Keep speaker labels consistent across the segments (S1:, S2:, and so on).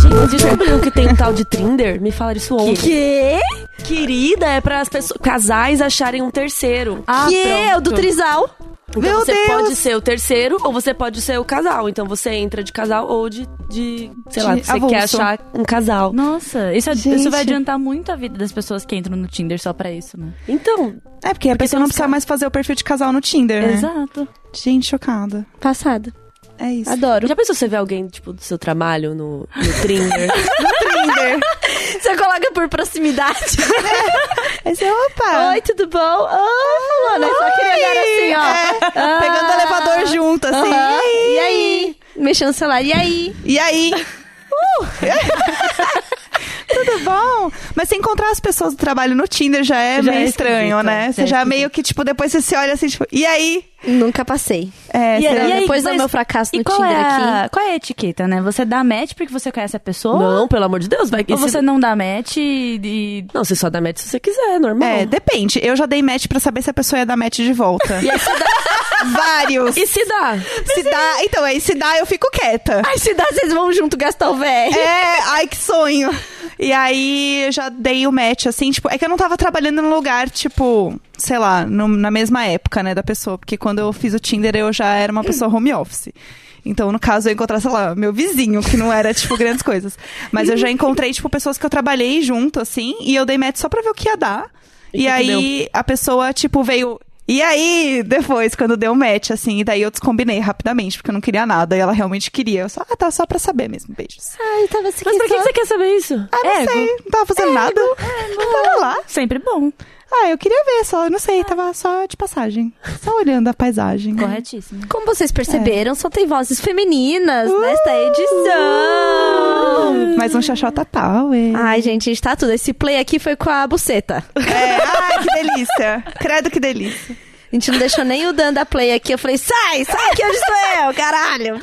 S1: Gente, vocês descobriram que tem um tal de Trinder? Me falaram isso ontem.
S2: Quê?
S1: Querida é para as pessoas, casais acharem um terceiro.
S2: Ah, que? É o do trisal?
S1: Então
S2: Meu
S1: você
S2: Deus!
S1: pode ser o terceiro ou você pode ser o casal. Então você entra de casal ou de. de sei lá,
S2: De
S1: você quer
S2: avulso.
S1: achar um casal.
S3: Nossa, isso, é-
S2: Gente.
S3: isso vai adiantar muito a vida das pessoas que entram no Tinder só pra isso, né?
S1: Então,
S4: É, porque a pessoa não precisa mais fazer o perfil de casal no Tinder, né?
S3: Exato.
S4: Gente, chocada.
S2: É. Passado.
S4: É isso.
S2: Adoro.
S1: já pensou você ver alguém, tipo, do seu trabalho no, no Trinder?
S4: Tinder.
S2: Você coloca por proximidade.
S4: Esse é, opa!
S2: Oi, tudo bom? Ah, fulana, eu só queria olhar assim, ó.
S4: É, Pegando o elevador junto, assim.
S2: Aham. E aí? Mexendo no celular. E aí?
S4: E aí? Uh! Tudo bom? Mas se encontrar as pessoas do trabalho no Tinder já é
S3: Já
S4: meio
S3: é
S4: estranho,
S3: esquisito,
S4: né?
S3: já
S4: Você
S3: é
S4: já
S3: esquisito.
S4: meio que, tipo, depois você se olha assim, tipo, e aí?
S2: Nunca passei.
S4: É,
S1: E
S4: você-
S1: aí?
S2: Depois do
S3: mas-
S2: meu fracasso
S3: E
S2: no
S3: qual
S2: Tinder
S3: é,
S2: aqui.
S3: a, qual é a etiqueta, né? Você dá match porque você conhece a pessoa?
S1: não, pelo amor de Deus, vai que.
S3: Ou você não dá match e. e-
S1: Não, você só dá match se você quiser, normal.
S4: É, depende. Eu já dei match pra saber se a pessoa ia dar match de volta.
S1: E aí se dá.
S4: Vários.
S1: E se dá?
S4: Se dá, então, aí se dá, eu fico quieta.
S2: Ai, se dá, vocês vão junto gastar o velho.
S4: É, ai que sonho. E aí eu já dei o match, assim, tipo, é que eu não tava trabalhando num lugar, tipo, sei lá, no- na mesma época, né, da pessoa. Porque quando eu fiz o Tinder, eu já era uma pessoa home office. Então, no caso, eu encontrar, sei lá, meu vizinho, que não era, tipo, grandes coisas. Mas eu já encontrei, tipo, pessoas que eu trabalhei junto, assim, e eu dei match só pra ver o que ia dar. E,
S1: que que
S4: aí a pessoa, tipo, veio. E aí, depois, quando deu match, assim, e daí eu descombinei rapidamente, porque eu não queria nada, e ela realmente queria. Eu só, ah, tá, só pra saber mesmo. Beijos.
S2: Ai, tava assim.
S1: Mas pra que
S2: só- É
S1: que você quer saber isso?
S4: Ah, não
S3: Ego.
S4: sei, É, não tava fazendo nada. Eu tava lá.
S3: Hum, Sempre bom.
S4: Ah, eu queria ver só, não sei, tava só de passagem. Só olhando a paisagem.
S3: Corretíssimo.
S2: Como vocês perceberam, só tem vozes femininas nesta edição.
S4: Mais um xaxota tal, é.
S2: Ai, gente, a gente tá tudo. Esse play aqui foi com a buceta.
S4: é. Ai, que delícia. Credo que delícia.
S2: A gente não deixou nem o Dan da play aqui. Eu falei, sai, sai que hoje sou eu, caralho.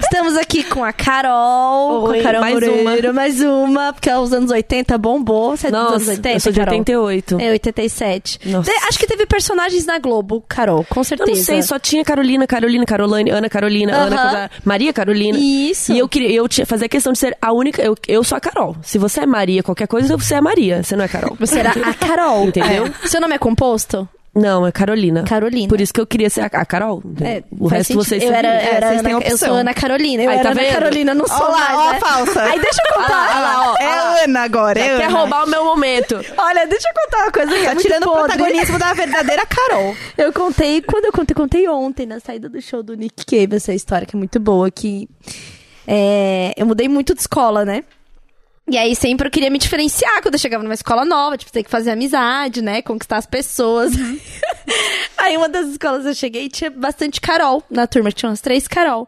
S2: Estamos aqui com a Carol.
S1: Oi,
S2: com a Carol
S1: mais
S2: Moreira, Mais uma, porque é os anos 80 bombou. Você é dos anos
S1: Nossa,
S2: 80,
S1: eu sou de
S2: Carol?
S1: 88.
S2: É, 87.
S1: Nossa.
S2: Te- acho que teve personagens na Globo, Carol, com
S1: Eu
S2: certeza.
S1: não sei, só tinha Carolina, Carolina, Carolane, Ana Carolina, Ana
S2: Aham.
S1: Carolina, Maria Carolina.
S2: Isso.
S1: E eu queria, eu tinha, fazia questão de ser a única. Eu, eu sou a Carol. Se você é Maria, qualquer coisa, você é Maria. Você não é Carol.
S2: Você era a Carol.
S1: Entendeu?
S2: É. Seu nome é composto?
S1: Não, é Carolina.
S2: Carolina.
S1: Por isso que eu queria ser a, a Carol.
S2: É,
S1: o
S2: faz
S1: resto vocês
S2: sentido. eu era,
S4: É,
S2: eu era
S4: vocês
S2: Ana,
S4: têm
S2: Eu
S4: opção.
S2: sou Ana Carolina. Eu
S1: Aí,
S2: era
S1: tá
S2: Ana
S1: vendo?
S2: Carolina, não sou
S4: Ó lá,
S2: mais,
S4: ó
S2: né?
S4: a falsa.
S2: Aí deixa eu
S1: Olha
S2: contar.
S1: lá, olha lá, ó.
S4: É
S1: olha lá.
S4: a Ana agora, é
S1: Quer
S4: Ana.
S1: roubar o meu momento.
S2: Olha, deixa eu contar uma coisa que
S4: Tá
S2: é muito
S4: tirando o
S2: podre.
S4: protagonismo da verdadeira Carol.
S2: Eu contei, quando eu contei, contei ontem, na saída do show do Nick Cave, essa história que é muito boa, que é, eu mudei muito de escola, né? E aí sempre eu queria me diferenciar quando eu chegava numa escola nova, tipo, ter que fazer amizade, né? Conquistar as pessoas.
S4: Uhum.
S2: aí uma das escolas eu cheguei e tinha bastante Carol na turma, tinha umas três Carol.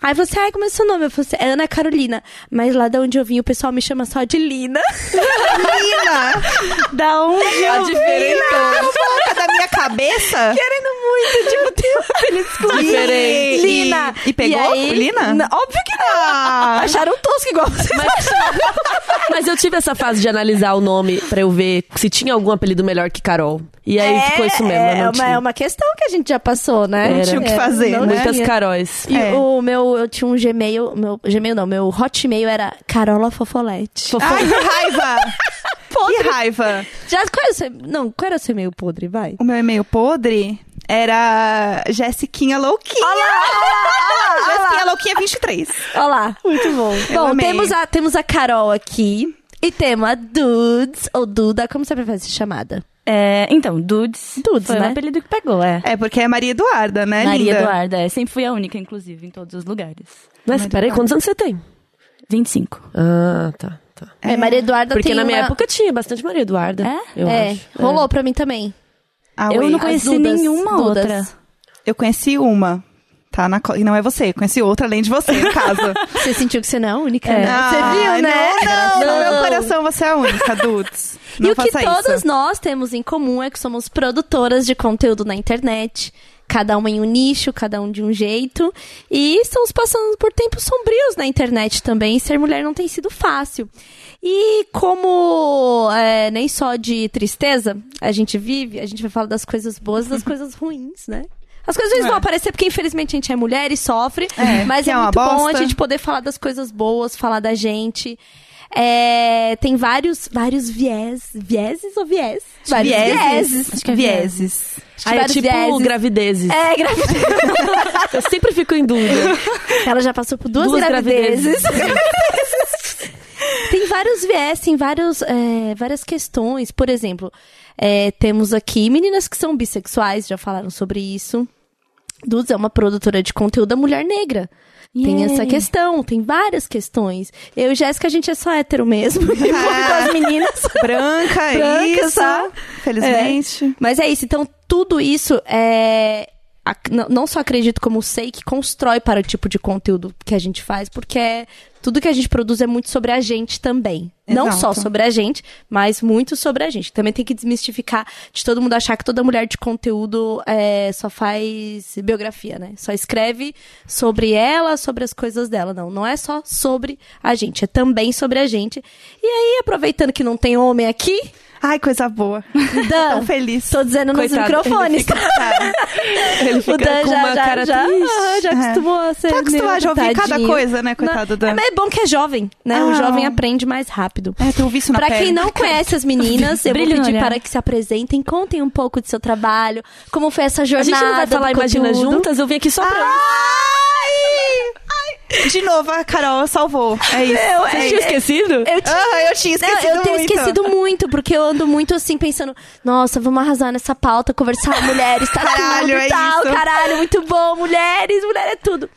S2: Aí você, ai, como é seu nome? Eu falei assim, é Ana Carolina. Mas lá de onde eu vim, o pessoal me chama só de Lina.
S4: Lina,
S2: da
S4: um Tá
S2: onde
S1: A diferença.
S4: boca da minha cabeça.
S2: Querendo muito, tipo, ter um apelido exclusivo.
S4: Diferente.
S2: Lina.
S4: E- e pegou,
S2: aí-
S4: Lina?
S2: N- Óbvio que não.
S4: Ah.
S2: Acharam tosco igual vocês.
S1: Mas eu tive essa fase de analisar o nome pra eu ver se tinha algum apelido melhor que Carol. E aí ficou isso mesmo. eu
S2: É,
S1: não
S2: uma,
S1: tinha.
S2: é uma questão que a gente já passou, né?
S1: Não tinha o
S4: que fazer,
S2: não
S4: né?
S2: tinha.
S1: Muitas Caróis.
S2: E
S4: É.
S2: o meu, eu tinha um Gmail, meu Gmail não, meu Hotmail era Carola Fofolete.
S4: Ai, que raiva. Que raiva.
S2: Já, qual era o seu, não, qual era o seu e-mail podre, vai?
S4: O meu e-mail podre era Jessiquinha Louquinha. Jessiquinha Louquinha 23.
S2: Olha lá. Muito bom.
S4: Eu
S2: Bom,
S4: amei.
S2: temos a, temos a Carol aqui e temos a Dudes, ou Duda, como você prefere ser chamada?
S3: É, então, Dudes.
S2: Dudes,
S3: foi
S2: né?
S3: o apelido que pegou, é.
S4: É, porque é Maria Eduarda, né,
S3: Maria
S4: linda?
S3: Eduarda, é. Sempre fui a única, inclusive, em todos os lugares.
S1: Mas peraí, quantos anos você tem?
S3: 25.
S1: Ah, tá. tá.
S2: É, Maria Eduarda
S1: Porque
S2: tem
S1: na minha
S2: uma-
S1: época tinha bastante Maria Eduarda.
S3: É?
S1: Eu
S2: é,
S1: acho.
S2: rolou pra mim também.
S4: Ah,
S3: eu
S4: wait.
S3: não conheci
S2: Dudas,
S3: nenhuma
S2: Dudas.
S3: outra.
S4: Eu conheci uma, tá? Na co- E não é você, eu conheci outra além de você, no caso.
S2: Você sentiu que você não é a única?
S3: É.
S2: né?
S4: Ah,
S2: você viu, né?
S4: Não, não, no meu
S2: Não.
S4: coração você é a única, Dudes.
S2: E
S4: Não
S2: o que
S4: faça
S2: todas
S4: isso.
S2: nós temos em comum é que somos produtoras de conteúdo na internet. Cada uma em um nicho, cada um de um jeito. E estamos passando por tempos sombrios na internet também. Ser mulher não tem sido fácil. E como é, nem só de tristeza a gente vive, a gente vai falar das coisas boas e das coisas ruins, né? As coisas às vezes
S4: É.
S2: vão aparecer porque, infelizmente, a gente é mulher e sofre.
S4: É,
S2: mas
S4: que
S2: é,
S4: é uma
S2: muito bom a
S4: bosta.
S2: gente poder falar das coisas boas, falar da gente. É, tem vários, vários viés. Vieses ou viés? Vários vieses.
S4: Acho que é vieses.
S2: Acho que
S1: Ah, é
S2: vários
S1: tipo
S2: vieses.
S1: gravidezes.
S2: É, gravidez.
S1: Eu sempre fico em dúvida.
S2: Ela já passou por duas,
S1: Duas
S2: gravidezes. tem vários viés, tem vários, é, várias questões. Por exemplo, é, temos aqui meninas que são bissexuais, já falaram sobre isso. Dudes é uma produtora de conteúdo da mulher negra. Tem
S3: Yay.
S2: essa questão, tem várias questões. Eu e Jéssica, a gente é só hétero mesmo. as meninas.
S4: Branca,
S2: Branca,
S4: isso.
S2: só.
S4: Felizmente.
S2: Mas é isso, então tudo isso é. ac- n- Não só acredito como sei que constrói para o tipo de conteúdo que a gente faz, porque é- tudo que a gente produz é muito sobre a gente também. Não
S4: Exato.
S2: só sobre a gente, mas muito sobre a gente. Também tem que desmistificar de todo mundo achar que toda mulher de conteúdo é, só faz biografia, né? Só escreve sobre ela, sobre as coisas dela. Não, não é só sobre a gente, é também sobre a gente. E aí, aproveitando que não tem homem aqui,
S4: Ai, coisa boa.
S2: Dan,
S4: Tão feliz.
S2: Ah, Tô dizendo
S1: Coitado,
S2: nos microfones. tá?
S1: ele fica- Ele fica
S2: o Dan
S1: com
S2: já,
S1: uma
S2: já,
S1: cara
S2: já,
S1: triste.
S2: ah, já
S4: É.
S2: acostumou a ser.
S4: Tá acostumado a
S2: meio
S4: ouvir cada
S2: tadinho.
S4: coisa, né,
S2: Não-
S4: coitado Dan?
S2: É, mas é bom que é jovem, né? O
S4: Ah.
S2: jovem aprende mais rápido.
S4: É, tem um vício na
S2: Pra
S4: pele.
S2: quem não conhece as meninas, eu vou
S3: Brilho no
S2: pedir
S3: olhar.
S2: para que se apresentem, contem um pouco de seu trabalho, como foi essa
S1: A
S2: jornada.
S1: gente não vai
S2: do
S1: falar Imagina
S2: conteúdo.
S1: Juntas? Eu vim aqui só pra...
S2: Ah,
S4: Ai! Ai! De novo, a Carol salvou. É isso.
S2: Eu-
S1: Vocês
S2: é-
S1: tinham esquecido?
S2: Eu tinha
S4: Ah, eu tinha
S2: Não,
S4: esquecido
S2: eu tenho
S4: muito.
S2: esquecido muito, porque eu ando muito assim, pensando, nossa, vamos arrasar nessa pauta, conversar, mulheres, tá
S4: Caralho,
S2: tudo,
S4: é
S2: tal,
S4: isso.
S2: caralho, muito bom, mulheres, mulher é tudo.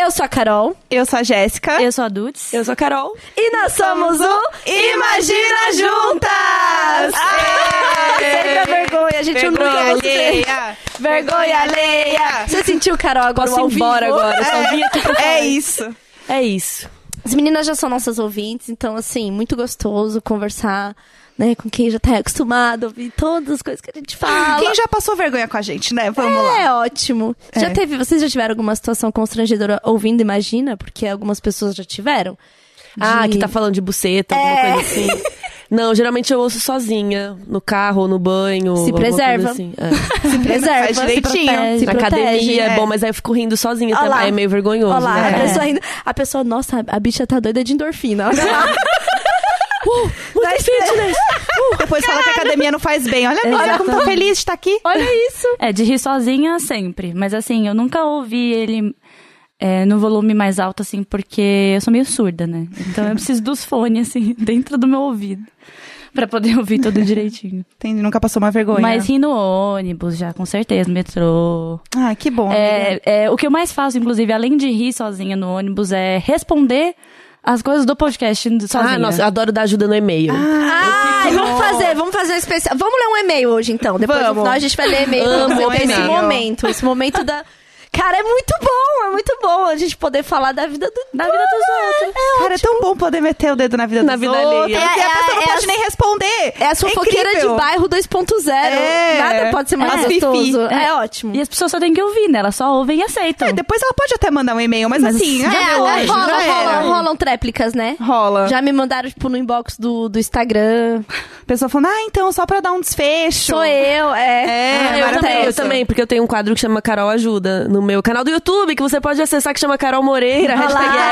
S2: Eu sou a Carol
S4: Eu sou a Jéssica.
S3: Eu sou a
S2: é.
S3: Dudes.
S1: Eu sou a Carol.
S2: e nós somos o
S4: Imagina Juntas!
S2: Ah, Seja vergonha, a gente, eu nunca vou ser.
S4: alheia.
S2: Vergonha alheia. Você sentiu, Carol, agora
S1: Posso
S2: o ao
S1: ir embora
S2: vivo?
S1: agora. Eu só vim aqui pra falar
S4: É
S1: isso.
S4: isso.
S1: É isso.
S2: As meninas já são nossas ouvintes, então, assim, muito gostoso conversar, né, com quem já tá acostumado a ouvir todas as coisas que a gente fala.
S4: Quem já passou vergonha com a gente, né? Vamos lá.
S2: É ótimo. Já
S4: É.
S2: teve, vocês já tiveram alguma situação constrangedora ouvindo, imagina? Porque algumas pessoas já tiveram.
S1: Ah,
S2: De-
S1: que tá falando de buceta, alguma
S2: É.
S1: coisa assim. Não, geralmente eu ouço sozinha, no carro, no banho.
S2: Se
S1: alguma coisa
S2: preserva.
S1: assim. É.
S2: se preserva,
S4: Faz
S2: se
S4: direitinho.
S2: protege, se
S1: Na
S2: protege.
S1: academia é
S4: é.
S1: bom, mas aí eu fico rindo sozinha,
S2: Olha
S1: também.
S2: lá.
S1: é meio vergonhoso.
S2: Olha lá,
S1: né?
S2: a
S4: É.
S2: pessoa ainda. A pessoa, nossa, a bicha tá doida de endorfina. Olha lá. é
S1: Muito fitness!
S2: Uh,
S4: Depois fala que a academia não faz bem. Olha, olha como tá
S3: Exatamente.
S4: feliz de estar aqui.
S2: Olha isso.
S3: É, de rir sozinha sempre. Mas assim, eu nunca ouvi ele é, no volume mais alto, assim, porque eu sou meio surda, né? Então eu preciso dos fones, assim, dentro do meu ouvido. Pra poder ouvir tudo direitinho.
S4: Tem, nunca passou uma vergonha.
S3: Mas rir no ônibus, já, com certeza, no metrô.
S4: Ah, que bom. amiga.
S3: É, é, o que eu mais faço, inclusive, além de rir sozinha no ônibus, é responder as coisas do podcast sozinha.
S1: Ah, nossa, eu adoro dar ajuda no e-mail.
S2: Ah, Ai, vamos fazer, vamos fazer um especial. Vamos ler um e-mail hoje, então. Depois no
S4: Vamos. um
S2: final a gente vai ler e-mail pra
S1: Amo
S2: você
S1: o
S2: ver esse
S4: e-mail.
S2: momento. Esse momento da. Cara, é muito bom, é muito bom a gente poder falar da vida do, da vida dos outros.
S4: Cara, é tão bom poder meter o dedo na vida
S1: Na
S4: dos
S1: vida
S4: outros.
S1: alheia.
S4: e
S2: É,
S4: a pessoa não
S2: é,
S4: pode
S2: é
S4: nem responder.
S2: É a fofoqueira de
S4: incrível.
S2: bairro 2.0.
S4: É.
S2: Nada pode ser mais
S4: As fifi.
S2: gostoso. É,
S3: É.
S2: ótimo.
S3: E as pessoas só têm que ouvir, né? Elas só ouvem e aceitam.
S4: É, depois ela pode até mandar um e-mail, mas,
S3: Mas
S4: assim...
S3: já
S4: ah,
S2: É,
S4: meu
S2: rola,
S4: anjo,
S2: rola,
S4: já era.
S2: rolam, tréplicas, né?
S4: Rola.
S2: Já me mandaram, tipo, no inbox do, do Instagram.
S4: A pessoa falando, ah, então, só pra dar um desfecho.
S2: Sou eu, é.
S1: Ah,
S4: É,
S1: eu também, eu
S4: maravilhoso.
S1: também, porque eu tenho um quadro que chama Carol Ajuda no meu canal do YouTube, que você pode acessar, que chama Carol Moreira,
S2: Olha
S1: hashtag Ed.
S2: lá,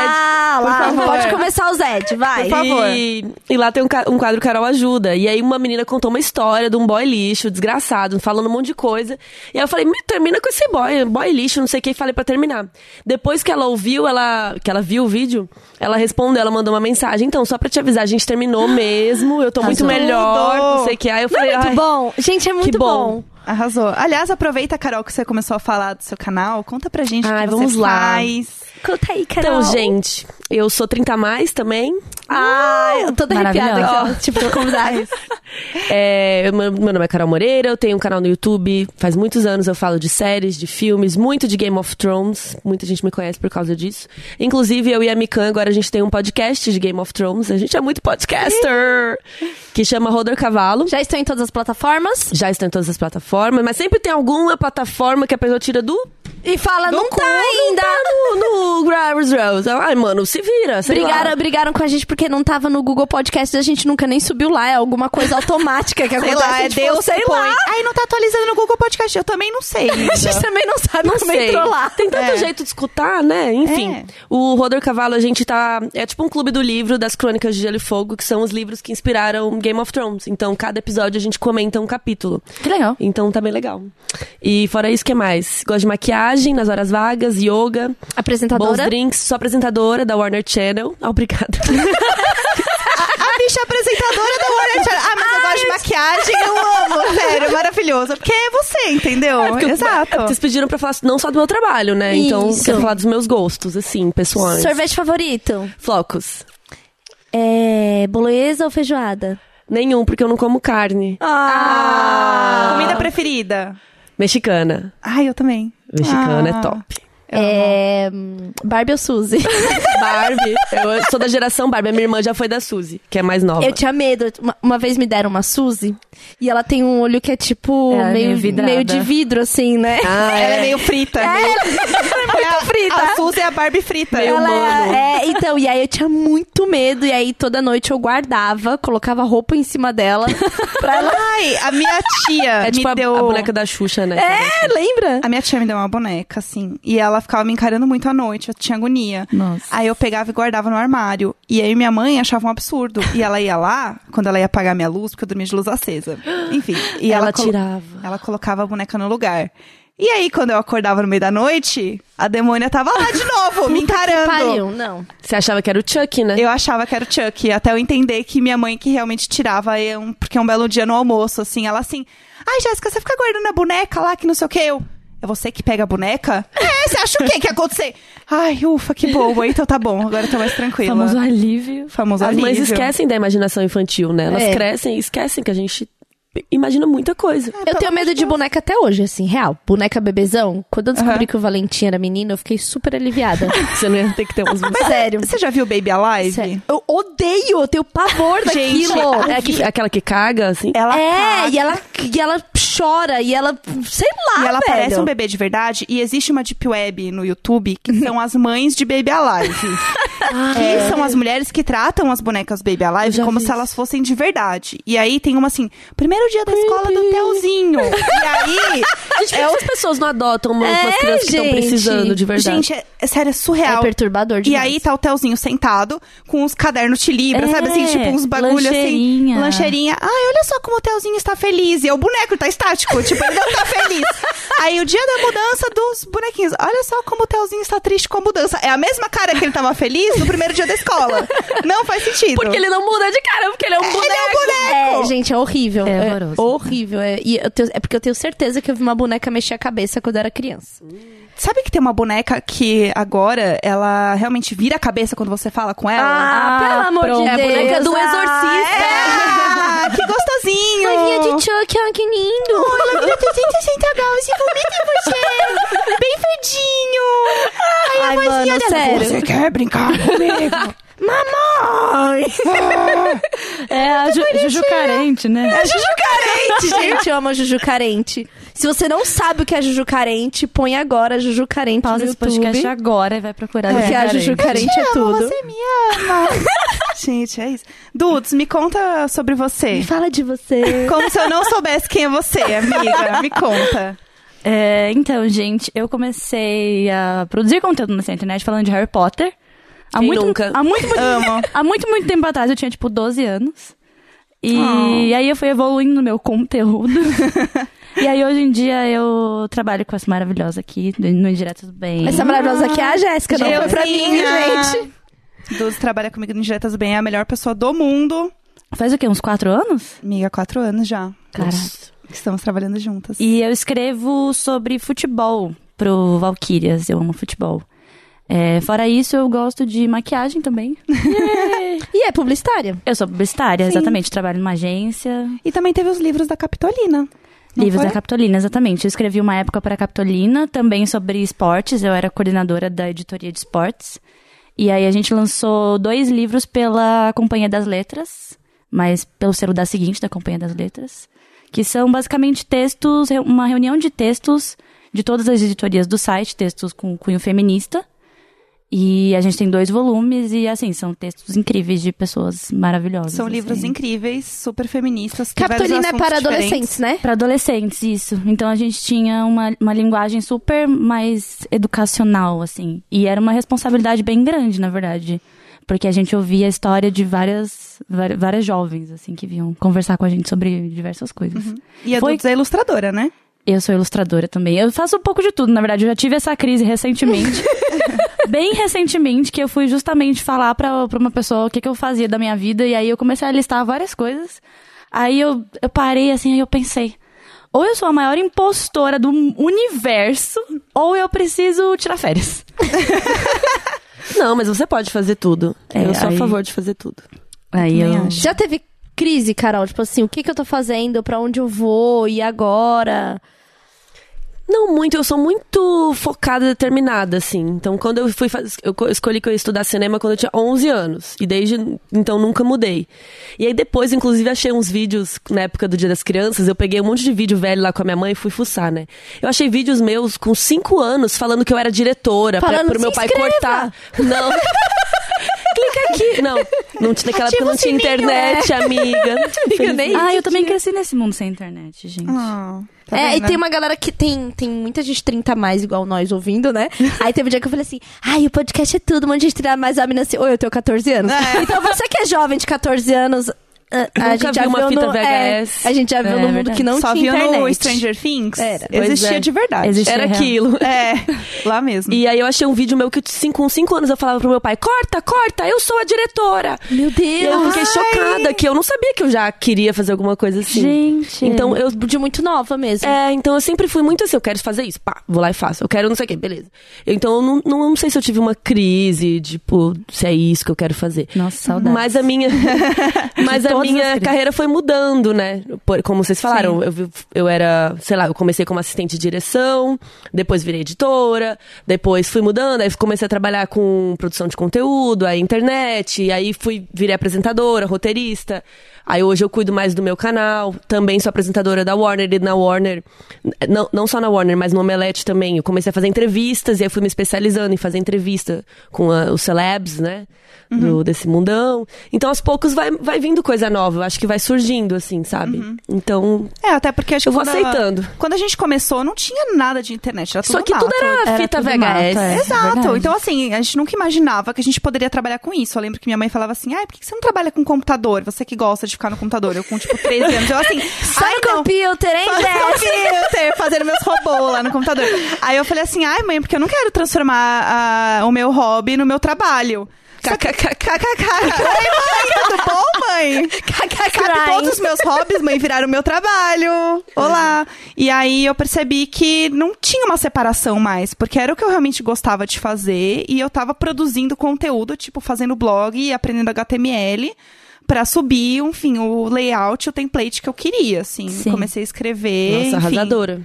S1: por
S2: olha lá.
S1: favor.
S2: Pode começar o Zed, vai.
S4: Por favor.
S1: E, e lá tem um, ca- um quadro Carol Ajuda. E aí uma menina contou uma história de um boy lixo, desgraçado, falando um monte de coisa. E aí eu falei, me termina com esse boy, boy lixo, não sei o que, e falei pra terminar. Depois que ela ouviu, ela que ela viu o vídeo, ela respondeu, ela mandou uma mensagem. Então, só pra te avisar, a gente terminou mesmo, eu tô muito
S4: Arrasou.
S1: melhor, não sei o que. Aí eu
S2: Não
S1: falei,
S2: é muito
S1: "Ai,
S2: bom? Gente, é muito bom.
S1: bom.
S4: Arrasou. Aliás, aproveita, Carol, que você começou a falar do seu canal. Conta pra gente
S1: Ai,
S4: o que
S1: vamos
S4: você
S1: lá.
S4: faz.
S2: Conta aí, Carol.
S1: Então, gente, eu sou 30 a mais também.
S2: Ai, eu tô toda arrepiada aqui, ó. Tipo, convidada.
S1: É, eu- meu meu nome é Carol Moreira, eu tenho um canal no YouTube. Faz muitos anos eu falo de séries, de filmes, muito de Game of Thrones. Muita gente me conhece por causa disso. Inclusive, eu e a Mikan, agora a gente tem um podcast de Game of Thrones. A gente é muito podcaster! que chama Rodor Cavalo.
S2: Já estou em todas as plataformas.
S1: Já estão em todas as plataformas, mas sempre tem alguma plataforma que a pessoa tira do.
S2: E fala, não,
S1: do cu,
S2: tá ainda.
S1: No, no Gravis Rose. Ai, mano, se vira. sei lá.
S2: Brigaram, brigaram com a gente porque não tava no Google Podcast e a gente nunca nem subiu lá. É alguma coisa automática que
S4: Sei
S2: acontece.
S4: lá, é
S2: tipo,
S4: Deus
S2: sei
S4: que põe.
S2: lá.
S4: Ai, não tá atualizando no Google Podcast. Eu também não sei.
S2: A gente também não sabe
S1: Não
S2: como
S1: sei.
S2: entrou lá.
S1: Tem tanto
S4: É.
S1: jeito de escutar, né? Enfim.
S4: É.
S1: O Rodor Cavalo, a gente tá. É tipo um clube do livro das Crônicas de Gelo e Fogo, que são os livros que inspiraram Game of Thrones. Então, cada episódio a gente comenta um capítulo.
S3: Que legal.
S1: Então tá bem legal. E fora isso, o que é mais? Gosto de maquiagem, nas horas vagas, yoga, bons
S2: Apresentadora.
S1: drinks, sou apresentadora da Warner Channel. Ah, obrigada.
S4: A bicha é apresentadora da Warner Channel. Ah, mas eu gosto de maquiagem, eu amo. Sério, maravilhoso. Porque é você, entendeu?
S1: Porque eu-
S4: Exato.
S1: Vocês pediram pra falar não só do meu trabalho, né? Então,
S2: Isso.
S1: quero falar dos meus gostos, assim, pessoais.
S2: Sorvete favorito.
S1: Flocos.
S2: É. Bolonhesa ou feijoada?
S1: Nenhum, porque eu não como carne.
S4: Ah. Comida preferida?
S1: Mexicana.
S4: Ai, eu também.
S1: Mexicana
S4: Ah.
S1: é top.
S4: Eu
S2: É. hum, Barbie ou Suzy?
S1: Barbie. Eu sou da geração Barbie. A minha irmã já foi da Suzy, que é mais nova.
S2: Eu tinha medo. Uma, uma vez me deram uma Suzy e ela tem um olho que é tipo
S3: É, meio
S2: meio,
S3: vidrada.
S2: meio de vidro, assim, né?
S1: Ah,
S4: Ela é
S1: é.
S4: meio frita. É, muito
S2: frita.
S4: A Suzy é a Barbie frita.
S2: Ela
S1: humano.
S2: é, então, e aí eu tinha muito medo, e aí toda noite eu guardava, colocava roupa em cima dela pra ela.
S4: Ai, a minha tia
S1: É
S4: me
S1: tipo a,
S4: deu...
S1: a boneca da Xuxa, né?
S2: É, lembra?
S4: A minha tia me deu uma boneca, assim. E ela ficava me encarando muito à noite, eu tinha agonia.
S3: Nossa.
S4: Aí eu pegava e guardava no armário. E aí minha mãe achava um absurdo. E ela ia lá, quando ela ia apagar minha luz, porque eu dormia de luz acesa. Enfim. E
S1: Ela
S4: colo-
S1: tirava.
S4: Ela colocava a boneca no lugar. E aí, quando eu acordava no meio da noite, a demônia tava lá de novo, me encarando.
S2: Pariu, não.
S1: Você achava que era o Chuck, né?
S4: Eu achava que era o Chuck, até eu entender que minha mãe que realmente tirava, é um- porque um belo dia no almoço, assim, ela assim, ai Jéssica, você fica guardando a boneca lá, que não sei o que, eu... É você que pega a boneca? É, você acha o quê que ia acontecer? Ai, ufa, que boa. Então tá bom, agora eu tô mais tranquila.
S3: Famoso alívio.
S4: Famoso
S1: As mães
S4: alívio.
S1: esquecem da imaginação infantil, né? Elas
S2: É.
S1: crescem e esquecem que a gente imagina muita coisa.
S2: Eu tenho medo de boneca até hoje, assim, real. Boneca bebezão. Quando eu descobri que o Valentim era menino, eu fiquei super aliviada.
S1: Você não ia ter que ter umas...
S2: Sério.
S4: Você já viu Baby Alive?
S2: Sério. Eu odeio, eu tenho pavor
S4: Gente,
S2: daquilo.
S1: É a que- aquela que caga, assim?
S4: Ela
S2: é,
S4: caga.
S2: e ela, e ela chora, e ela. Sei lá,
S4: E ela
S2: velho.
S4: parece um bebê de verdade. E existe uma deep web no YouTube que são as mães de Baby Alive. Ah, que são as mulheres que tratam as bonecas Baby Alive
S1: já
S4: como
S1: vi
S4: se elas fossem de verdade. E aí tem uma assim, primeiro dia da escola do Telzinho. E aí...
S1: Gente, por que as pessoas não adotam uma,
S2: É,
S1: umas crianças que estão
S2: gente.
S1: precisando, de verdade?
S4: Gente, é, é sério, é
S2: É
S4: surreal.
S2: perturbador
S4: e
S2: demais.
S4: aí tá o Telzinho sentado com uns cadernos de libra,
S3: É,
S4: sabe assim? Tipo uns bagulho
S3: lancheirinha.
S4: assim. Lancheirinha. Ai, olha só como o Telzinho está feliz. E é o boneco, ele tá estático. tipo, ele não tá feliz. Aí o dia da mudança dos bonequinhos. Olha só como o Telzinho está triste com a mudança. É a mesma cara que ele tava feliz no primeiro dia da escola. Não faz sentido.
S1: Porque ele não muda de cara, porque ele é um boneco.
S4: Ele é um boneco.
S2: É, gente, é horrível.
S3: É
S2: É,
S3: horroroso.
S2: horrível. É, e eu tenho- é porque eu tenho certeza que eu vi uma boneca mexer a cabeça quando eu era criança.
S4: Sabe que tem uma boneca que agora ela realmente vira a cabeça quando você fala com ela?
S3: Ah, pronto.
S2: É a boneca do exorcista.
S4: Ah, que gostosinho!
S2: Chuck, olha que lindo.
S4: Ela vira 360 graus e vomita em você. Bem fedinho. Aí
S2: Ai,
S4: a vozinha
S2: mano,
S4: dela,
S2: sério.
S4: Você quer brincar comigo? Mamãe!
S3: É a Ju, Juju carente, né?
S4: É Juju carente, gente.
S2: Gente, eu amo a Juju Carente. Se você não sabe o que é Juju Carente, põe agora Juju Carente
S3: Pausa
S2: no
S3: esse podcast
S2: YouTube.
S3: agora e vai procurar
S2: Porque a Juju Carente é tudo.
S4: Você me ama. gente, é isso. Dudes, me conta sobre você.
S2: Fala de você.
S4: Como se eu não soubesse quem é você, amiga. Me conta.
S3: É, então, gente, eu comecei a produzir conteúdo nessa internet falando de Harry Potter. Há
S1: Quem
S3: muito,
S1: nunca?
S3: Há muito, muito,
S2: Ah.
S4: Amo.
S3: há muito, muito tempo atrás, eu tinha, tipo, 12 anos. E
S2: Ah.
S3: aí eu fui evoluindo no meu conteúdo. e aí, hoje em dia, eu trabalho com essa maravilhosa aqui, do- no Indireto do Bem.
S2: Essa maravilhosa aqui é a Jéssica, não foi pra mim, viu,
S4: Deusinha.
S2: gente.
S4: Dudes trabalha comigo no Diretas Bem, é a melhor pessoa do mundo.
S3: Faz o quê? Uns 4 anos?
S4: Amiga, quatro anos já. Então,
S3: Caraca.
S4: Estamos trabalhando juntas.
S3: E eu escrevo sobre futebol pro Valkyrias. Eu amo futebol. É, fora isso, eu gosto de maquiagem também.
S2: E é publicitária.
S3: Eu sou publicitária, exatamente. Trabalho numa agência.
S4: E também teve os livros da Capitolina. Não
S3: Livros
S4: foi?
S3: da Capitolina, exatamente. Eu escrevi uma época para a Capitolina, também sobre esportes. Eu era coordenadora da editoria de esportes. E aí a gente lançou dois livros pela Companhia das Letras, mas pelo selo da seguinte, da Companhia das Letras, que são basicamente textos, reu- uma reunião de textos de todas as editorias do site, textos com cunho feminista. E a gente tem dois volumes e, assim, são textos incríveis de pessoas maravilhosas.
S4: São
S3: assim.
S4: livros incríveis, super feministas. que vários
S2: Capitolina é
S4: assuntos
S2: para
S4: diferentes.
S2: adolescentes, né?
S3: Pra adolescentes, isso. Então a gente tinha uma, uma linguagem super mais educacional, assim. E era uma responsabilidade bem grande, na verdade. Porque a gente ouvia a história de várias, va- várias jovens, assim, que vinham conversar com a gente sobre diversas coisas.
S4: E a
S3: Foi-
S4: Dudes é ilustradora, né?
S3: Eu sou ilustradora também. Eu faço um pouco de tudo, na verdade. Eu já tive essa crise recentemente. Bem recentemente, que eu fui justamente falar pra, pra uma pessoa o que, que eu fazia da minha vida. E aí eu comecei a listar várias coisas. Aí eu, eu parei assim e eu pensei. Ou eu sou a maior impostora do universo, ou eu preciso tirar férias.
S1: Não, mas você pode fazer tudo.
S3: É,
S1: eu sou
S3: aí-
S1: a favor de fazer tudo.
S3: Aí
S4: também
S3: eu.
S4: acho.
S2: Já teve crise, Carol? Tipo assim, o que, que eu tô fazendo? Pra onde eu vou? E agora?
S1: Não muito, eu sou muito focada e determinada, assim. Então, quando eu fui fazer. Eu co- escolhi que eu ia estudar cinema quando eu tinha 11 anos. E desde então nunca mudei. E aí depois, inclusive, achei uns vídeos na época do Dia das Crianças. Eu peguei um monte de vídeo velho lá com a minha mãe e fui fuçar, né? Eu achei vídeos meus com 5 anos falando que eu era diretora, pra,
S2: Falando,
S1: pro meu
S2: "Se
S1: pai
S2: inscreva!"
S1: cortar. Não. Clica aqui. Não, não tinha naquela época
S2: Ativa o
S1: não tinha
S2: sininho, né?
S1: internet, amiga.
S2: Amiga, nem
S3: Ah, eu também cresci nesse mundo sem internet, gente.
S4: Ah, tá
S2: é,
S4: vendo?
S2: e tem uma galera que tem, tem muita gente 30 a mais igual nós ouvindo, né? Aí teve um dia que eu falei assim: ai, o podcast é tudo, um monte de gente 30 a mais, a menina assim, oi, eu tenho 14 anos.
S4: É.
S2: Então você que é jovem de 14 anos. A, a
S1: Nunca
S2: gente já
S1: viu uma
S2: viu
S1: fita
S2: no,
S1: VHS.
S2: é, a gente já viu
S3: É,
S2: no mundo
S3: verdade.
S2: que não
S4: Só
S2: tinha
S4: viu
S2: internet.
S4: no Stranger Things.
S2: Era.
S1: Pois
S4: Existia
S1: é.
S4: de verdade.
S3: Existia.
S2: né?
S1: Era aquilo.
S4: É, lá mesmo.
S1: E aí eu achei um vídeo meu que cinco- com 5 anos eu falava pro meu pai, corta, corta, eu sou a diretora.
S2: Meu
S1: E eu
S2: Deus!
S1: fiquei chocada, que eu não sabia que eu já queria fazer alguma coisa assim.
S3: Gente.
S1: Então eu.
S2: De muito nova mesmo.
S1: É, então eu sempre fui muito assim, eu quero fazer isso, pá, vou lá e faço. Eu quero não sei o quê, beleza. Então eu não, não, não sei se eu tive uma crise, tipo, se é isso que eu quero fazer.
S3: Nossa, saudade.
S1: Mas a minha, mas a
S3: todas as
S1: minha
S3: crises.
S1: carreira foi mudando, né? Por- como vocês falaram, eu, vi- eu era, sei lá, eu comecei como assistente de direção, depois virei editora, depois fui mudando, aí comecei a trabalhar com produção de conteúdo, aí internet, aí fui virei apresentadora, roteirista. Aí hoje eu cuido mais do meu canal, também sou apresentadora da Warner e na Warner, não, não só na Warner, mas no Omelete também. Eu comecei a fazer entrevistas e aí fui me especializando em fazer entrevista com a- os celebs, né? do- desse mundão. Então, aos poucos, vai, vai vindo coisa nova. Eu acho que vai surgindo, assim, sabe? Então,
S4: É, até porque acho que
S1: eu vou
S4: quando-
S1: aceitando.
S4: Quando a gente começou, não tinha nada de internet. Era tudo
S1: Só que
S4: mato.
S1: tudo era,
S3: Era
S1: fita né? VHS.
S3: tudo mato, é.
S4: Exato.
S3: verdade.
S4: Então, assim, a gente nunca imaginava que a gente poderia trabalhar com isso. Eu lembro que minha mãe falava assim: ai, por que que você não trabalha com computador? Você que gosta de ficar no computador. Eu com, tipo, 13 anos. Eu, assim,
S2: Só
S4: ai,
S2: no né?"
S4: não.
S2: computer, hein,
S4: Só
S2: Zé?
S4: no computer, fazendo meus robôs lá no computador. Aí eu falei assim, ai mãe, porque eu não quero transformar ah, o meu hobby no meu trabalho. KKKKKK. Oi, mãe, tá tudo bom, mãe? Sabe,
S2: Crying.
S4: todos os meus hobbies, mãe, viraram meu trabalho. Olá. E aí eu percebi que não tinha uma separação mais, porque era o que eu realmente gostava de fazer e eu tava produzindo conteúdo, tipo, fazendo blog e aprendendo HTML pra subir, enfim, o layout, o template que eu queria, assim.
S3: Sim.
S4: Comecei a escrever,
S1: Nossa,
S4: enfim.
S1: arrasadora.
S3: Sim.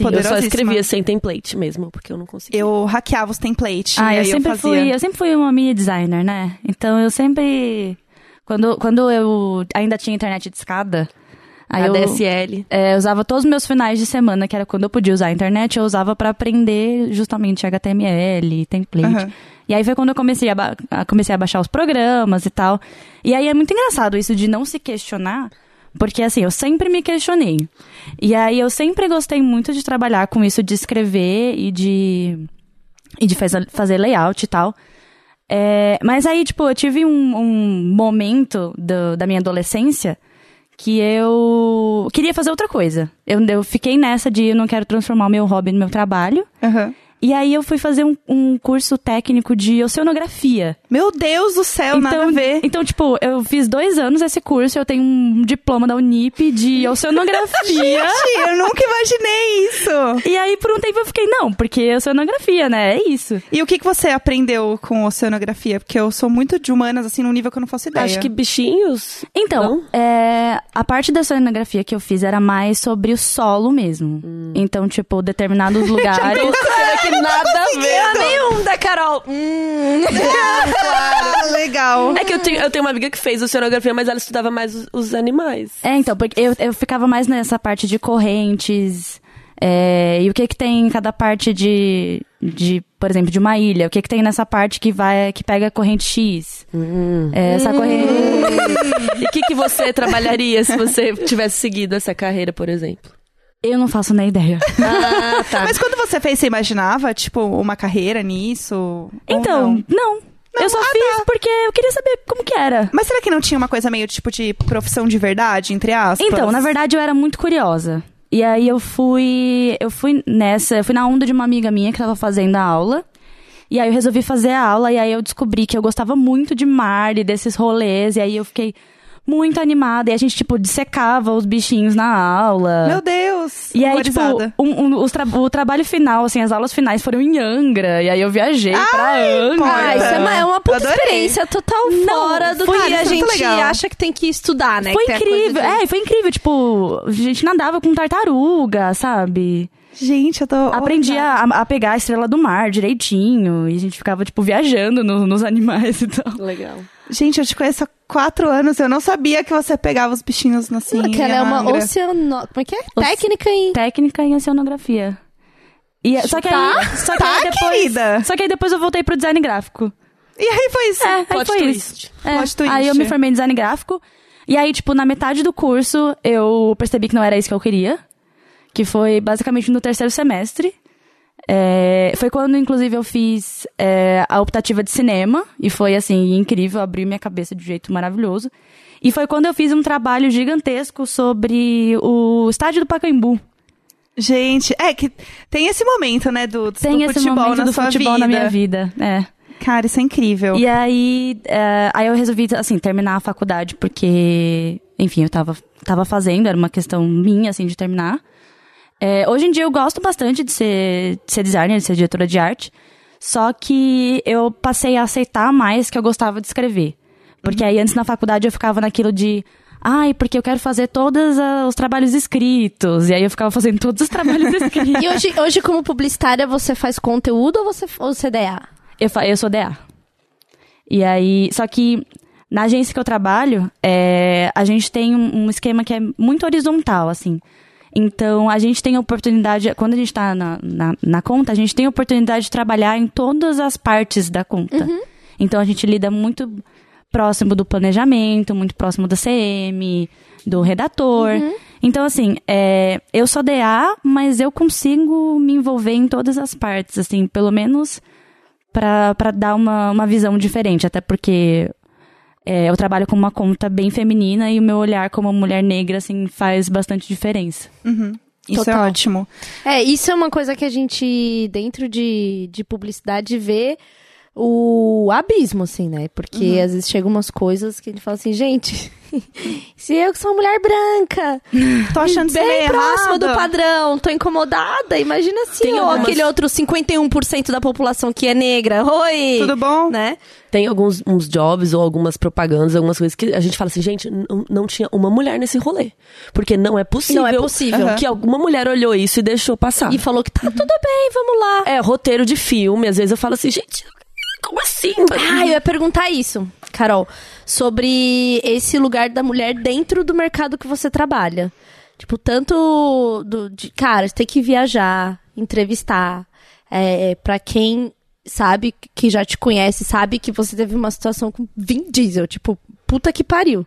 S1: Eu só
S4: Poderosíssima.
S1: escrevia sem template mesmo, porque eu não conseguia.
S4: Eu hackeava os templates.
S3: Ah,
S4: e
S3: eu
S4: aí
S3: sempre
S4: eu fazia.
S3: fui, eu sempre fui uma mini designer, né? Então eu sempre quando quando eu ainda tinha internet de escada, aí
S1: a
S3: eu
S1: DSL.
S3: é, usava todos os meus finais de semana, que era quando eu podia usar a internet, eu usava pra aprender justamente HTML, template.
S4: Aham.
S3: E aí foi quando eu comecei a, ba- a- comecei a baixar os programas e tal. E aí é muito engraçado isso de não se questionar, porque assim, eu sempre me questionei. E aí eu sempre gostei muito de trabalhar com isso de escrever e de e de faz- fazer layout e tal. É, mas aí, tipo, eu tive um, um momento do- da minha adolescência que eu queria fazer outra coisa. Eu, eu fiquei nessa de eu não quero transformar o meu hobby no meu trabalho.
S4: Aham.
S3: E aí eu fui fazer um, um curso técnico de oceanografia.
S4: Meu Deus do céu, É nada a ver.
S3: Então, tipo, eu fiz dois anos esse curso, eu tenho um diploma da Unip de oceanografia.
S4: Gente, eu nunca imaginei isso.
S3: e aí, por um tempo, eu fiquei, não, porque é oceanografia, né? É isso.
S4: E o que, que você aprendeu com oceanografia? Porque eu sou muito de humanas, assim, num nível que eu não faço ideia.
S1: Acho que bichinhos.
S3: Então, é, a parte da oceanografia que eu fiz era mais sobre o solo mesmo.
S4: Hum.
S3: Então, tipo, determinados lugares.
S4: Tipo
S1: nada a ver.
S2: Nenhum
S1: né,
S2: da Carol. Hum.
S4: Ah, legal.
S1: É que eu tenho, eu tenho uma amiga que fez oceanografia, mas ela estudava mais os, os animais.
S3: É, então, porque eu, eu ficava mais nessa parte de correntes, É, e o que que tem em cada parte de, de, por exemplo, de uma ilha? O que que tem nessa parte que vai, que pega a corrente X?
S4: Hum.
S3: É, essa corrente...
S1: E o que, que você trabalharia se você tivesse seguido essa carreira, por exemplo?
S3: Eu não faço nem ideia.
S1: Ah, tá.
S4: Mas quando você fez, você imaginava, tipo, uma carreira nisso? Ou
S3: Então,
S4: não?
S3: não. eu só
S4: ah,
S3: fiz porque eu queria saber como que era.
S4: Mas será que não tinha uma coisa meio, tipo, de profissão de verdade, entre aspas?
S3: Então, na verdade, eu era muito curiosa. E aí eu fui. Eu fui nessa, eu fui na onda de uma amiga minha que tava fazendo a aula. E aí eu resolvi fazer a aula, e aí eu descobri que eu gostava muito de mar e desses rolês. E aí eu fiquei muito animada. E a gente, tipo, dissecava os bichinhos na aula.
S4: Meu Deus!
S3: E aí, tipo,
S4: horrorizada.
S3: um- um- os tra- o trabalho final, assim, as aulas finais foram em Angra. E aí eu viajei pra Angra.
S4: porra.
S2: Ah, isso é uma, é uma puta
S4: Adorei.
S2: experiência total fora do
S4: foi-
S2: que
S4: isso
S2: a
S4: é muito
S2: gente
S4: legal.
S2: acha que tem que estudar, né?
S3: Foi
S2: Que tem a coisa
S3: incrível.
S2: de-
S3: É, foi incrível. Tipo, a gente nadava com tartaruga, sabe?
S4: Gente, eu tô...
S3: Aprendi
S4: horrorizada.
S3: a, a pegar a estrela do mar direitinho. E a gente ficava, tipo, viajando no- nos animais e tal.
S1: Legal.
S4: Gente, eu te conheço há quatro anos, eu não sabia que você pegava os bichinhos assim.
S2: que ela é uma
S4: Angra.
S2: oceano... Como é que é? Técnica em...
S3: Técnica em oceanografia. E, é, só que aí, só que aí
S4: Tá,
S3: depois,
S4: querida?
S3: Só que aí depois eu voltei pro design gráfico.
S4: E aí foi isso.
S3: É, aí
S1: Plot
S3: foi isso.
S1: twist.
S3: É,
S4: Plot twist.
S3: Aí eu me formei em design gráfico. E aí, tipo, na metade do curso, eu percebi que não era isso que eu queria. Que foi basicamente no terceiro semestre. É, foi quando, inclusive, eu fiz é, a optativa de cinema. E foi, assim, incrível. Abriu minha cabeça de um jeito maravilhoso. E foi quando eu fiz um trabalho gigantesco sobre o estádio do Pacaembu.
S4: Gente, é que tem esse momento, né, do, do
S3: Tem esse
S4: futebol
S3: momento
S4: na
S3: do
S4: sua
S3: futebol na
S4: vida.
S3: minha vida. É.
S4: Cara, isso é incrível.
S3: E aí, é, aí eu resolvi, assim, terminar a faculdade, porque, enfim, eu tava, tava fazendo, era uma questão minha, assim, de terminar. É, hoje em dia eu gosto bastante de ser, de ser designer, de ser diretora de arte, só que eu passei a aceitar mais que eu gostava de escrever. Porque aí antes na faculdade eu ficava naquilo de. Ai, porque eu quero fazer todos ah, os trabalhos escritos. E aí eu ficava fazendo todos os trabalhos escritos.
S2: E hoje, hoje, como publicitária, você faz conteúdo ou você ou CDA?
S3: Eu, fa- eu sou DA. E aí, só que na agência que eu trabalho, é, a gente tem um, um esquema que é muito horizontal, assim. Então, a gente tem a oportunidade, quando a gente está na, na, na conta, a gente tem a oportunidade de trabalhar em todas as partes da conta. Então, a gente lida muito próximo do planejamento, muito próximo da CM, do redator. Então, assim, é, eu sou DA, mas eu consigo me envolver em todas as partes, assim, pelo menos pra pra dar uma, uma visão diferente, até porque é, eu trabalho com uma conta bem feminina e o meu olhar como mulher negra, assim, faz bastante diferença.
S4: Isso
S2: Total.
S4: é ótimo.
S2: É, isso é uma coisa que a gente, dentro de, de publicidade, vê o abismo, assim, né? Porque às vezes chegam umas coisas que a gente fala assim, gente, se eu que sou uma mulher branca,
S4: Tô achando isso
S2: bem
S4: meio
S2: próximo
S4: errado.
S2: do padrão, tô incomodada, imagina assim, se
S1: Tem
S2: eu,
S1: algumas-
S2: aquele outro 51% da população que é negra, oi!
S4: Tudo bom?
S2: Né?
S1: Tem alguns uns jobs ou algumas propagandas, algumas coisas que a gente fala assim, gente, n- não tinha uma mulher nesse rolê. Porque não é possível,
S2: Não é possível.
S1: que alguma mulher olhou isso e deixou passar.
S2: E falou que tá tudo bem, vamos lá.
S1: É, roteiro de filme, às vezes eu falo assim, gente, como assim?
S2: Ah, eu ia perguntar isso, Carol, sobre esse lugar da mulher dentro do mercado que você trabalha. Tipo, tanto do, de, cara, você tem que viajar, entrevistar, é, para quem sabe, que já te conhece, sabe que você teve uma situação com Vin Diesel, tipo, puta que pariu.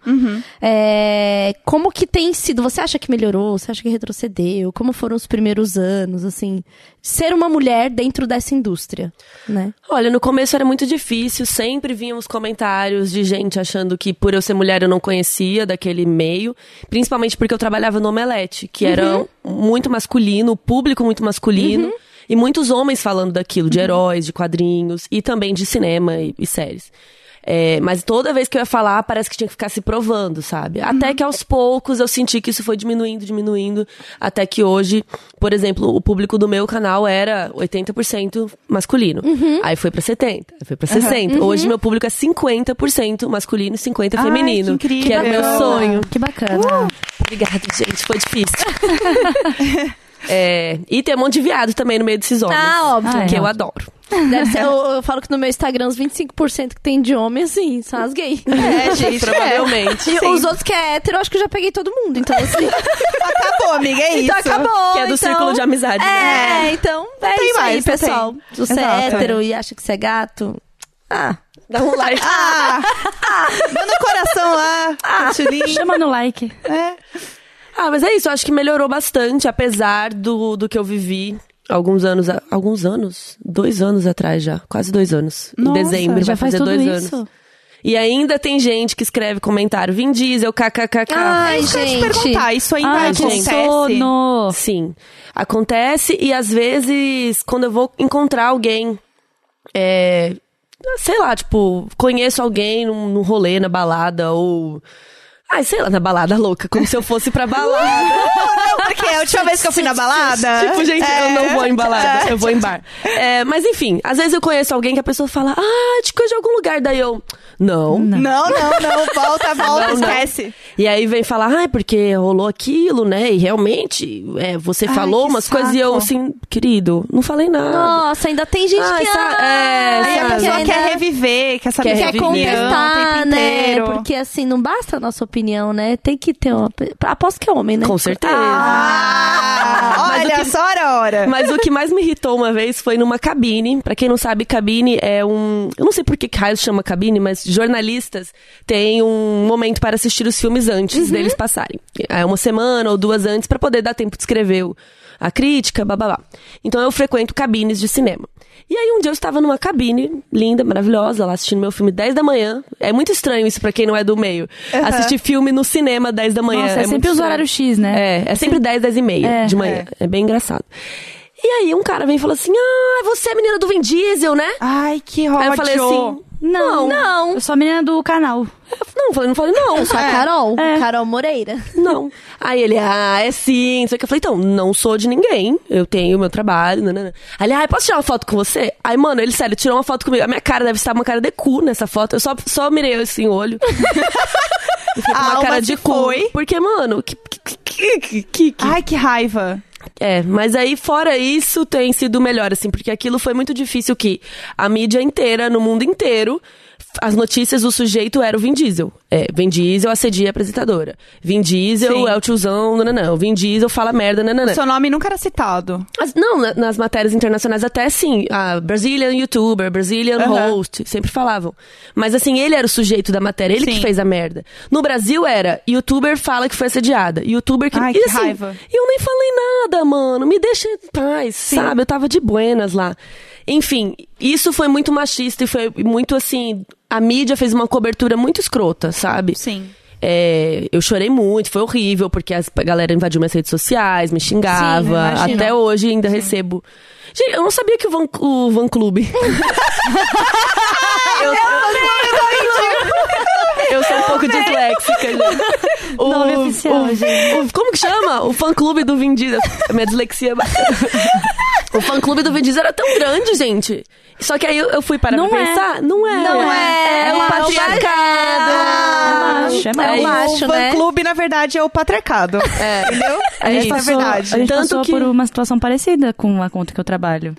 S2: É, como que tem sido? Você acha que melhorou? Você acha que retrocedeu? Como foram os primeiros anos, assim, ser uma mulher dentro dessa indústria, né?
S1: Olha, no começo era muito difícil, sempre vinham os comentários de gente achando que por eu ser mulher eu não conhecia daquele meio, principalmente porque eu trabalhava no Omelete, que era
S4: Uhum.
S1: muito masculino, o público muito masculino, e muitos homens falando daquilo,
S4: Uhum.
S1: de heróis, de quadrinhos, e também de cinema e, e séries. É, mas toda vez que eu ia falar, parece que tinha que ficar se provando, sabe?
S4: Uhum.
S1: Até que aos poucos eu senti que isso foi diminuindo, diminuindo. Até que hoje, por exemplo, o público do meu canal era 80% masculino.
S4: Uhum.
S1: Aí foi pra 70%, aí foi pra 60%. Hoje meu público é 50% masculino e 50%
S4: Ai,
S1: feminino.
S4: que incrível.
S1: era o meu sonho.
S3: Que Ah, bacana.
S1: Obrigada, gente. Foi difícil. É, e tem um monte de viado também no meio desses homens.
S2: Ah, óbvio.
S3: Ah, é.
S1: Que eu adoro.
S2: Deve ser- eu, eu falo que no meu Instagram os 25% que tem de homem, assim, são as gays.
S4: É, gente.
S1: Provavelmente.
S2: E os outros que é hétero, eu acho que eu já peguei todo mundo. Então, assim.
S4: Acabou, amiga, é
S2: então
S4: isso.
S2: acabou.
S1: Que é do
S2: então-
S1: círculo de amizade. né?
S2: É, então.
S4: tem
S2: É isso aí,
S4: mais, não
S2: pessoal. Se você é
S4: Exato.
S2: hétero e acha que você é gato. Ah.
S1: Dá um like.
S4: Ah, manda o coração lá, curtirinho.
S3: Chama no like.
S4: É.
S1: Ah, mas é isso, eu acho que melhorou bastante, apesar do, do que eu vivi alguns anos. a- Alguns anos? Dois anos atrás já. Quase dois anos.
S4: Nossa,
S1: em dezembro,
S3: Já
S1: vai
S3: faz
S1: fazer
S3: tudo
S1: dois
S3: isso.
S1: anos. E ainda tem gente que escreve comentário, Vin Diesel, kkkk.
S2: Ai,
S4: Deixa Ah, eu te
S2: gente.
S4: perguntar, isso ainda
S3: Ai, que
S4: acontece?
S3: sono.
S1: Sim, acontece e às vezes quando eu vou encontrar alguém, é, sei lá, tipo, conheço alguém num, num rolê, na balada ou... Ai, sei lá, na balada louca, como se eu fosse pra balada.
S4: Não, porque a última vez que eu fui na balada...
S1: Tipo, gente,
S4: é,
S1: eu não vou em balada, eu vou em bar. É, mas enfim, às vezes eu conheço alguém que a pessoa fala, ah, te conheço de algum lugar, daí eu, não.
S4: Não, não, não, volta, volta,
S1: Não, não.
S4: esquece.
S1: E aí vem falar, ah, é porque rolou aquilo, né? E realmente, é, você
S4: Ai,
S1: falou
S4: que
S1: umas coisas e eu
S4: saco.
S1: assim, querido, não falei nada.
S2: Nossa, ainda tem gente
S4: Ah,
S1: Ai,
S2: que.
S1: sa- é,
S2: Ah,
S1: sabe?
S4: Aí a
S2: porque
S4: pessoa
S2: ainda
S4: quer reviver, quer saber
S1: Quer
S4: quem
S2: Quer
S4: é
S1: reviver.
S2: contestar,
S4: opinião, o tempo
S2: né?
S4: inteiro.
S2: Porque assim, não basta a nossa opinião, né? Tem que ter uma. Aposto que é homem, né?
S3: Ah.
S1: Com certeza.
S4: Ah,
S1: Mas o
S4: olha
S1: que-
S4: só, ora, ora.
S1: Mas o que mais me irritou uma vez foi numa cabine. Pra quem não sabe, cabine é um. Eu não sei por que Caio chama cabine, mas jornalistas têm um momento para assistir os filmes antes
S3: Uhum.
S1: deles passarem. É uma semana ou duas antes pra poder dar tempo de escrever o- a crítica, bababá. Então eu frequento cabines de cinema. E aí um dia eu estava numa cabine linda, maravilhosa, lá assistindo meu filme 10 da manhã. É muito estranho isso pra quem não é do meio. Assistir filme no cinema 10 da manhã.
S3: Nossa, é,
S1: muito
S3: sempre os
S1: estranho.
S3: horários X, né?
S1: É, é sempre 10, 10 e meia
S3: É,
S1: de manhã. É. bem engraçado. E aí um cara vem e falou assim, ah, você é a menina do Vin Diesel, né?
S4: Ai, que Ah, ódio.
S1: aí eu falei assim,
S3: Não,
S2: Não.
S3: Eu
S4: É.
S3: sou a menina do canal.
S1: eu f- não, falei, não falei, não,
S2: Eu sou a Carol,
S3: É.
S2: Carol Moreira.
S1: não. Aí ele, ah, é sim, não sei o que. Eu falei, então, não sou de ninguém, eu tenho meu trabalho, nanana. Aí ele, ah, posso tirar uma foto com você? Aí, mano, ele, sério, tirou uma foto comigo. A minha cara deve estar uma cara de cu nessa foto, eu só, só mirei assim o olho. E fiquei com
S4: A
S1: uma
S4: alma
S1: cara
S4: se
S1: de cu.
S4: foi.
S1: Porque, mano, que, que, que, que, que, que
S4: Ai, que raiva.
S1: É, mas aí fora isso tem sido melhor, assim, porque aquilo foi muito difícil que a mídia inteira, no mundo inteiro, f- as notícias do sujeito era o Vin Diesel. É, Vin Diesel assedia a apresentadora. Vin Diesel
S4: Sim.
S1: é o tiozão, nananã. O Vin Diesel fala merda, nananã.
S4: Seu nome nunca era citado.
S1: As- não, na- nas matérias internacionais até sim. A Brazilian YouTuber, Brazilian
S4: Aham.
S1: Host, sempre falavam. Mas assim, ele era o sujeito da matéria, ele que
S4: Sim.
S1: fez a merda. No Brasil era, YouTuber fala que foi assediada. YouTuber que...
S4: Ai,
S1: e,
S4: que
S1: assim,
S4: raiva.
S1: Eu nem falei nada, mano. Me deixa em paz, sabe? Eu tava de buenas lá. Enfim, isso foi muito machista e foi muito assim... A mídia fez uma cobertura muito escrota, sabe?
S4: Sim.
S1: É, eu chorei muito, foi horrível, porque as- a galera invadiu minhas redes sociais, me xingava.
S4: Sim, imagino.
S1: até hoje ainda recebo. Gente, eu não sabia que o Van, o Van Clube. eu, eu- eu sou um pouco disléxica, gente. O,
S3: Nome oficial,
S1: o- o- como que chama? O fã clube do Vin Diesel. A minha dislexia. o fã clube do Vin Diesel era tão grande, gente. Só que aí eu, eu fui para
S3: Não
S1: pra
S3: é.
S1: pensar. Não é.
S2: Não é.
S1: É
S2: É
S1: o
S2: o
S1: patriarcado.
S4: Ah,
S2: patriarcado.
S3: Macho, é
S1: É
S3: macho.
S1: isso.
S4: o
S2: Macho,
S4: um fã
S2: né?
S4: clube, na verdade, é o patriarcado.
S1: É.
S4: Entendeu?
S1: É
S4: Essa é a
S1: isso.
S3: A
S4: verdade.
S3: gente
S1: Tanto
S3: passou
S1: que-
S3: por uma situação parecida com a conta que eu trabalho.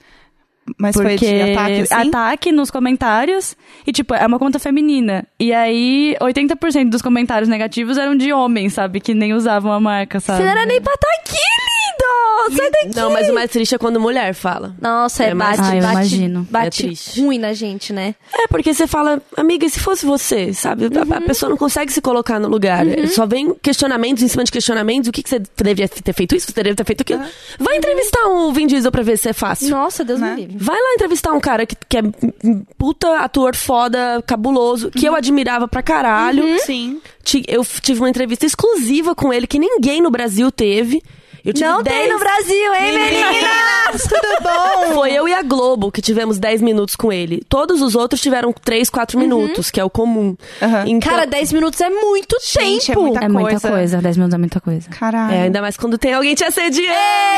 S4: Mas foi
S3: Porque é
S4: de ataque, assim?
S3: ataque nos comentários. E, tipo, é uma conta feminina. E aí, 80% dos comentários negativos eram de homens, sabe? Que nem usavam a marca, sabe?
S2: Você não era nem pra estar aqui, lindo! Sai daqui!
S1: Não, mas o mais triste é quando mulher fala.
S2: Nossa, é,
S1: É mais-
S2: bate,
S3: Ah, eu
S2: bate,
S3: imagino.
S1: É
S2: bate
S1: triste.
S2: ruim na gente, né?
S1: É, porque você fala, amiga, e se fosse você, sabe? A-
S4: Uhum.
S1: A, pessoa não consegue se colocar no lugar. Só vem questionamentos em cima de questionamentos. O que, que você deveria ter feito isso? Você deveria ter feito aquilo?
S4: Uhum.
S1: Vai entrevistar o Vin Diesel pra ver se é fácil.
S2: Nossa, Deus
S4: Né?
S2: me livre.
S1: Vai lá entrevistar um cara que, que é um puta ator foda, cabuloso, que
S4: Uhum.
S1: eu admirava pra caralho.
S4: Sim.
S1: Ti- Eu f- tive uma entrevista exclusiva com ele que ninguém no Brasil teve. Eu tive
S2: Não tem
S1: 10
S2: no Brasil, hein, menina?
S4: Meninas, tudo bom?
S1: Foi eu e a Globo que tivemos 10 minutos com ele. Todos os outros tiveram 3, 4 minutos, que é o comum.
S4: Aham.
S1: Então-
S2: Uhum. Cara, 10 minutos é muito
S4: Gente, é
S2: tempo.
S4: muita
S3: É muita
S4: coisa.
S3: coisa. 10 minutos é muita coisa.
S4: Caralho.
S1: É, ainda mais quando tem alguém te assediando.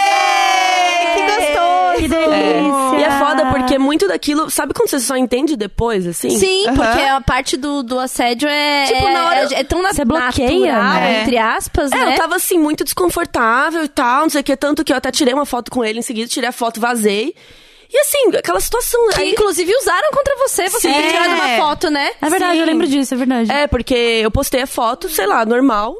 S4: Ei, que gostoso!
S3: Que
S1: É.
S3: delícia!
S1: E é foda porque muito daquilo. Sabe quando você só entende depois, assim?
S2: Sim,
S4: Aham.
S2: porque a parte do, do assédio é.
S1: Tipo, na hora-
S2: É, é tão na,
S3: Você bloqueia,
S2: natural,
S3: né?
S2: entre aspas,
S1: É,
S2: né?
S1: eu tava assim, muito desconfortável e tal, não sei o que. Tanto que eu até tirei uma foto com ele em seguida, tirei a foto, vazei. E assim, aquela situação.
S2: Que,
S1: aí-
S2: inclusive, usaram contra você. Você
S1: Sim.
S2: tinha tirado uma foto, né?
S3: É verdade,
S1: Sim.
S3: eu lembro disso, é verdade.
S1: É, porque eu postei a foto, sei lá, normal.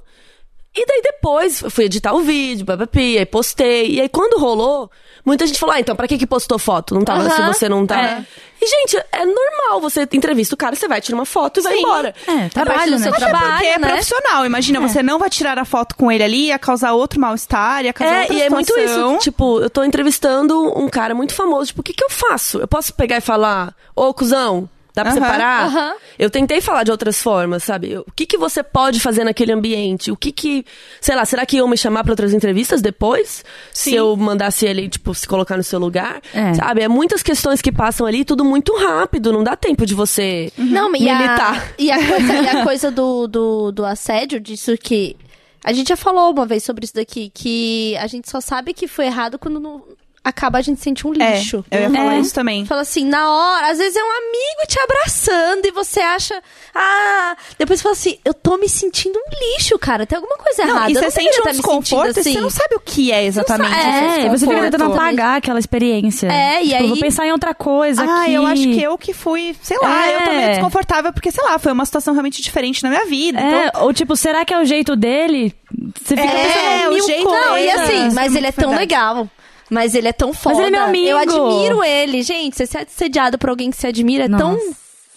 S1: E daí depois eu fui editar o vídeo, papapi, aí postei. E aí quando rolou, muita gente falou: ah, então pra que que postou foto? Não tava
S2: Aham,
S1: se você não tava.
S3: é.
S1: E gente, é normal, você entrevista o cara, você vai, tira uma foto e vai
S2: Sim.
S1: embora.
S3: É,
S2: parte
S3: trabalho,
S2: do
S3: né?
S2: seu
S3: Tra-
S2: trabalho,
S4: Porque é
S2: né?
S4: profissional. Imagina, você não vai tirar a foto com ele ali, ia causar outro mal-estar, ia causar
S1: É,
S4: outra
S1: e é muito isso.
S4: situação.
S1: Tipo, eu tô entrevistando um cara muito famoso. Tipo, o que que eu faço? Eu posso pegar e falar, ô, cuzão, dá pra
S4: Aham,
S1: separar?
S2: aham.
S1: Eu tentei falar de outras formas, sabe? Eu- O que que você pode fazer naquele ambiente? O que que, sei lá, será que iam me chamar pra outras entrevistas depois? Se
S4: Sim.
S1: eu mandasse ele, tipo, se colocar no seu lugar?
S3: É.
S1: Sabe? É muitas questões que passam ali, tudo muito rápido, não dá tempo de você...
S2: Não, e a,
S1: Militar.
S2: e a coisa, e a coisa do, do, do assédio, disso que. A gente já falou uma vez sobre isso daqui, que a gente só sabe que foi errado quando não- acaba a gente sente um
S4: É,
S2: lixo.
S4: eu ia falar
S3: É.
S4: isso também.
S2: Fala assim, na hora, às vezes é um amigo te abraçando e você acha. Ah! Depois fala assim, eu tô me sentindo um lixo, cara. Tem alguma coisa
S4: Não,
S2: errada.
S4: e
S2: eu
S4: você
S2: não
S4: sente
S2: deveria
S4: um
S2: tá me sentindo
S4: desconforto e
S2: assim.
S4: você não sabe o que é exatamente.
S3: É, você fica tentando
S2: desconforto.
S3: apagar aquela experiência.
S2: É, e
S3: Tipo,
S2: aí-
S3: Vou pensar em outra coisa
S4: Ah,
S3: aqui.
S4: eu acho que eu que fui, sei lá,
S3: É.
S4: eu também desconfortável, porque, sei lá, foi uma situação realmente diferente na minha vida.
S3: É, ou tipo, será que é o jeito dele? Você fica
S4: É,
S3: pensando
S4: o
S3: mil
S4: jeito
S3: coisas.
S2: Não, e
S4: coisas.
S2: assim, mas
S4: É
S2: ele é tão
S4: verdade.
S2: legal. Mas ele é tão foda.
S3: Mas ele é meu amigo.
S2: Eu admiro ele, gente. Você ser assediado por alguém que se admira é tão,
S3: Nossa.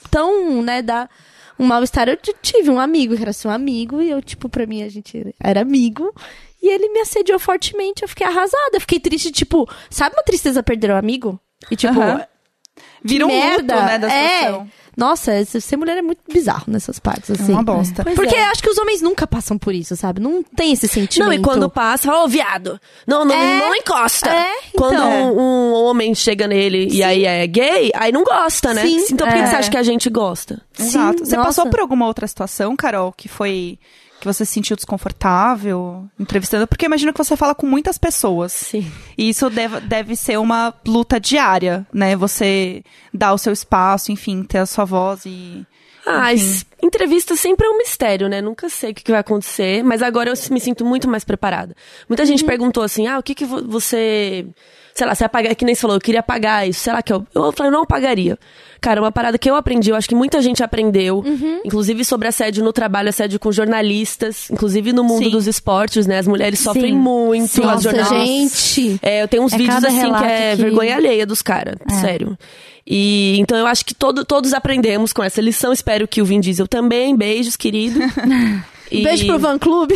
S2: tão, né, dá um mal-estar. Eu t- tive um amigo que era seu amigo, e eu, tipo, pra mim, a gente era amigo. E ele me assediou fortemente, eu fiquei arrasada. Eu fiquei triste, tipo, sabe uma tristeza perder um amigo? E tipo,
S4: então, Aham. Vira um
S2: merda.
S4: luto, né, da
S2: é.
S4: situação.
S2: Nossa, ser ser mulher é muito bizarro nessas partes,
S4: É
S2: assim.
S4: uma bosta.
S1: Pois
S2: Porque
S1: é.
S2: acho que os homens nunca passam por isso, sabe? Não tem esse sentimento.
S1: Não, e quando passa, fala, ô, viado, não, não,
S2: É.
S1: não encosta.
S2: É, então.
S1: Quando um, um homem chega nele e aí é gay, aí não gosta, né?
S2: Sim.
S1: Então por que
S4: É.
S1: que você acha que a gente gosta?
S4: Exato. Você
S2: nossa.
S4: passou por alguma outra situação, Carol, que foi. que você se sentiu desconfortável entrevistando? Porque imagino que você fala com muitas pessoas.
S1: Sim.
S4: E isso deve, deve ser uma luta diária, né? Você dar o seu espaço, enfim, ter a sua voz e.
S1: Ah,
S4: Enfim.
S1: es- entrevista sempre é um mistério, né? Nunca sei o que que vai acontecer, mas agora eu me sinto muito mais preparada. Muita gente perguntou assim, ah, o que que vo- você... Sei lá, você apagar, que nem você falou, eu queria apagar isso, sei lá, que eu... Eu falei, eu não apagaria. Cara, uma parada que eu aprendi, eu acho que muita gente aprendeu, inclusive sobre assédio no trabalho, assédio com jornalistas, inclusive no mundo
S4: Sim.
S1: dos esportes, né? As mulheres sofrem
S3: Sim.
S1: muito,
S3: Sim.
S1: as
S2: Nossa,
S1: jornalistas...
S2: gente.
S1: É, eu tenho uns
S3: É
S1: vídeos
S3: cada
S1: assim que é
S3: relato que-
S1: vergonha alheia dos caras,
S2: É.
S1: sério. E então eu acho que todo- todos aprendemos com essa lição. Espero que o Vin Diesel também. Beijos, querido. E-
S2: Beijo pro Van Clube.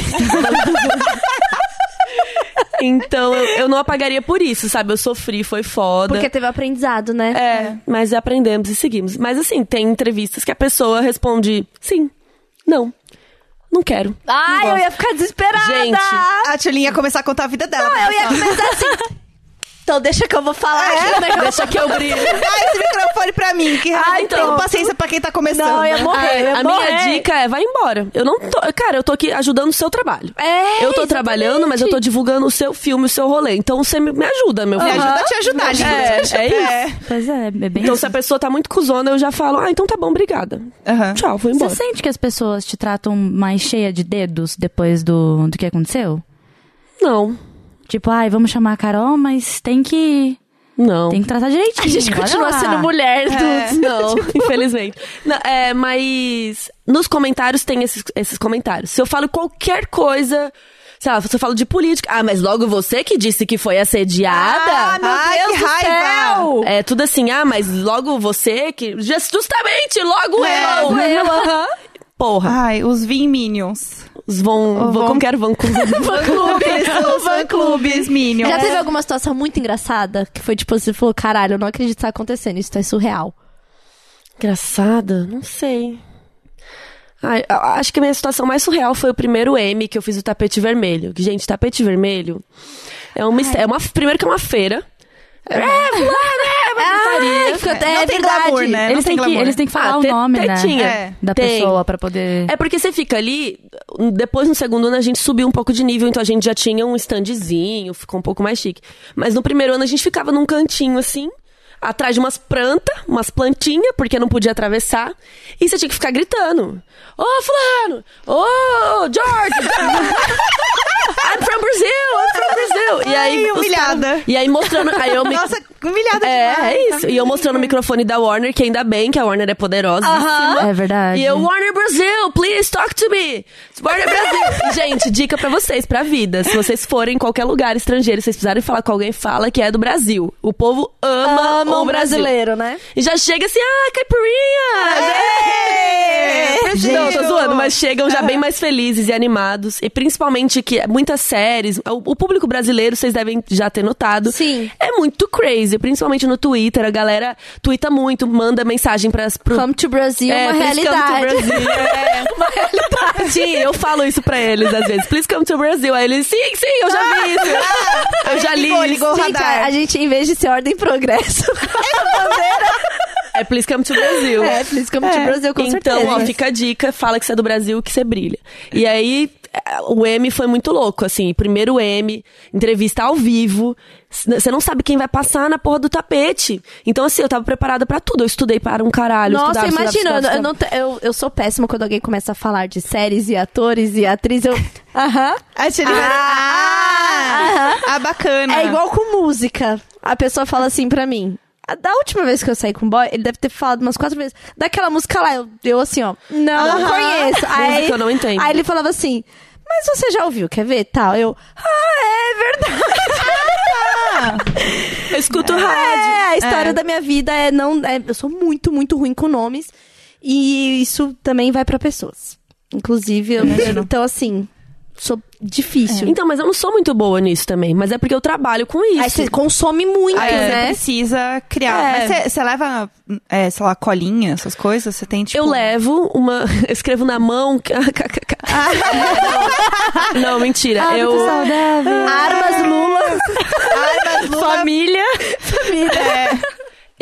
S1: Então eu, eu não apagaria por isso, sabe? Eu sofri, foi foda.
S2: Porque teve aprendizado, né?
S1: É, mas aprendemos e seguimos. Mas assim, tem entrevistas que a pessoa responde sim, não, não quero.
S2: Ai,
S1: Não
S2: eu
S1: gosto.
S2: ia ficar desesperada.
S1: Gente.
S4: A Tchulinha ia começar a contar a vida dela. Não,
S2: Eu ia começar assim. Então deixa que eu vou falar. aqui, né?
S1: É. Deixa que eu brilho.
S4: Ah, esse microfone pra mim, que
S1: Ah,
S4: ah,
S1: então.
S4: tenho paciência pra quem tá começando.
S2: Não, eu ia morrer.
S1: Ah,
S2: eu ia
S1: a
S2: morrer.
S1: minha dica é, vai embora. Eu não tô. Cara, eu tô aqui ajudando o seu trabalho.
S2: É,
S1: Eu tô trabalhando, mas eu tô divulgando o seu filme, o seu rolê. Então você me, me ajuda, meu
S4: Me
S1: filho.
S4: ajuda a te ajudar, gente.
S1: É, é isso.
S3: Pois é, é bem
S1: Então,
S3: isso.
S1: se a pessoa tá muito cuzona, eu já falo, ah, então tá bom, obrigada.
S4: É. Aham.
S1: Tchau, foi
S3: Você
S1: embora.
S3: sente que as pessoas te tratam mais cheia de dedos depois do, do que aconteceu?
S1: Não,
S3: Tipo, ai, vamos chamar a Carol, mas tem que.
S1: não.
S3: Tem que tratar direitinho.
S2: A gente
S3: olha
S2: continua
S3: lá.
S2: sendo mulher,
S4: É.
S2: dudes.
S1: Não, Tipo, infelizmente. Não, é, mas nos comentários tem esses, esses comentários. Se eu falo qualquer coisa, sei lá, se eu falo de política, ah, mas logo você que disse que foi assediada.
S4: Ah, meu Ai, Deus que do raiva. céu.
S1: É tudo assim, ah, mas logo você que. Just- Justamente, logo
S4: É,
S1: eu!
S4: logo
S1: eu, aham. Porra,
S4: Ai, os Vin Minions.
S1: os vão.
S4: O
S1: vão
S4: Von-
S1: como que era Van
S4: Van Clube. Eles são Van Clube. Os Minions.
S1: um
S2: Já teve alguma situação muito engraçada que foi tipo, você falou, caralho, eu não acredito que tá acontecendo, isso é surreal.
S1: Engraçada? Não sei. Ai, a- acho que a minha situação mais surreal foi o primeiro M que eu fiz o tapete vermelho. Que, gente, tapete vermelho é uma, est- é uma. Primeiro que é uma feira. É, fulano, é, uma gritaria.
S2: Ai, fica-
S4: É, não tem glamour, né? Não
S3: Eles
S4: tem
S3: têm, que,
S4: glamour.
S3: eles têm que falar
S1: Ah,
S3: o
S1: te-
S3: nome,
S1: tetinha.
S3: né? Da
S1: Tem.
S3: pessoa pra poder.
S1: É porque você fica ali, depois no segundo ano a gente subiu um pouco de nível, então a gente já tinha um standzinho, ficou um pouco mais chique. Mas no primeiro ano a gente ficava num cantinho assim, atrás de umas plantas, umas plantinhas, porque não podia atravessar, e você tinha que ficar gritando: Ô, Fulano! Ô, George! I'm from Brazil! I'm from Brazil! E aí,
S4: Ai,
S1: os
S4: humilhada.
S1: caras- E aí mostrando. Aí eu me...
S4: Nossa, humilhada
S1: É,
S4: demais.
S1: é isso. E eu mostrando o microfone da Warner, que ainda bem que a Warner é poderosa.
S3: É verdade.
S1: E eu, Warner Brasil, please talk to me. Warner Brasil. Gente, dica pra vocês, pra vida. Se vocês forem em qualquer lugar estrangeiro, vocês precisarem falar com alguém, fala que é do Brasil. O povo ama,
S2: Ama
S1: o
S2: um
S1: Brasil.
S2: brasileiro, né?
S1: E já chega assim, ah, caipirinha!
S4: É, preciso.
S1: Não, tô zoando, mas chegam já bem mais felizes e animados. E principalmente que muitas séries, o, o público brasileiro, vocês devem já ter notado.
S2: Sim.
S1: É muito crazy, principalmente no Twitter. A galera twitta muito, manda mensagem pras, pro,
S2: Come to Brasil é
S1: é,
S2: uma
S1: please come to
S2: realidade.
S1: Brazil. É, uma realidade. Sim, eu falo isso pra eles às vezes. Please come to Brazil. Aí eles, sim, sim, eu
S2: Ah,
S1: já vi isso. Eu já li
S4: ligou,
S1: isso.
S4: ligou o
S2: Gente, a,
S4: radar.
S2: a gente, em vez de ser ordem e progresso, a bandeira
S1: É please come to Brazil.
S2: é Please Come to Brasil, com
S1: então,
S2: certeza.
S1: ó, fica a dica, fala que você é do Brasil, que você brilha. E aí, eh, o M foi muito louco, assim. Primeiro M, entrevista ao vivo. S- Você não sabe quem vai passar na porra do tapete. Então, assim, eu tava preparada pra tudo. Eu estudei para um caralho.
S2: Nossa,
S1: estudava, estudava,
S2: imagina,
S1: estudava,
S2: eu, não te- eu, eu sou péssima quando alguém começa a falar de séries e atores e atriz. Eu. Aham.
S4: A Tilly vai-
S2: Ah,
S4: Ah, ah, bacana.
S2: É igual com música. A pessoa fala assim pra mim. "A- Da última vez que eu saí com o boy, ele deve ter falado umas quatro vezes. Daquela música lá, eu, eu assim, ó. Não
S4: Aham.
S2: conheço. Aí,
S1: eu não entendo.
S2: Aí ele falava assim, mas você já ouviu, quer ver? Tal. Eu, ah, é verdade.
S1: Eu escuto rádio.
S2: é, a história da minha vida é não. é- eu sou muito, muito ruim com nomes. E isso também vai pra pessoas. Inclusive, eu. Então, assim, sou difícil.
S1: Então, mas eu não sou muito boa nisso também. Mas é porque eu trabalho com isso.
S2: Aí você consome muito,
S4: Aí você
S2: né?
S4: É, precisa criar.
S1: É.
S4: Mas você- você leva, é, sei lá, colinha, essas coisas? Você tem, tipo...
S1: Eu levo uma. Eu escrevo na mão. não, mentira.
S3: Ah,
S1: eu.
S2: Armas, Lula.
S4: Ah, Armas, lua,
S1: Família.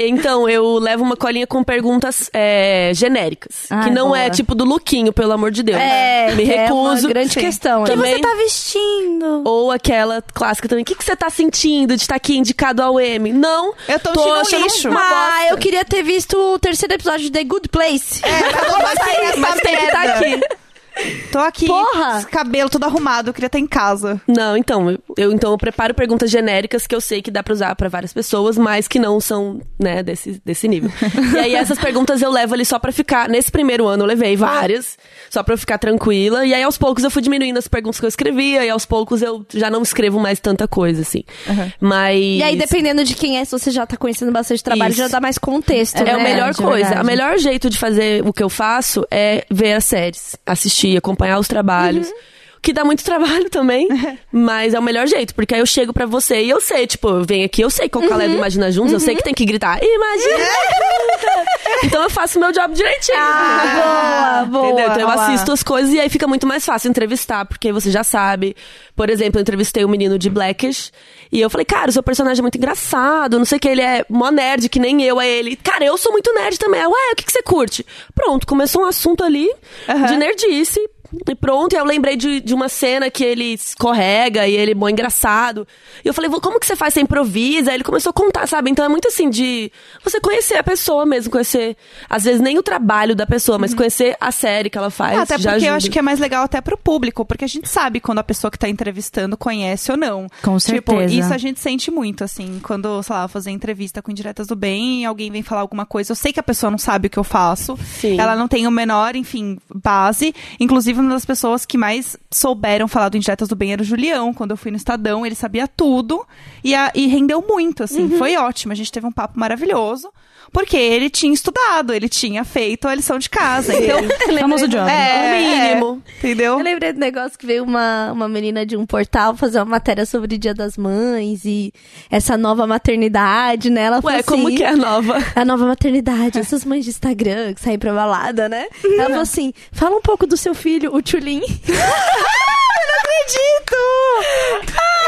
S1: Então, eu levo uma colinha com perguntas é, genéricas.
S3: Ah,
S1: que não é
S3: boa.
S1: tipo do lookinho, pelo amor de Deus.
S2: É,
S1: né? Me
S2: que é uma
S1: recuso.
S2: grande
S1: Que- é
S2: questão, né?
S1: Também,
S3: você tá vestindo?
S1: Ou aquela clássica também. O que, que você tá sentindo de estar aqui indicado ao M? Não.
S4: Eu tô
S1: tô
S4: mexendo no
S1: achando um
S4: lixo.
S1: uma bosta.
S2: Ah, eu queria ter visto o terceiro episódio de The Good Place.
S4: É, mas eu não vou sair dessa
S1: Mas tem que estar
S4: merda.
S1: aqui.
S4: Tô aqui,
S2: Porra!
S4: esse cabelo todo arrumado, eu queria estar em casa.
S1: Não, então, eu- eu então eu preparo perguntas genéricas que eu sei que dá pra usar pra várias pessoas, mas que não são, né, desse, desse nível. e aí essas perguntas eu levo ali só pra ficar, nesse primeiro ano eu levei várias, só pra eu ficar tranquila, e aí aos poucos eu fui diminuindo as perguntas que eu escrevia, e aos poucos eu já não escrevo mais tanta coisa assim. Mas
S2: E aí, dependendo de quem é, se você já tá conhecendo bastante trabalho,
S1: Isso.
S2: já dá mais contexto,
S1: é
S2: né?
S1: a melhor
S3: de
S1: coisa.
S3: verdade.
S1: O melhor jeito de fazer o que eu faço é ver as séries, assistir, acompanhar os trabalhos. Que dá muito trabalho também, mas é o melhor jeito, porque aí eu chego pra você e eu sei, tipo, eu venho aqui, eu sei qual uhum. é do Imagina Juntos, eu sei que tem que gritar, Imagina Juntos! Então eu faço meu job direitinho.
S2: Ah, boa, boa.
S1: Entendeu? Então eu
S4: boa.
S1: assisto as coisas e aí fica muito mais fácil entrevistar, porque você já sabe. Por exemplo, eu entrevistei um menino de Blackish e eu falei, cara, o seu personagem é muito engraçado, não sei o que, ele é mó nerd, que nem eu, é ele. Cara, eu sou muito nerd também. Eu, Ué, o que, que você curte? Pronto, começou um assunto ali de nerdice. E pronto, e eu lembrei de, de uma cena que ele escorrega e ele, bom, engraçado. E eu falei, "Vô, como que você faz? Você improvisa? Aí ele começou a contar, sabe? Então é muito assim de você conhecer a pessoa mesmo, conhecer, às vezes nem o trabalho da pessoa, mas conhecer a série que ela faz.
S4: até porque
S1: já
S4: eu
S1: ajuda.
S4: acho que é mais legal até pro público, porque a gente sabe quando a pessoa que tá entrevistando conhece ou não.
S3: Com certeza.
S4: Tipo, isso a gente sente muito, assim, quando, sei lá, eu fazer entrevista com Indiretas do Bem, alguém vem falar alguma coisa, eu sei que a pessoa não sabe o que eu faço,
S1: Sim.
S4: ela não tem o menor, enfim, base. Inclusive, uma das pessoas que mais souberam falar do Indiretas do Bem era o Julião, quando eu fui no Estadão, ele sabia tudo e, a- e rendeu muito, assim,
S1: Uhum.
S4: foi ótimo, a gente teve um papo maravilhoso. Porque ele tinha estudado, ele tinha feito a lição de casa. Então,
S3: Famoso job.
S1: É, o mínimo.
S4: entendeu?
S2: Eu lembrei do negócio que veio uma, uma menina de um portal fazer uma matéria sobre Dia das Mães e essa nova maternidade, né? Ela falou
S1: Ué,
S2: assim,
S1: como que é a nova?
S2: A nova maternidade, essas mães de Instagram que saem pra balada, né? Ela falou assim: fala um pouco do seu filho, o Tchulin.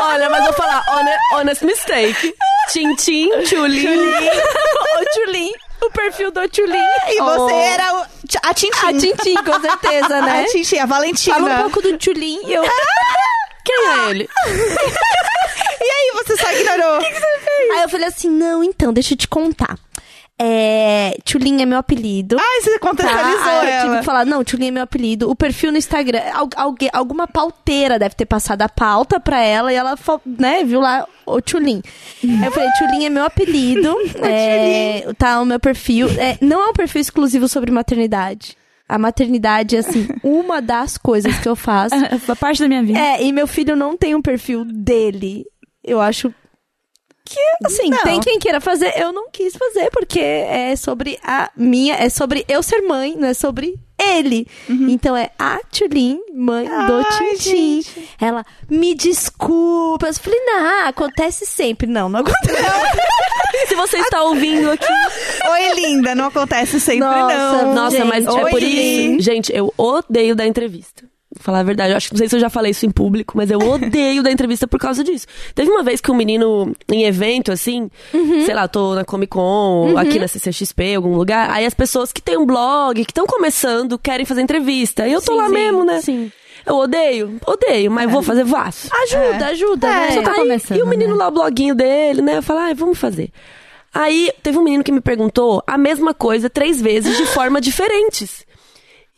S1: Olha, mas vou falar, honest, honest mistake. Tintin, Tchulin.
S2: o Tchulin, o perfil do Tchulin.
S4: E você
S1: Oh.
S4: era o- a Tintin.
S2: A Tintin, com certeza,
S4: A
S2: né?
S4: Tintin, né?" a Valentina.
S2: Fala um pouco do Tchulin e eu.
S1: Quem é ele?
S4: E aí, você só ignorou. O que, você fez?
S2: Aí eu falei assim: não, então, deixa eu te contar. É. Tchulinha é meu apelido.
S4: Ai, você contextualizou
S2: Tá, aí eu tive
S4: ela.
S2: que falar, não, Tchulinha é meu apelido. O perfil no Instagram, al- alguém- alguma pauteira deve ter passado a pauta pra ela e ela, fa- né, viu lá o Tchulin. Aí eu falei, Tchulin é meu apelido. é, tá o meu perfil. É, não é um perfil exclusivo sobre maternidade. A maternidade é, assim, uma das coisas que eu faço.
S3: A parte da minha vida.
S2: É, e meu filho não tem um perfil dele. Eu acho que, assim,
S4: Não.
S2: tem quem queira fazer. Eu não quis fazer, porque é sobre a minha, é sobre eu ser mãe, não é sobre ele. Então é a Tulin, mãe do
S4: Uhum. Ai,
S2: Tintin. Ela, me desculpa. Eu falei, não, acontece sempre. Não, não acontece.
S1: Se você está ouvindo aqui.
S4: Oi, linda, não acontece sempre,
S2: Nossa, tipo,
S4: não.
S1: Nossa,
S2: Gente,
S1: mas é
S4: oi.
S1: por isso. Gente, eu odeio dar entrevista. Vou falar a verdade. Eu acho que não sei se eu já falei isso em público, mas eu odeio dar entrevista por causa disso. Teve uma vez que um menino em evento, assim,
S2: Uhum.
S1: sei lá, tô na Comic Con, ou aqui na CCXP, algum lugar, aí as pessoas que têm um blog, que estão começando, querem fazer entrevista. E eu tô
S2: Sim,
S1: lá
S2: sim,
S1: mesmo, né?
S2: sim. É.
S1: Eu odeio, odeio, mas vou fazer vaso.
S2: Ajuda, ajuda.
S3: É,
S2: né?
S3: só tá
S1: Aí,
S3: começando,
S1: E o menino
S3: né?
S1: lá, o bloguinho dele, né? Eu falei, ah, vamos fazer. Aí teve um menino que me perguntou a mesma coisa três vezes de forma diferentes.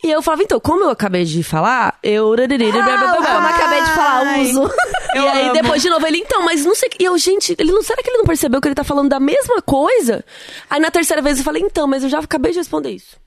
S1: E eu falava, então, como eu acabei de falar, eu.
S2: Ah, o como eu acabei de falar,
S4: Ai.
S2: uso.
S1: e aí depois de novo ele, então, mas não sei. o que- E eu, gente, ele não, será que ele não percebeu que ele tá falando da mesma coisa? Aí na terceira vez eu falei, então, mas eu já acabei de responder isso.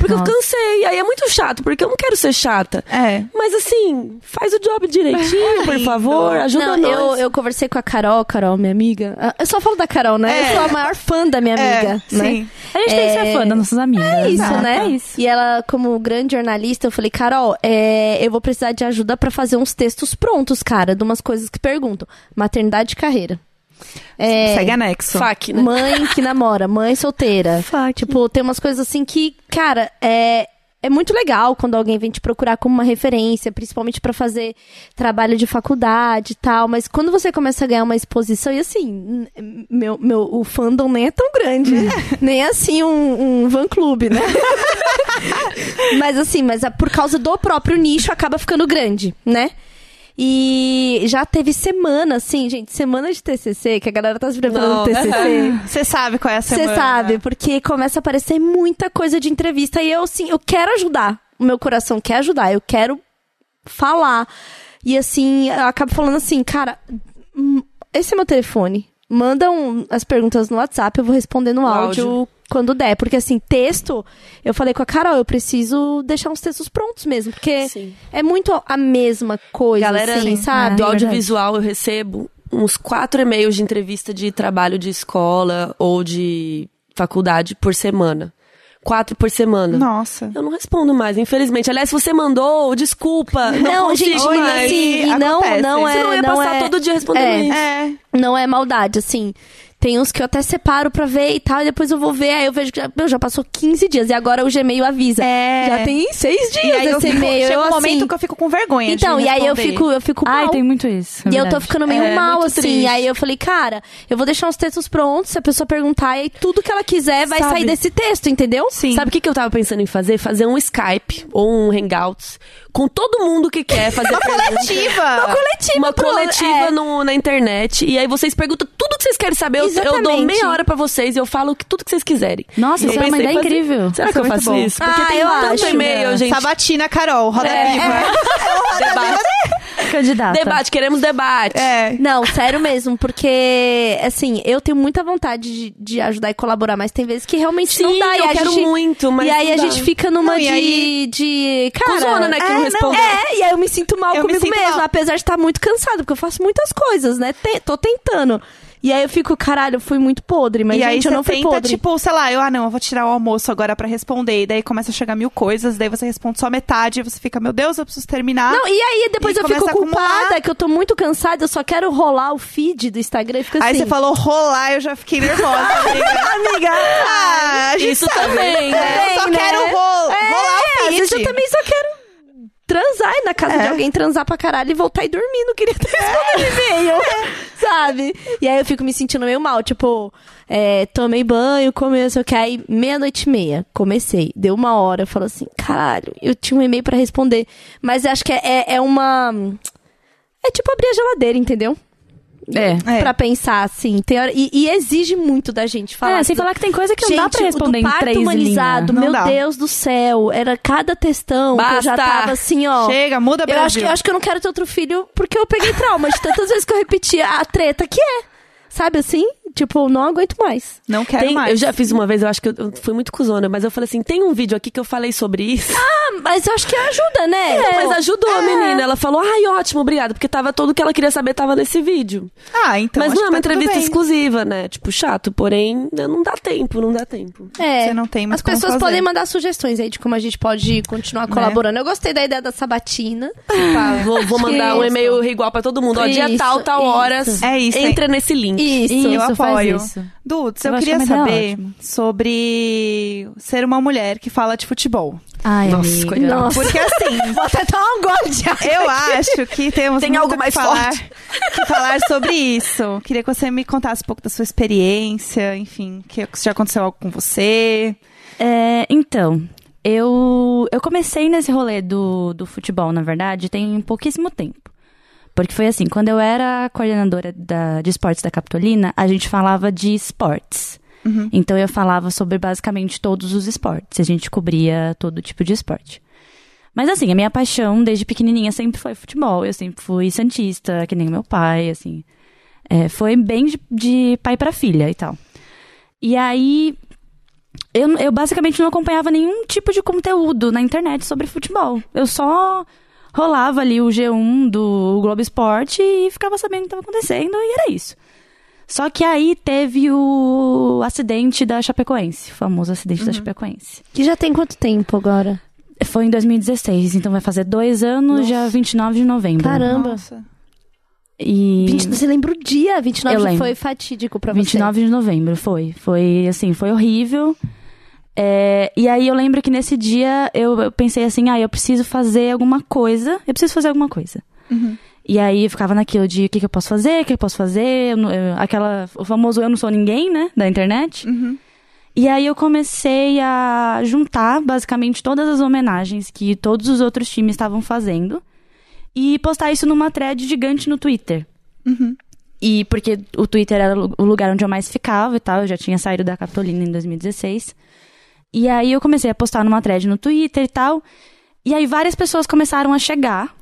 S1: Porque
S3: Nossa.
S1: eu cansei. Aí é muito chato, porque eu não quero ser chata.
S4: É.
S1: Mas assim, faz o job direitinho, por favor. Ajuda
S2: não,
S1: nós.
S2: Eu, eu conversei com a Carol, Carol, minha amiga. Ah, Eu só falo da Carol, né?
S4: É.
S2: Eu sou a maior fã da minha
S4: É,
S2: amiga. né?
S4: sim.
S3: A gente tem que ser
S2: É.
S3: fã das nossas amigas.
S2: É isso,
S3: Exato,
S2: né?
S3: É isso.
S2: E ela, como grande jornalista, eu falei, Carol, é, eu vou precisar de ajuda pra fazer uns textos prontos, cara, de umas coisas que perguntam. Maternidade e carreira. É,
S4: Segue anexo.
S1: Fac, né?
S2: mãe que namora, mãe solteira. Tipo, tem umas coisas assim que, cara, é. É muito legal quando alguém vem te procurar como uma referência, principalmente pra fazer trabalho de faculdade e tal, mas quando você começa a ganhar uma exposição, e assim, n- n- meu, meu, o fandom nem é tão grande,
S3: Uhum.
S2: nem é assim um, um van-clube, né? mas assim, mas a- por causa do próprio nicho acaba ficando grande, né? E já teve semana, assim, gente, semana de TCC, que a galera tá se preparando
S1: Não.
S2: pro TCC.
S4: Você sabe qual é a
S2: Você
S4: semana.
S2: sabe, porque começa a aparecer muita coisa de entrevista e eu, assim, eu quero ajudar. O meu coração quer ajudar, eu quero falar. E, assim, eu acabo falando assim, cara, hum, esse é meu telefone. Manda um- as perguntas no WhatsApp, eu vou responder no
S1: No
S2: áudio,
S1: áudio.
S2: quando der. Porque, assim, texto, eu falei com a Carol, eu preciso deixar uns textos prontos mesmo, porque
S1: Sim.
S2: é muito a mesma coisa,
S1: Galera,
S2: assim,
S1: sim.
S2: sabe?
S1: Do
S3: É verdade.
S1: audiovisual eu recebo uns quatro e-mails de entrevista de trabalho de escola ou de faculdade por semana. Quatro por semana.
S4: Nossa.
S1: Eu não respondo mais, infelizmente. Aliás, se você mandou, desculpa. É, Não,
S2: Não,
S1: consigo
S2: gente,
S4: oi,
S1: mais.
S2: assim, e
S4: Acontece.
S2: não, não é.
S1: Senão eu ia
S2: não
S1: passar
S2: é-
S1: todo dia respondendo
S2: é.
S1: isso.
S4: É.
S2: não é maldade, assim. Tem uns que eu até separo pra ver e tal, e depois eu vou ver, aí eu vejo que já, meu, já passou 15 dias, e agora o Gmail avisa.
S4: É.
S2: Já tem seis
S4: E
S2: dias
S4: aí eu
S2: esse
S4: fico,
S2: e-mail.
S4: chega
S2: eu,
S4: um
S2: assim,
S4: momento que eu fico com vergonha de
S2: Então, e aí eu
S4: responder.
S2: fico, eu fico
S3: Ai,
S2: mal.
S3: tem muito isso. é
S2: E eu tô
S3: verdade.
S2: ficando meio
S1: É,
S2: mal,
S1: muito
S2: assim.
S1: triste.
S2: Aí eu falei, cara, eu vou deixar os textos prontos, se a pessoa perguntar, e aí tudo que ela quiser vai
S4: Sabe.
S2: sair desse texto, entendeu?
S4: Sim.
S1: Sabe o que, que eu tava pensando em fazer? Fazer um Skype ou um Hangouts com todo mundo que quer fazer pergunta.
S4: Ativa.
S2: Coletiva,
S1: uma
S2: pro-
S1: coletiva
S2: é.
S1: no- na internet. E aí vocês perguntam tudo que vocês querem saber. Eu, eu dou
S2: Exatamente.
S1: meia hora pra vocês e eu falo que- tudo que vocês quiserem.
S3: Nossa,
S1: Eu
S3: isso é uma
S1: pensei
S3: ideia
S1: em fazer-
S3: incrível.
S1: Será que
S4: Isso é
S1: eu
S4: muito
S1: faço
S4: bom.
S1: isso? Porque
S2: Ah,
S1: tem
S2: eu
S1: tanto
S2: acho.
S1: e-mail, gente.
S4: É. Sabatina, Carol, roda
S2: É.
S4: viva.
S1: Debate.
S3: candidata.
S1: Debate, queremos debate.
S4: É.
S2: Não, sério mesmo, porque, assim, eu tenho muita vontade de, de ajudar e colaborar, mas tem vezes que realmente
S1: Sim,
S2: não dá. e
S1: eu
S2: a
S1: quero
S2: gente,
S1: muito, mas
S2: E aí
S1: não
S2: a
S1: dá.
S2: gente fica numa
S4: Não, e
S2: de,
S4: aí-
S2: de. Cara.
S1: Cuzona, né, que
S4: é,
S1: não
S4: não,
S1: respondeu.
S2: É, e aí eu me sinto mal
S4: Eu me
S2: comigo
S4: sinto
S2: mesma,
S4: mal.
S2: apesar de estar muito cansada, porque eu faço muitas coisas, né? Te- tô tentando. E aí eu fico, caralho, eu fui muito podre, mas
S4: e aí
S2: gente, eu
S4: você
S2: não fui
S4: tenta,
S2: podre.
S4: tipo, sei lá, eu, ah, não, eu vou tirar o almoço agora pra responder. E daí começa a chegar mil coisas, daí você responde só metade, e você fica, meu Deus, eu preciso terminar.
S2: Não, e aí depois
S4: ah, E
S2: eu fico
S4: começa a acumular.
S2: culpada, que eu tô muito cansada, eu só quero rolar o feed do Instagram e fica
S4: aí
S2: assim.
S4: você falou rolar, eu já fiquei nervosa. amiga.
S2: amiga,
S4: ah, a gente
S1: Isso
S4: sabe.
S1: também, né?
S4: Eu só
S2: Também, né?
S4: quero ro-
S2: É,
S4: rolar o
S2: às
S4: feed.
S2: vezes eu também só quero transar e na casa de alguém, transar pra caralho e voltar e dormir. Não queria ter respondido e-mail, sabe? E aí eu fico me sentindo meio mal, tipo, é, tomei banho, comi, não sei o que, aí meia-noite e meia, comecei. Deu uma hora, eu falo assim, caralho, eu tinha um e-mail pra responder. Mas eu acho que é, é, é uma... É tipo abrir a geladeira, entendeu?
S3: É.
S4: É.
S2: pra pensar, assim. Tem hora- e, e exige muito da gente falar.
S3: É, sem
S2: do-
S3: falar que tem coisa que não dá
S2: Gente,
S3: pra responder
S2: o do
S3: em
S2: parto
S3: três
S2: humanizado,
S4: linhas. Não
S2: meu
S4: dá.
S2: Deus do céu. Era cada textão que eu já
S1: Basta.
S2: tava assim, ó.
S4: Chega, muda
S2: Eu
S4: Brasil.
S2: acho, que, eu acho que eu não quero ter outro filho porque eu peguei trauma de tantas vezes que eu repeti a treta que é. Sabe assim? Tipo, eu não aguento mais.
S4: Não quero
S1: Tem-
S4: mais.
S1: eu já fiz uma vez, eu acho que eu, eu fui muito cuzona, mas eu falei assim: tem um vídeo aqui que eu falei sobre isso.
S2: Ah, mas eu acho que ajuda, né?
S1: Não, mas ajudou a menina. Ela falou, ai, ótimo, obrigada. Porque tava tudo que ela queria saber tava nesse vídeo.
S4: Ah, então.
S1: mas
S4: acho
S1: não é
S4: que
S1: uma
S4: tá tudo
S1: entrevista
S4: bem.
S1: exclusiva, né? Tipo, chato. Porém, né, não dá tempo, não dá tempo.
S2: É.
S4: Você não tem muito
S2: As
S4: como
S2: pessoas
S4: fazer. Né?
S2: podem mandar sugestões aí de como a gente pode continuar colaborando. Eu gostei da ideia da sabatina.
S1: Vou, vou mandar um
S2: Isso.
S1: e-mail igual pra todo mundo. Ó, dia
S2: Isso,
S1: tal, tal
S2: isso.
S1: horas.
S4: É isso,
S1: Entra nesse link.
S2: Isso.
S3: Isso,
S4: eu
S3: faz
S4: apoio.
S3: isso.
S4: Dudes, eu,
S3: Eu acho
S4: queria
S3: que uma ideia
S4: saber sobre ser uma mulher que fala de futebol.
S3: Ai,
S1: Nossa,
S3: amiga.
S1: coitada.
S2: Nossa.
S4: Porque assim,
S2: Vou até tomar um gole de água.
S4: eu acho que temos
S1: Tem
S4: muito
S1: algo
S4: que
S1: mais
S4: falar,
S1: forte.
S4: que falar sobre isso. Queria que você me contasse um pouco da sua experiência, enfim, que se já aconteceu algo com você.
S3: É, então, eu, eu comecei nesse rolê do, do futebol, na verdade, tem pouquíssimo tempo. Porque foi assim, quando eu era coordenadora da- de esportes da Capitolina, a gente falava de esportes. Então eu falava sobre basicamente todos os esportes. A gente cobria todo tipo de esporte. Mas assim, a minha paixão desde pequenininha sempre foi futebol. Eu sempre fui santista, que nem meu pai, assim. É, foi bem de, de pai pra filha e tal. E aí, eu, eu basicamente não acompanhava nenhum tipo de conteúdo na internet sobre futebol. Eu só rolava ali o G1 do Globo Esporte e ficava sabendo o que estava acontecendo e era isso. Só que aí teve o acidente da Chapecoense, o famoso acidente da Chapecoense.
S2: Que já tem quanto tempo agora?
S3: Foi em 2016, então vai fazer dois anos, dia 29 de novembro.
S2: Caramba.
S4: Nossa.
S3: E...
S2: 20, você lembra o dia? 29
S3: Eu
S2: já
S3: lembro.
S2: foi fatídico pra
S3: 29 de novembro, foi. Foi, assim, foi horrível. É, e aí eu lembro que nesse dia eu, eu pensei assim, ah, eu preciso fazer alguma coisa, eu preciso fazer alguma coisa. E aí eu ficava naquilo de o que, que eu posso fazer, o que eu posso fazer, eu não- eu- aquela, o famoso eu não sou ninguém, né, da internet. E aí eu comecei a juntar basicamente todas as homenagens que todos os outros times estavam fazendo e postar isso numa thread gigante no Twitter. E porque o Twitter era o lugar onde eu mais ficava e tal, eu já tinha saído da Capitolina em 2016. E aí eu comecei a postar numa thread no Twitter e tal. E aí várias pessoas começaram a chegar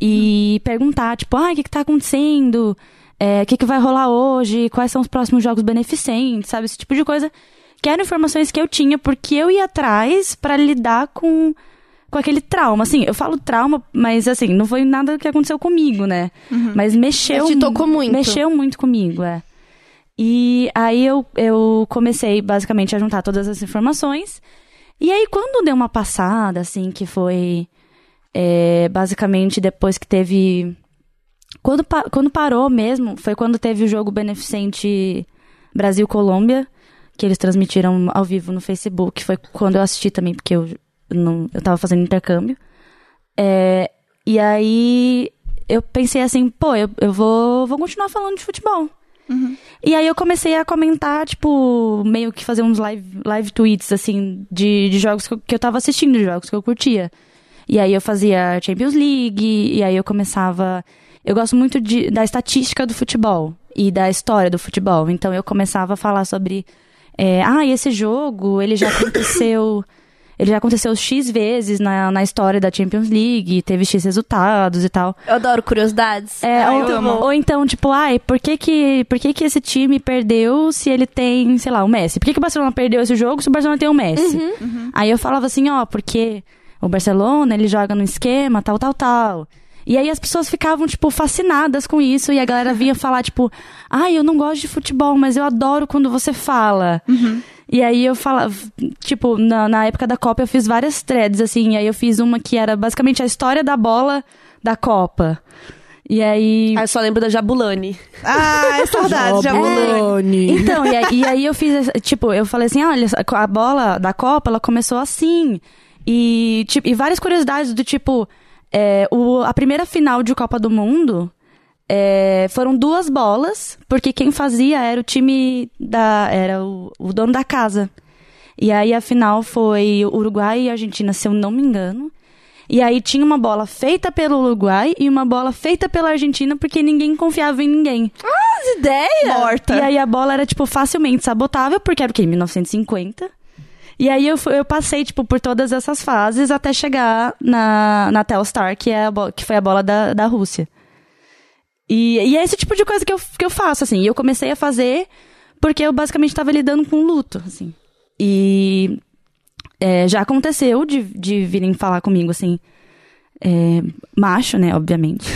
S3: e perguntar, tipo, ah, o que, que tá acontecendo? É, O que, que vai rolar hoje? Quais são os próximos jogos beneficentes? Sabe, esse tipo de coisa. Que eram informações que eu tinha, porque eu ia atrás pra lidar com, com aquele trauma. Assim, eu falo trauma, mas assim, não foi nada que aconteceu comigo, né? Mas mexeu.
S2: Uhum. Mas te tocou muito.
S3: Mexeu muito comigo, é. E aí eu, eu comecei basicamente a juntar todas as informações. E aí, quando deu uma passada, assim, que foi é, basicamente depois que teve. Quando, pa- quando parou mesmo, foi quando teve o jogo beneficente Brasil-Colômbia, que eles transmitiram ao vivo no Facebook. Foi quando eu assisti também, porque eu, não, eu tava fazendo intercâmbio. É, e aí eu pensei assim, pô, eu, eu vou, vou continuar falando de futebol. E aí eu comecei a comentar, tipo, meio que fazer uns live, live tweets, assim, de, de jogos que eu, que eu tava assistindo, de jogos que eu curtia. E aí eu fazia Champions League, e aí eu começava. Eu gosto muito de, da estatística do futebol e da história do futebol. Então eu começava a falar sobre. é, ah, esse jogo, ele já aconteceu. Ele já aconteceu X vezes na, na história da Champions League, teve X resultados e tal.
S2: Eu adoro curiosidades.
S3: É,
S4: Ah,
S3: ou,
S4: eu amo.
S3: ou então, tipo, ai, por que que, por que que esse time perdeu se ele tem, sei lá, o Messi? Por que que o Barcelona perdeu esse jogo se o Barcelona tem o Messi? Aí eu falava assim, ó, porque o Barcelona, ele joga no esquema, tal, tal, tal. E aí as pessoas ficavam, tipo, fascinadas com isso. E a galera vinha falar, tipo, ai, eu não gosto de futebol, mas eu adoro quando você fala. E aí eu falava, tipo, na, na época da Copa eu fiz várias threads, assim. E aí eu fiz uma que era basicamente a história da bola da Copa. E aí.
S1: Ah, eu só lembro da Jabulani.
S4: Ah, é saudade, já mudou.
S3: Então, e aí, e aí eu fiz, essa- tipo, eu falei assim, ah, olha, a bola da Copa, ela começou assim. E, tipo, e várias curiosidades do tipo, é, o- a primeira final de Copa do Mundo é, foram duas bolas, porque quem fazia era o time da. era o, o dono da casa. E aí a final foi Uruguai e Argentina, se eu não me engano. E aí tinha uma bola feita pelo Uruguai e uma bola feita pela Argentina, porque ninguém confiava em ninguém.
S2: As ideias!
S4: Morta.
S3: E aí a bola era, tipo, facilmente sabotável, porque era o quê? 1950. E aí eu, fui- eu passei, tipo, por todas essas fases até chegar na, na Telstar, que, é a bo- que foi a bola da, da Rússia. E, e é esse tipo de coisa que eu, que eu faço, assim. E eu comecei a fazer porque eu basicamente tava lidando com luto, assim. E é, já aconteceu de, de virem falar comigo, assim... é, macho, né, obviamente.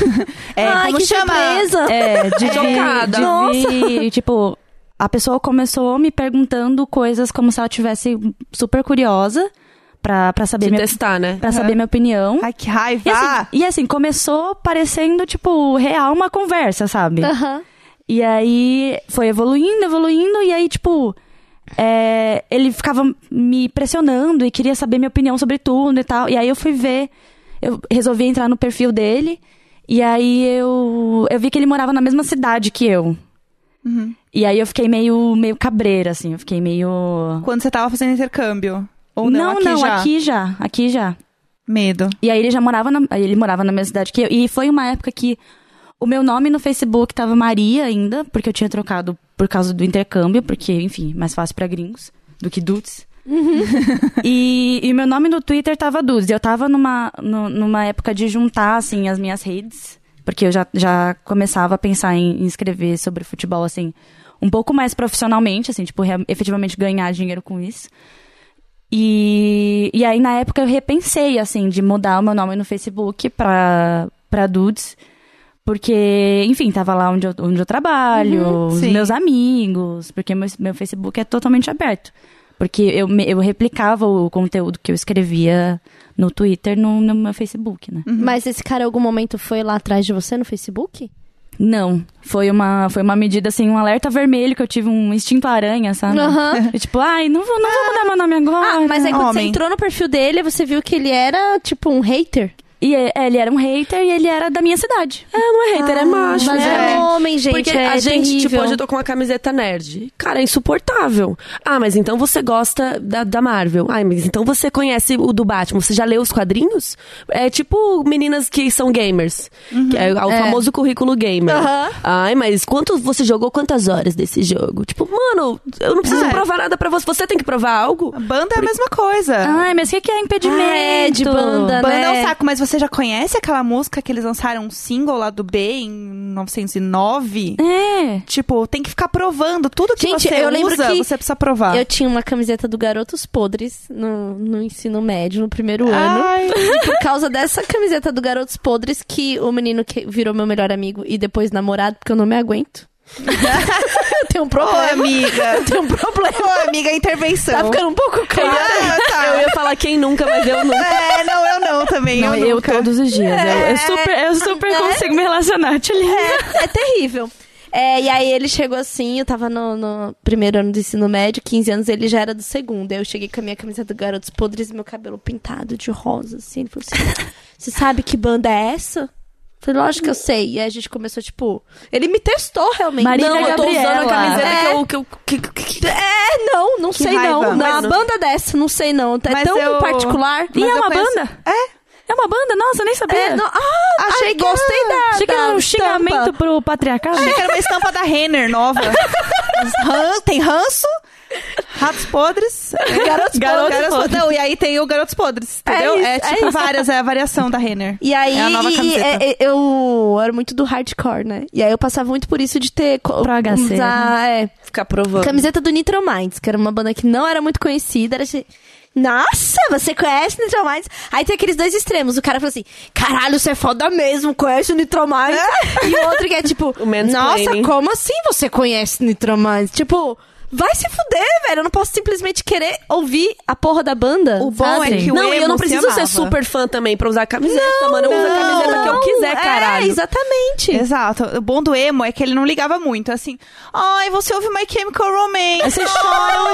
S4: É,
S2: Ai,
S4: como
S2: que
S4: chama?
S2: surpresa!
S3: É, de vir,
S1: Chocada.
S3: de vir, tipo, a pessoa começou me perguntando coisas como se ela tivesse super curiosa pra, pra saber
S1: De
S3: minha,
S1: testar, né?
S3: pra saber minha opinião.
S4: Ai, que raiva!
S3: E
S4: Ah,
S2: tá.
S3: assim, e assim, começou parecendo, tipo, real uma conversa, sabe?
S2: Aham.
S3: E aí foi evoluindo, evoluindo, e aí, tipo, é, ele ficava me pressionando e queria saber minha opinião sobre tudo e tal. E aí eu fui ver, eu resolvi entrar no perfil dele, e aí eu, eu vi que ele morava na mesma cidade que eu.
S4: Uhum.
S3: E aí eu fiquei meio, meio cabreira, assim, eu fiquei meio.
S4: Quando você tava fazendo intercâmbio. Ou não, aqui
S3: não,
S4: já.
S3: aqui já, aqui já.
S4: Medo.
S3: E aí ele já morava na, aí ele morava na mesma cidade que eu. E foi uma época que o meu nome no Facebook tava Maria ainda, porque eu tinha trocado por causa do intercâmbio, porque, enfim, mais fácil pra gringos do que dudes. e, e meu nome no Twitter tava Dudes. Eu tava numa, nu- numa época de juntar, assim, as minhas redes. Porque eu já, já começava a pensar em, em escrever sobre futebol, assim, um pouco mais profissionalmente, assim, tipo, rea- efetivamente ganhar dinheiro com isso. E, e aí, na época, eu repensei, assim, de mudar o meu nome no Facebook pra, pra Dudes. Porque, enfim, tava lá onde eu, onde eu trabalho,
S2: Uhum,
S3: os
S4: sim.
S3: meus amigos, porque meu, meu Facebook é totalmente aberto. Porque eu, me- eu replicava o conteúdo que eu escrevia no Twitter no, no meu Facebook, né?
S2: Uhum. Mas esse cara, em algum momento, foi lá atrás de você no Facebook?
S3: Não, foi uma, foi uma medida, assim, um alerta vermelho que eu tive, um instinto aranha, sabe?
S2: Aham.
S3: E tipo, ai, não vou, não vou mudar meu nome agora.
S2: Ah, mas aí quando você
S4: homem.
S2: entrou no perfil dele, você viu que ele era, tipo, um hater?
S3: E é, ele era um hater e ele era da minha cidade.
S1: É, não é hater, é macho,
S2: Mas
S1: né?
S2: é,
S4: é.
S2: um homem, gente,
S1: Porque
S2: é
S1: a gente, tipo,
S2: terrível.
S1: hoje eu tô com uma camiseta nerd. Cara, é insuportável. Ah, mas então você gosta da, da Marvel. Ai, mas então você conhece o do Batman. Você já leu os quadrinhos? É tipo meninas que são gamers. Que é o
S2: É.
S1: famoso currículo gamer.
S2: Aham.
S1: Ai, mas quanto você jogou quantas horas desse jogo? Tipo, mano, eu não
S2: Ah,
S1: preciso
S4: É.
S1: provar nada pra você. Você tem que provar algo?
S4: A banda é a mesma coisa.
S3: Ai, mas o que, que é impedimento?
S2: Ah, é, de banda.
S4: banda é
S2: Ah, né?
S4: um saco, mas você já conhece aquela música que eles lançaram um single lá do B em 1909?
S3: É.
S4: Tipo, tem que ficar provando. Tudo que
S2: Gente,
S4: você
S2: eu lembro
S4: usa,
S2: que
S4: você precisa provar.
S2: Eu tinha uma camiseta do Garotos Podres no, no ensino médio, no primeiro ano.
S4: Ai,
S2: E por causa dessa camiseta do Garotos Podres que o menino que virou meu melhor amigo e depois namorado, porque eu não me aguento. eu tenho um
S4: ô,
S2: problema.
S4: amiga.
S2: Eu tenho um problema.
S4: Ô, amiga, intervenção.
S2: Tá ficando um pouco claro.
S4: Ah, tá.
S1: Eu ia falar quem nunca, mas eu nunca.
S4: É, não, eu não também.
S3: Não,
S4: eu,
S3: eu
S4: nunca.
S3: todos os dias. Eu, eu super, eu super consigo me relacionar, te ligo.
S2: É, é terrível. É, e aí ele chegou assim, eu tava no, no primeiro ano do ensino médio, 15 anos, ele já era do segundo. Aí eu cheguei com a minha camiseta do Garotos Podres e meu cabelo pintado de rosa, assim. Ele falou assim, você sabe que banda é essa? Eu Falei, lógico que eu sei. E aí a gente começou, tipo... Ele me testou, realmente.
S3: Marília
S2: não,
S1: Não, eu tô usando a
S4: Ah.
S3: Gabriela.
S1: camiseta
S2: É.
S1: que eu... Que eu que- que- que-
S2: É, não, não sei
S4: raiva,
S2: não. Não,
S4: mano.
S2: Uma banda dessa, não sei não. É
S4: Mas
S2: tão
S4: eu-
S2: particular.
S3: E
S4: Mas
S3: é
S4: eu
S3: uma
S4: conheço-
S3: banda?
S4: É.
S3: É uma banda? Nossa, eu nem sabia.
S2: É, Ah, tá, não- ah,
S4: Achei
S2: ai,
S4: que
S2: gostei
S4: era-
S2: da
S3: Achei que
S2: da
S3: era um
S2: estampa.
S3: xingamento pro patriarcado.
S4: Achei que era uma estampa da Renner nova. Os ran- Tem ranço, ratos podres, é garotos,
S3: Garotos
S4: podres.
S3: podres.
S4: Não, e aí tem o garotos podres, entendeu?
S2: isso,
S4: É,
S2: é
S4: tipo várias, é a variação da Renner.
S2: E aí,
S4: É a nova
S2: e-
S4: camiseta.
S2: e- e- eu era muito do hardcore, né? E aí eu passava muito por isso de ter. co-
S3: Pro HC,
S2: usar,
S4: né?
S2: é,
S1: Ficar provando.
S2: camiseta do Nitro Minds, que era uma banda que não era muito conhecida. Era che- Nossa, você conhece Nitro Minds? Aí tem aqueles dois extremos. O cara fala assim: caralho, você é foda mesmo, conhece o Nitro Minds. E o outro que é tipo:
S1: O mansplaining.
S2: nossa, como assim você conhece Nitro Minds? Tipo. Vai se fuder, velho. Eu não posso simplesmente querer ouvir a porra da banda.
S4: O bom
S2: sabe?
S4: é que o
S1: Não, e eu
S4: emo
S1: não
S4: se
S1: preciso ser
S4: amava.
S1: super fã também pra usar a camiseta,
S2: tá,
S1: mano. Eu uso a
S4: não,
S1: camiseta que eu quiser,
S2: É,
S1: caralho.
S2: exatamente.
S4: Exato. O bom do emo é que ele não ligava muito. Assim, ai, você ouve My Chemical Romance.
S1: Vocês choram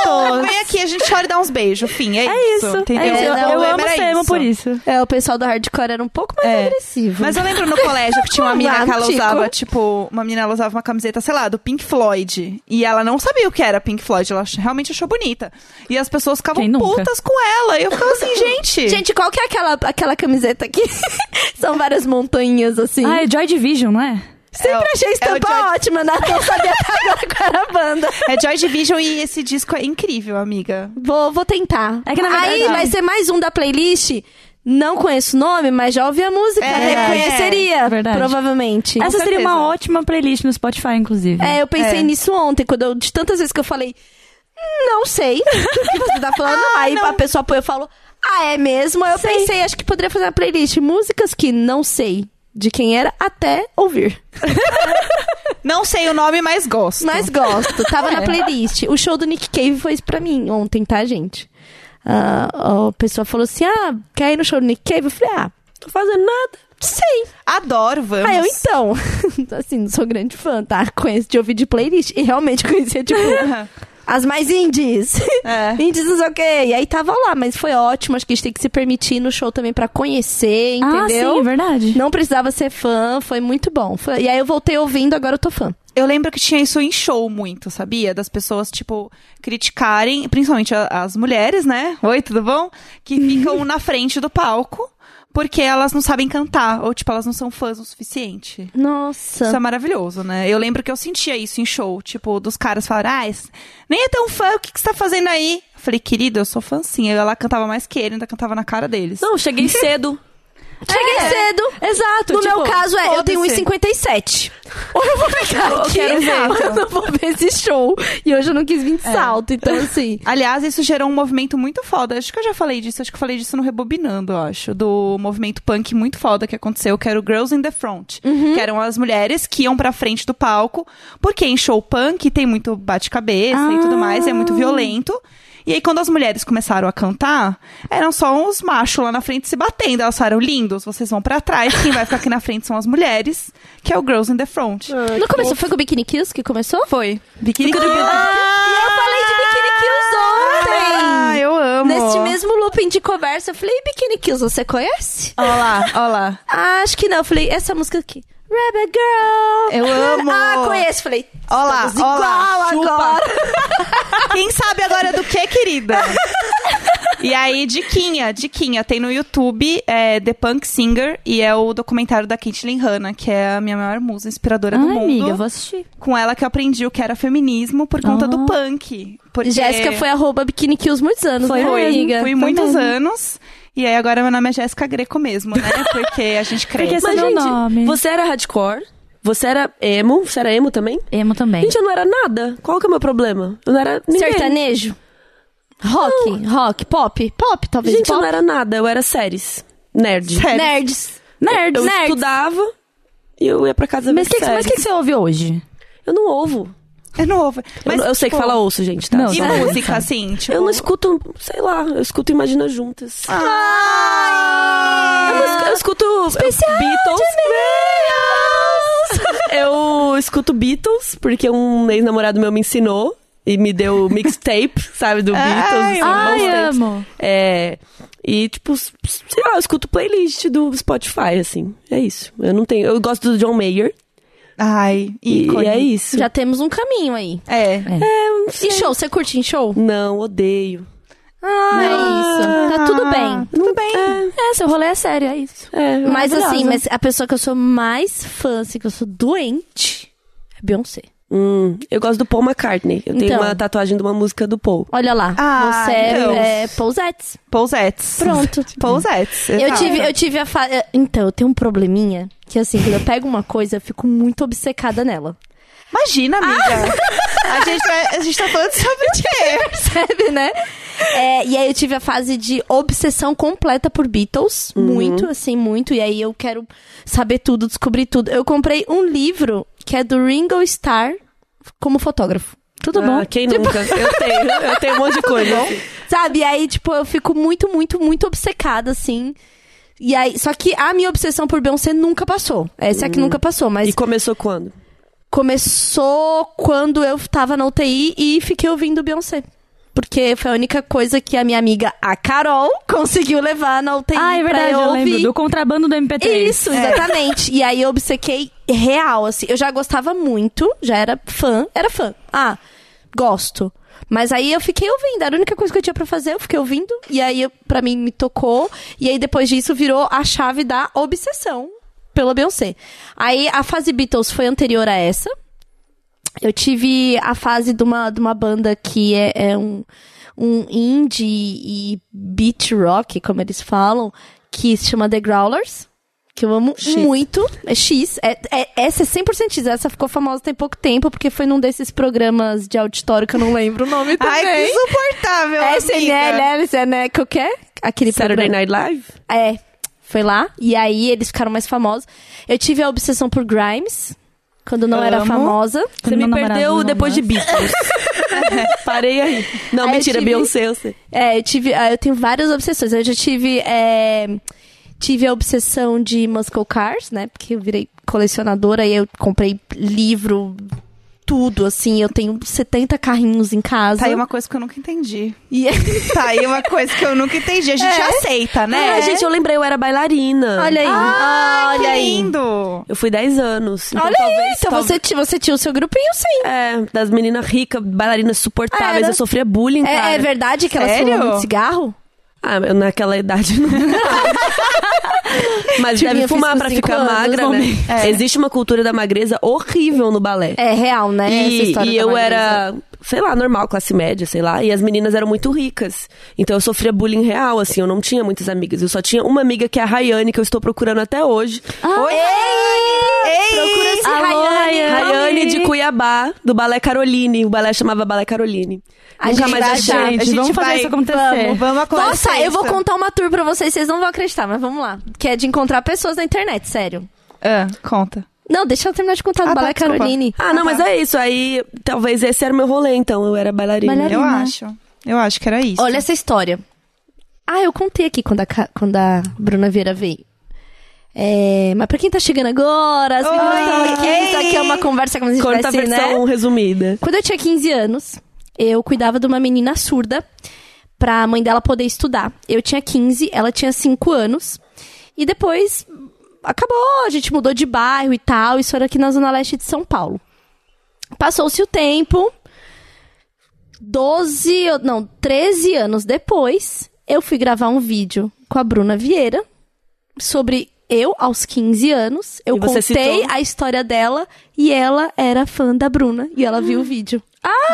S4: Oh,
S1: juntos.
S4: Vem aqui, a gente hardcore dá uns beijos, fim, é,
S3: É isso.
S4: entendeu?
S3: é isso. Eu,
S2: Não,
S3: eu
S2: é-
S3: amo
S4: era
S3: o Semo
S4: isso.
S3: por isso.
S2: É, o pessoal do hardcore era um pouco mais
S4: É.
S2: agressivo.
S4: Mas eu lembro no colégio que tinha uma menina que ela
S2: Tico.
S4: usava, tipo, uma menina ela usava uma camiseta, sei lá, do Pink Floyd. E ela não sabia o que era Pink Floyd, ela ach- realmente achou bonita. E as pessoas ficavam
S3: Quem nunca?
S4: putas com ela. E eu ficava assim, gente.
S2: Gente, qual que é aquela, aquela camiseta aqui? São várias montanhas, assim.
S3: Ah, é Joy Division, não é?
S2: Sempre
S4: é o-
S2: achei a
S4: é o
S2: estampa
S4: Joy-
S2: ótima, né? Não sabia até agora qual era a banda.
S4: É Joy Division e esse disco é incrível, amiga.
S2: Vou, vou tentar.
S3: É que, na verdade,
S2: Aí vai ser mais um da playlist. Não conheço o nome, mas já ouvi a música.
S4: É verdade.
S2: reconheceria,
S3: Verdade.
S2: provavelmente.
S3: Essa seria
S4: certeza.
S3: uma ótima playlist no Spotify, inclusive. Ah,
S2: É, eu pensei
S4: É.
S2: nisso ontem, quando eu, de tantas vezes que eu falei, "Hum, não sei o que você tá falando. aí a pessoa põe, eu falo, ah, é mesmo? Aí Eu pensei, acho que poderia fazer uma playlist. Músicas que não sei de quem era até ouvir.
S4: Não sei o nome, mas gosto.
S2: Mas gosto, tava na playlist. O show do Nick Cave foi isso pra mim ontem, tá, gente? Ah, a pessoa falou assim: ah, quer ir no show do Nick Cave? Eu falei, ah,
S1: Tô fazendo nada.
S2: sei.
S4: Adoro, vamos.
S2: Ah, eu então. assim, não sou grande fã, tá? Conheço de ouvir de playlist. E realmente conhecia, tipo, as mais indies.
S4: É.
S2: indies não sei o quê. E aí tava lá, mas foi ótimo. Acho que a gente tem que se permitir no show também pra conhecer,
S3: ah,
S2: entendeu?
S3: sim, verdade.
S2: Não precisava ser fã, foi muito bom. Foi- E aí eu voltei ouvindo, agora eu tô fã.
S4: Eu lembro que tinha isso em show muito, sabia? Das pessoas, tipo, criticarem, principalmente a- as mulheres, né? Oi, tudo bom? Que ficam na frente do palco porque elas não sabem cantar, ou, tipo, elas não são fãs o suficiente. Isso é
S2: Nossa.
S4: maravilhoso, né? Eu lembro que eu sentia isso em show, tipo, dos caras falaram, ah, esse- nem é tão fã, o que, que você tá fazendo aí? Eu falei, querido, eu sou fã sim. Ela cantava mais que ele, ainda cantava na cara deles.
S1: Não, cheguei cedo.
S2: Cheguei cedo.
S1: Exato.
S2: No
S1: tipo,
S2: meu caso é, eu tenho
S4: foda-se.
S2: 1,57. Ou eu vou ficar
S1: Eu
S2: aqui,
S1: quero ver,
S2: ou eu não vou ver esse show. E hoje eu não quis vir de salto, então assim...
S4: Aliás, isso gerou um movimento muito foda. Acho que eu já falei disso, acho que eu falei disso no Rebobinando, eu acho. Do movimento punk muito foda que aconteceu, que era o Girls in the Front.
S2: Uhum.
S4: Que eram as mulheres que iam pra frente do palco, porque em show punk tem muito bate-cabeça e tudo mais, e é
S2: Ah.
S4: muito violento. E aí, quando as mulheres começaram a cantar, eram só uns machos lá na frente se batendo. Elas falaram, lindos, vocês vão pra trás, quem vai ficar aqui na frente são as mulheres, que é o Girls in the Front.
S2: Não começou? Foi com o Bikini Kills que começou?
S4: Foi. Biquíni
S2: E eu falei de Bikini Kills ontem!
S4: Ah, eu amo.
S2: Neste mesmo looping de conversa, eu falei, e Bikini Kills, você conhece?
S4: Olha lá, olha lá.
S2: Ah, acho que não. Eu falei, essa música aqui. Rabbit Girl!
S4: Eu amo.
S2: Ah, conheço. Falei,
S4: Ó lá,
S2: estamos
S4: ó lá,
S2: igual
S4: chupa.
S2: agora.
S4: Quem sabe agora do que, querida? E aí, diquinha, diquinha. Tem no YouTube é, The Punk Singer e é o documentário da Caitlyn Hanna, que é a minha maior musa inspiradora do
S3: Ai,
S4: mundo.
S3: amiga, eu vou assistir.
S4: Com ela que eu aprendi o que era feminismo por conta
S3: Ah.
S4: do punk. Porque
S2: Jéssica foi arroba Bikini Kills muitos anos,
S3: Foi,
S2: né,
S3: foi.
S2: amiga?
S4: fui
S3: tá
S4: muitos
S3: vendo?
S4: anos. E aí agora meu nome é Jéssica Greco mesmo, né? Porque a gente
S3: Porque
S4: cresce.
S3: esse é meu nome.
S1: Você era hardcore? Você era emo? Você era emo também?
S3: Emo também.
S1: Gente, eu não era nada. Qual que é o meu problema? Eu não era ninguém.
S2: Sertanejo? Rock? Rock? Pop? Pop, talvez.
S1: Gente, eu
S2: pop.
S1: não era nada. Eu era séries. Nerd.
S4: Sério.
S2: Nerds.
S1: Eu
S3: Nerds, nerds.
S1: estudava e eu ia pra casa
S3: Mas o
S1: ver
S3: que, mas
S1: séries.
S3: que que você ouve hoje?
S1: Eu não ouvo.
S4: É novo.
S1: Eu
S4: Mas,
S1: não- eu, sei que
S4: tipo,
S1: fala ouço, gente, tá?
S3: Não,
S4: E
S3: Só
S4: música, assim, tipo...
S1: Eu não escuto, sei lá, eu escuto Imagina Juntas.
S4: Ai!
S1: Eu, não esc- eu escuto eu, Beatles. Eu escuto Beatles, porque um ex-namorado meu me ensinou e me deu mixtape, sabe, do
S4: Ai,
S1: Beatles. assim,
S3: ai,
S1: bons tapes.
S3: amo.
S1: É. E, tipo, s- sei lá, eu escuto playlist do Spotify, assim. É isso. Eu não tenho. Eu gosto do John Mayer.
S4: Ai,
S1: E,
S4: ícone.
S1: é isso.
S2: Já temos um caminho aí.
S4: É.
S2: E show? Você curte em show?
S1: Não, odeio.
S2: Ah, é isso. Tá tudo bem.
S4: Tudo bem.
S3: É, seu rolê é sério, é isso.
S1: É,
S2: Mas
S3: Maravilhosa.
S2: assim, mas a pessoa que eu sou mais fã, assim, que eu sou doente, é Beyoncé.
S1: Hum, eu gosto do Paul McCartney. Eu tenho
S2: Então.
S1: uma tatuagem de uma música do Paul.
S2: Olha lá.
S4: Ah,
S2: você é-
S4: então.
S2: é Pousettes.
S4: Pousettes.
S2: Pronto.
S4: Pousettes.
S1: É, tá.
S2: Eu
S4: exato.
S2: tive, eu tive a fa... eh, Então, eu tenho um probleminha que assim, quando eu pego uma coisa, eu fico muito obcecada nela.
S4: Imagina, amiga.
S2: Ah!
S4: A, gente tá, a gente tá falando sobre o quê?
S2: Percebe, né? É, e aí eu tive a fase de obsessão completa por Beatles.
S1: Uhum.
S2: Muito, assim, muito. E aí eu quero saber tudo, descobrir tudo. Eu comprei um livro que é do Ringo Starr como fotógrafo.
S3: Tudo bom.
S1: Ah, quem nunca? Eu tenho, eu tenho um monte de coisa.
S2: Sabe? E aí, tipo, eu fico muito, muito, muito obcecada, assim. E aí, só que a minha obsessão por Beyoncé nunca passou. Essa é a que nunca passou, mas
S1: Uhum. E começou quando?
S2: começou quando eu tava na UTI e fiquei ouvindo Beyoncé. porque foi a única coisa que a minha amiga, a Carol, conseguiu levar na UTI
S3: Ah, é verdade,
S2: pra eu,
S3: eu lembro.
S2: ouvir.
S3: Do É. contrabando do MP3.
S2: Isso, exatamente. E aí eu obsequei real, assim. Eu já gostava muito, já era fã, era fã. Ah, gosto. Mas aí eu fiquei ouvindo, era a única coisa que eu tinha pra fazer, eu fiquei ouvindo. E aí, eu- pra mim, me tocou. E aí, depois disso, virou a chave da obsessão pela Beyoncé. Aí, a fase Beatles foi anterior a essa. Eu tive a fase de uma, de uma banda que é, é um, um indie e beat rock, como eles falam, que se chama The Growlers. Que eu amo muito. É X. É, é- essa é 100% X. Essa ficou famosa tem pouco tempo, porque foi num desses programas de auditório que eu não lembro o nome
S4: Ai,
S2: também. É né,
S4: que insuportável,
S2: SNL,
S4: amiga.
S2: LSNL, é, né, qualquer. Aquele
S1: Saturday
S2: programa.
S1: Night Live?
S2: É, foi lá. E aí eles ficaram mais famosos. Eu tive a obsessão por Grimes, quando não era
S4: Amo.
S2: famosa.
S1: Você me perdeu depois de Beatles. Parei aí. Não,
S2: É. Aí eu
S1: mentira,
S2: tive-
S1: Beyoncé, eu sei.
S2: É, eu tive. ah, Eu tenho várias obsessões. Eu já tive. é, tive a obsessão de Muscle Cars, né? Porque eu virei colecionadora e eu comprei livro, tudo, assim. Eu tenho 70 carrinhos em casa.
S4: Tá aí uma coisa que eu nunca entendi.
S2: E-
S4: Tá aí uma coisa que eu nunca entendi. A
S2: É.
S4: gente aceita, né?
S1: Ah, gente, eu lembrei, eu era bailarina. Ah.
S2: Olha aí.
S4: Ai,
S2: olha
S4: Ah, que
S2: aí.
S4: lindo.
S1: Eu fui 10 anos. Então
S2: Olha aí.
S1: talvez,
S2: Então
S1: talvez-
S2: você, ti- você tinha o seu grupinho, sim.
S1: É, das meninas ricas, bailarinas suportáveis,
S2: Era.
S1: eu sofria bullying, cara.
S2: É, é verdade que elas
S4: Sério?
S2: fumam muito cigarro?
S1: Ah, eu naquela idade não. Mas
S2: Tipo, eu
S1: deve
S2: fiz
S1: fumar
S2: com
S1: pra
S2: cinco
S1: ficar
S2: anos, É.
S1: magra,
S2: ou
S1: né?
S2: menos.
S1: Existe uma cultura da magreza horrível no balé.
S2: É real, né? Essa
S1: E,
S2: história
S1: e
S2: da
S1: eu
S2: magreza.
S1: era, sei lá, normal, classe média, sei lá. E as meninas eram muito ricas. Então eu sofria bullying real, assim. Eu não tinha muitas amigas. Eu só tinha uma amiga que é a Rayane, que eu estou procurando até hoje.
S4: Oi. Ei!
S2: Procura esse
S3: Alô,
S2: Ah, é? Rayane.
S3: Rayane.
S1: Rayane de Cuiabá, do Balé Caroline. O balé chamava Balé Caroline.
S2: A
S1: Nunca
S2: gente
S1: mais
S2: vai
S1: achei.
S2: achar.
S3: Gente,
S4: A gente
S3: vamos fazer
S4: vai-
S3: isso acontecer.
S4: Vamos, vamos acontecer.
S2: É. Nossa, eu vou
S4: isso.
S2: contar uma tour pra vocês, vocês não vão acreditar, mas vamos lá. Que é de encontrar pessoas na internet, sério.
S4: Ah, conta.
S2: Não, deixa eu terminar de contar do
S4: Ah, tá,
S2: Balé
S4: desculpa.
S2: Caroline.
S1: Ah, não,
S2: tá.
S1: mas é isso. Aí, talvez esse era o meu rolê, então. Eu era bailarina.
S3: Bailarina.
S4: Eu acho. Eu acho que era isso.
S2: Olha essa história. Ah, eu contei aqui quando a, Ca- quando a Bruna Vieira veio. É, mas pra quem tá chegando agora, as
S4: Oi,
S2: meninas estão aqui,
S4: ei.
S2: isso aqui é uma conversa como a gente
S1: Conta a
S2: vai ser, né?
S1: versão resumida.
S2: Quando eu tinha 15 anos, eu cuidava de uma menina surda pra mãe dela poder estudar. Eu tinha 15, ela tinha 5 anos. E depois acabou, a gente mudou de bairro e tal. Isso era aqui na Zona Leste de São Paulo. Passou-se o tempo. 12, ou- não, 13 anos depois, eu fui gravar um vídeo com a Bruna Vieira sobre eu aos 15 anos. Eu
S1: E você
S2: contei
S1: citou?
S2: a história dela e ela era fã da Bruna e ela
S1: Ah.
S2: viu o vídeo.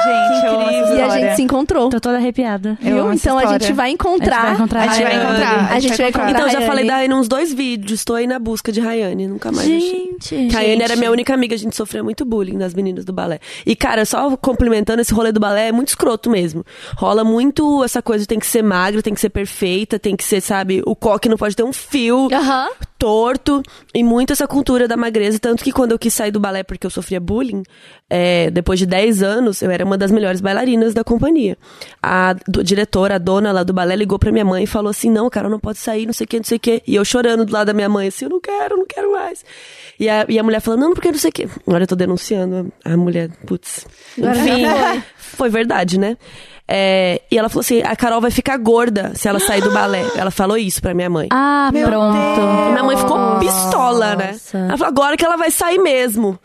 S4: gente, eu amo essa
S2: E a
S4: história.
S2: gente se encontrou.
S3: Tô toda arrepiada.
S4: Eu
S2: Viu?
S4: amo essa
S2: Então a
S4: história.
S2: gente vai
S3: A
S2: encontrar.
S3: gente vai encontrar
S4: A gente vai
S3: Rayane.
S4: encontrar.
S2: A gente vai encontrar.
S1: Então,
S2: Da
S1: já falei
S2: Rayane.
S1: da Rayane uns dois vídeos. Estou aí na busca de Rayane. Nunca mais achei.
S3: Gente.
S1: Que a Yane era minha única amiga, a gente sofreu muito bullying nas meninas do balé. E, cara, só complementando, esse rolê do balé é muito escroto mesmo. Rola muito essa coisa de tem que ser magra, tem que ser perfeita, tem que ser, sabe, o coque não pode ter um fio
S2: Aham.
S1: torto. E muito essa cultura da magreza. Tanto que quando eu quis sair do balé porque eu sofria bullying, é, depois de 10 anos, eu era uma das melhores bailarinas da companhia. A do- diretora, a dona lá do balé, ligou pra minha mãe e falou assim: não, cara, não pode sair, não sei o que, não sei o que. E eu chorando do lado da minha mãe, assim, eu não quero, eu não quero mais. E a, e a mulher falando, não, porque não sei o que. Olha, eu tô denunciando a a mulher, putz.
S2: Agora
S1: Enfim,
S2: já
S1: foi. verdade, né? É, e ela falou assim: a Carol vai ficar gorda se ela sair do balé. Ela falou isso pra minha mãe.
S3: Ah, pronto.
S1: E Minha mãe ficou pistola, né?
S3: Nossa.
S1: Ela falou, agora que ela vai sair mesmo.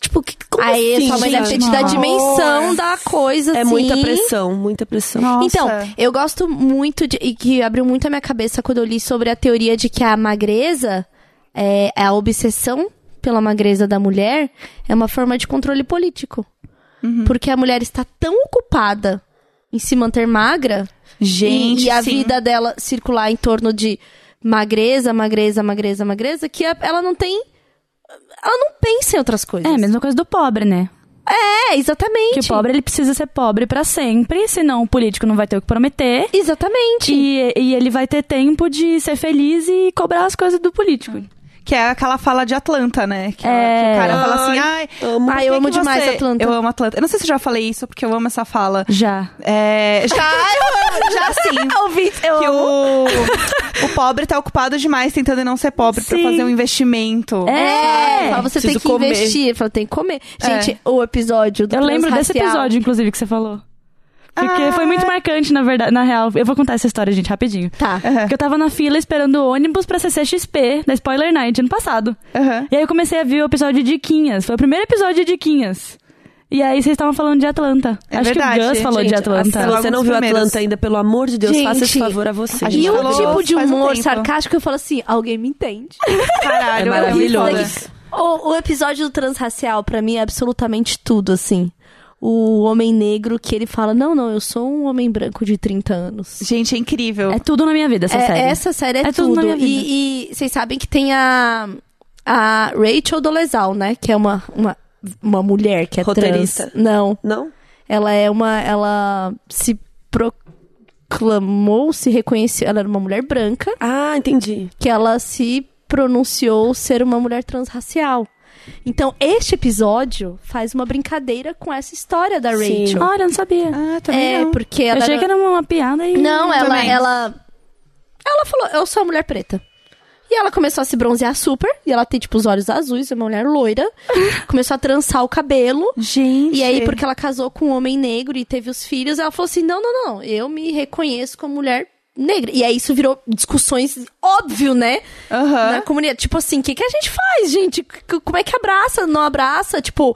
S1: Tipo, que, como
S2: Aí
S1: assim,
S2: sua mãe deve ter
S1: gente?
S2: te dado a dimensão
S4: Nossa.
S2: da coisa,
S1: É
S2: assim.
S1: muita pressão, muita pressão.
S4: Nossa.
S2: Então, eu gosto muito de. E que abriu muito a minha cabeça quando eu li sobre a teoria de que a magreza é é a obsessão pela magreza da mulher é uma forma de controle político.
S4: Uhum.
S2: Porque a mulher está tão ocupada em se manter magra
S4: Gente,
S2: e, e a
S4: sim.
S2: vida dela circular em torno de magreza, magreza, magreza, magreza, que a- ela não tem. Ela não pensa em outras coisas.
S3: É, mesma coisa do pobre, né?
S2: É,
S3: Que
S2: exatamente.
S3: o pobre, ele precisa ser pobre pra sempre, senão o político não vai ter o que prometer.
S2: Exatamente.
S3: E, e ele vai ter tempo de ser feliz e cobrar as coisas do político.
S4: Que é aquela fala de Atlanta, né? Que,
S3: É.
S4: que o cara fala assim, ai,
S1: amo.
S4: por
S2: Ai,
S4: que
S2: eu
S4: que
S2: amo demais
S4: você-
S2: Atlanta.
S4: Eu amo Atlanta. Eu não sei se eu já falei isso, porque eu amo essa fala.
S3: Já.
S4: É, já, já sim.
S2: Ouvinte, eu
S4: Que
S2: amo.
S4: o, o pobre tá ocupado demais tentando não ser pobre pra
S3: Sim.
S4: fazer um investimento.
S2: É, fala, você tem
S1: preciso
S2: que
S1: comer.
S2: investir. Fala, tem que comer.
S4: É.
S2: Gente, o episódio do
S3: Eu lembro desse
S2: transracial-
S3: episódio, inclusive, que você falou. Porque foi muito marcante, na verdade, na real. Eu vou contar essa história, gente, rapidinho.
S2: Tá.
S4: É
S3: Porque eu tava na fila esperando o ônibus pra CCXP, da Spoiler Night, ano passado.
S4: Aham.
S3: E aí eu comecei a ver o episódio de Diquinhas. Foi o primeiro episódio de Diquinhas. E aí vocês estavam falando de Atlanta.
S4: É
S3: Acho
S4: verdade,
S3: que o Gus falou
S1: Gente,
S3: de
S1: Se
S3: Atlanta.
S4: Atlanta-
S1: você não viu
S4: Primeiros.
S1: Atlanta ainda, pelo amor de Deus,
S2: Gente,
S1: faça esse favor a você.
S4: assim, a gente
S2: E um
S4: falou
S2: tipo de
S4: faz um
S2: humor
S4: tempo.
S2: sarcástico que eu falo assim, alguém me entende.
S1: É
S4: Caralho, é muito
S1: maravilhoso.
S4: foda.
S2: O, o episódio do transracial, pra mim, é absolutamente tudo, assim. O homem negro que ele fala, não, não, eu sou um homem branco de 30 anos.
S4: Gente, é incrível.
S3: É tudo na minha vida, essa
S2: É,
S3: série.
S2: Essa série é,
S3: É tudo
S2: tudo.
S3: na minha vida.
S2: E, e vocês sabem que tem a, a Rachel Dolezal, né? Que é uma, uma, uma mulher que é
S1: Roteirista.
S2: trans. Não,
S1: Não?
S2: ela é uma... Ela se proclamou, se reconheceu... Ela era uma mulher branca.
S1: Ah, entendi.
S2: que ela se pronunciou ser uma mulher transracial. Então, este episódio faz uma brincadeira com essa história da
S1: Sim.
S2: Rachel.
S3: Olha, eu não sabia.
S4: Ah, também
S2: É,
S4: não.
S2: porque
S3: eu
S2: ela.
S3: achei
S2: era-
S3: que era uma piada e.
S2: Não, ela,
S4: Também.
S2: ela. Ela falou, eu sou uma mulher preta. E ela começou a se bronzear super. E ela tem, tipo, os olhos azuis, é uma mulher loira. começou a trançar o cabelo.
S4: Gente.
S2: E aí, porque ela casou com um homem negro e teve os filhos, ela falou assim: não, não, não, eu me reconheço como mulher negra. E aí isso virou discussões, óbvio, né?
S4: Aham.
S2: Na comunidade. Tipo assim, o que, que a gente faz, gente? C- Como é que abraça, não abraça? Tipo.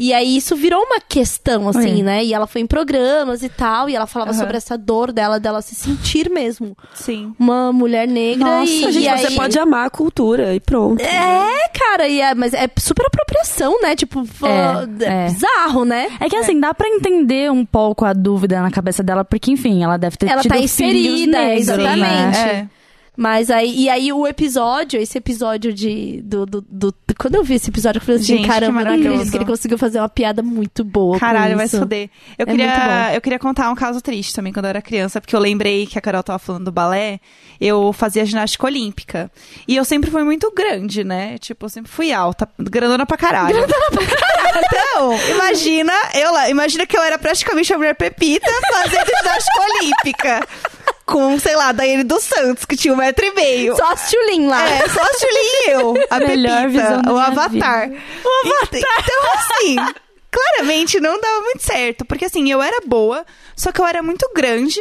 S2: E aí isso virou uma questão, assim,
S3: É.
S2: né? E ela foi em programas e tal, e ela falava
S4: Aham.
S2: sobre essa dor dela, dela se sentir mesmo
S4: Sim.
S2: uma mulher negra.
S1: Nossa,
S2: e,
S1: gente,
S2: e
S1: você
S2: aí-
S1: pode amar a cultura e pronto.
S2: É, cara, e é, mas é super apropriação, né? Tipo, fã-
S3: É, é.
S2: bizarro, né?
S3: É que assim, dá pra entender um pouco a dúvida na cabeça dela, porque enfim, ela deve ter
S2: Ela
S3: tido
S2: tá
S3: filhos
S2: inserida,
S3: negros, né?
S2: exatamente.
S4: É.
S2: Mas aí, e aí o episódio, esse episódio de. Do, do, do- quando eu vi esse episódio, eu falei assim,
S4: Gente, que
S2: caramba, eu não acredito
S4: maravilhoso.
S2: que ele conseguiu fazer uma piada muito boa. com
S4: Caralho, vai
S2: isso.
S4: se fuder. Eu,
S2: É muito
S4: queria,
S2: bom.
S4: eu queria contar um caso triste também, quando eu era criança, porque eu lembrei que a Carol tava falando do balé. Eu fazia ginástica olímpica. E eu sempre fui muito grande, né? Tipo, eu sempre fui alta, grandona pra caralho. Grandona pra caralho. Então, imagina, eu lá, imagina que eu era praticamente a mulher Pepita fazendo ginástica olímpica. Com, sei lá, Daiane dos Santos, que tinha um metro e meio.
S2: Só a Tchulin lá.
S4: É, só a Julie e eu. A
S3: Melhor
S4: Pepita,
S3: visão da
S4: o
S3: minha
S4: Avatar. O Avatar. Então, assim, claramente não dava muito certo. Porque, assim, eu era boa, só que eu era muito grande.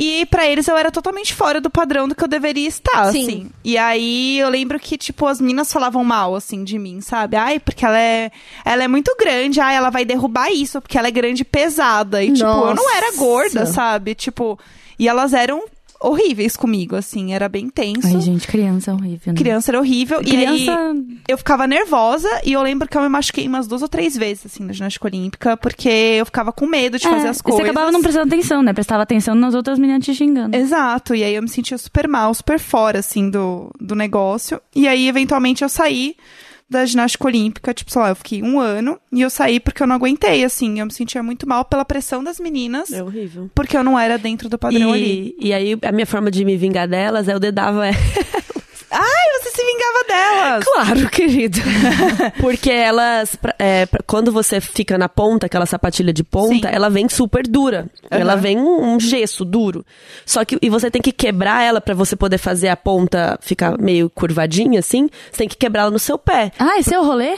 S4: E pra eles eu era totalmente fora do padrão do que eu deveria estar,
S2: Sim.
S4: assim. E aí eu lembro que, tipo, as meninas falavam mal, assim, de mim, sabe? Ai, porque ela é, ela é muito grande, ai, ela vai derrubar isso, porque ela é grande e pesada. E, tipo, eu não era
S2: Nossa.
S4: gorda, sabe? Tipo, e elas eram horríveis comigo, assim, era bem tenso.
S3: Ai, gente, criança é horrível. Né?
S4: Criança era horrível. E aí,
S3: Criança.
S4: eu ficava nervosa e eu lembro que eu me machuquei umas duas ou três vezes, assim, na ginástica olímpica, porque eu ficava com medo de
S3: É,
S4: fazer as coisas. É.
S3: Você acabava não prestando atenção, né? Prestava atenção nas outras meninas te xingando.
S4: Exato, e aí eu me sentia super mal, super fora, assim, do, do negócio. E aí, eventualmente, eu saí da ginástica olímpica, tipo, sei lá, eu fiquei um ano, e eu saí porque eu não aguentei, assim, eu me sentia muito mal pela pressão das meninas,
S1: É horrível.
S4: porque eu não era dentro do padrão ali.
S1: E, e aí, a minha forma de me vingar delas é eu dedava ela.
S4: Ai, você se vingava delas!
S1: Claro, querido. Porque elas, pra- é, pra- quando você fica na ponta, aquela sapatilha de ponta,
S4: Sim.
S1: ela vem super dura.
S4: Aham.
S1: Ela vem um, um gesso duro. Só que e você tem que quebrar ela pra você poder fazer a ponta ficar meio curvadinha assim. Você tem que quebrar ela no seu pé
S3: Ah, esse é o rolê?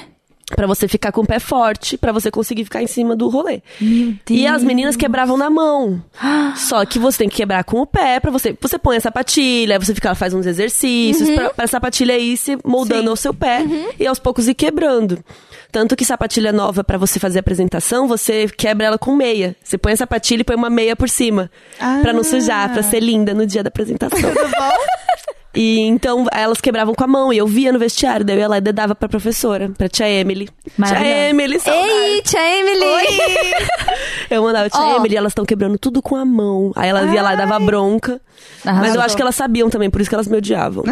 S1: Pra você ficar com o pé forte, pra você conseguir ficar em cima do rolê. E as meninas quebravam na mão. Só que você tem que quebrar com o pé pra você, você põe a sapatilha, aí você fica faz uns exercícios pra para sapatilha ir se moldando ao seu pé e aos poucos ir quebrando. Tanto que sapatilha nova pra você fazer a apresentação, você quebra ela com meia. Você põe a sapatilha e põe uma meia por cima, Pra não sujar, pra ser linda no dia da apresentação.
S4: Tudo bom?
S1: e então elas quebravam com a mão e eu via no vestiário, daí eu ia lá e dedava pra professora, pra tia Emily. Tia
S3: Maravilhosa.
S1: Emily,
S4: É,
S1: saudade.
S2: Ei, tia Emily!
S1: Eu mandava, tia
S2: Ó.
S1: Emily, elas estão quebrando tudo com a mão. Aí ela ia lá e dava bronca.
S3: Arrasou.
S1: Mas eu acho que elas sabiam também, por isso que elas me odiavam.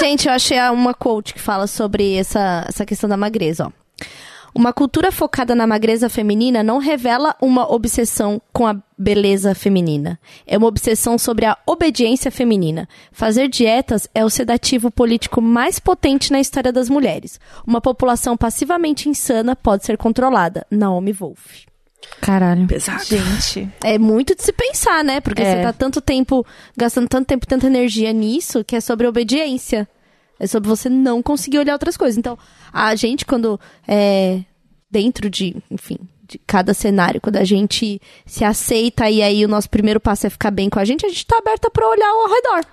S2: Gente, eu achei uma quote que fala sobre essa, essa questão da magreza, ó. Uma cultura focada na magreza feminina não revela uma obsessão com a beleza feminina. É uma obsessão sobre a obediência feminina. Fazer dietas é o sedativo político mais potente na história das mulheres. Uma população passivamente insana pode ser controlada. Naomi Wolf.
S3: Caralho.
S1: Pesado.
S4: Gente,
S2: É muito de se pensar, né? Porque
S3: É.
S2: você tá tanto tempo, gastando tanto tempo, tanta energia nisso, que é sobre obediência. É sobre você não conseguir olhar outras coisas. Então, a gente, quando é dentro de, enfim, de cada cenário. Quando a gente se aceita e aí o nosso primeiro passo é ficar bem com a gente, a gente tá aberta pra olhar ao redor.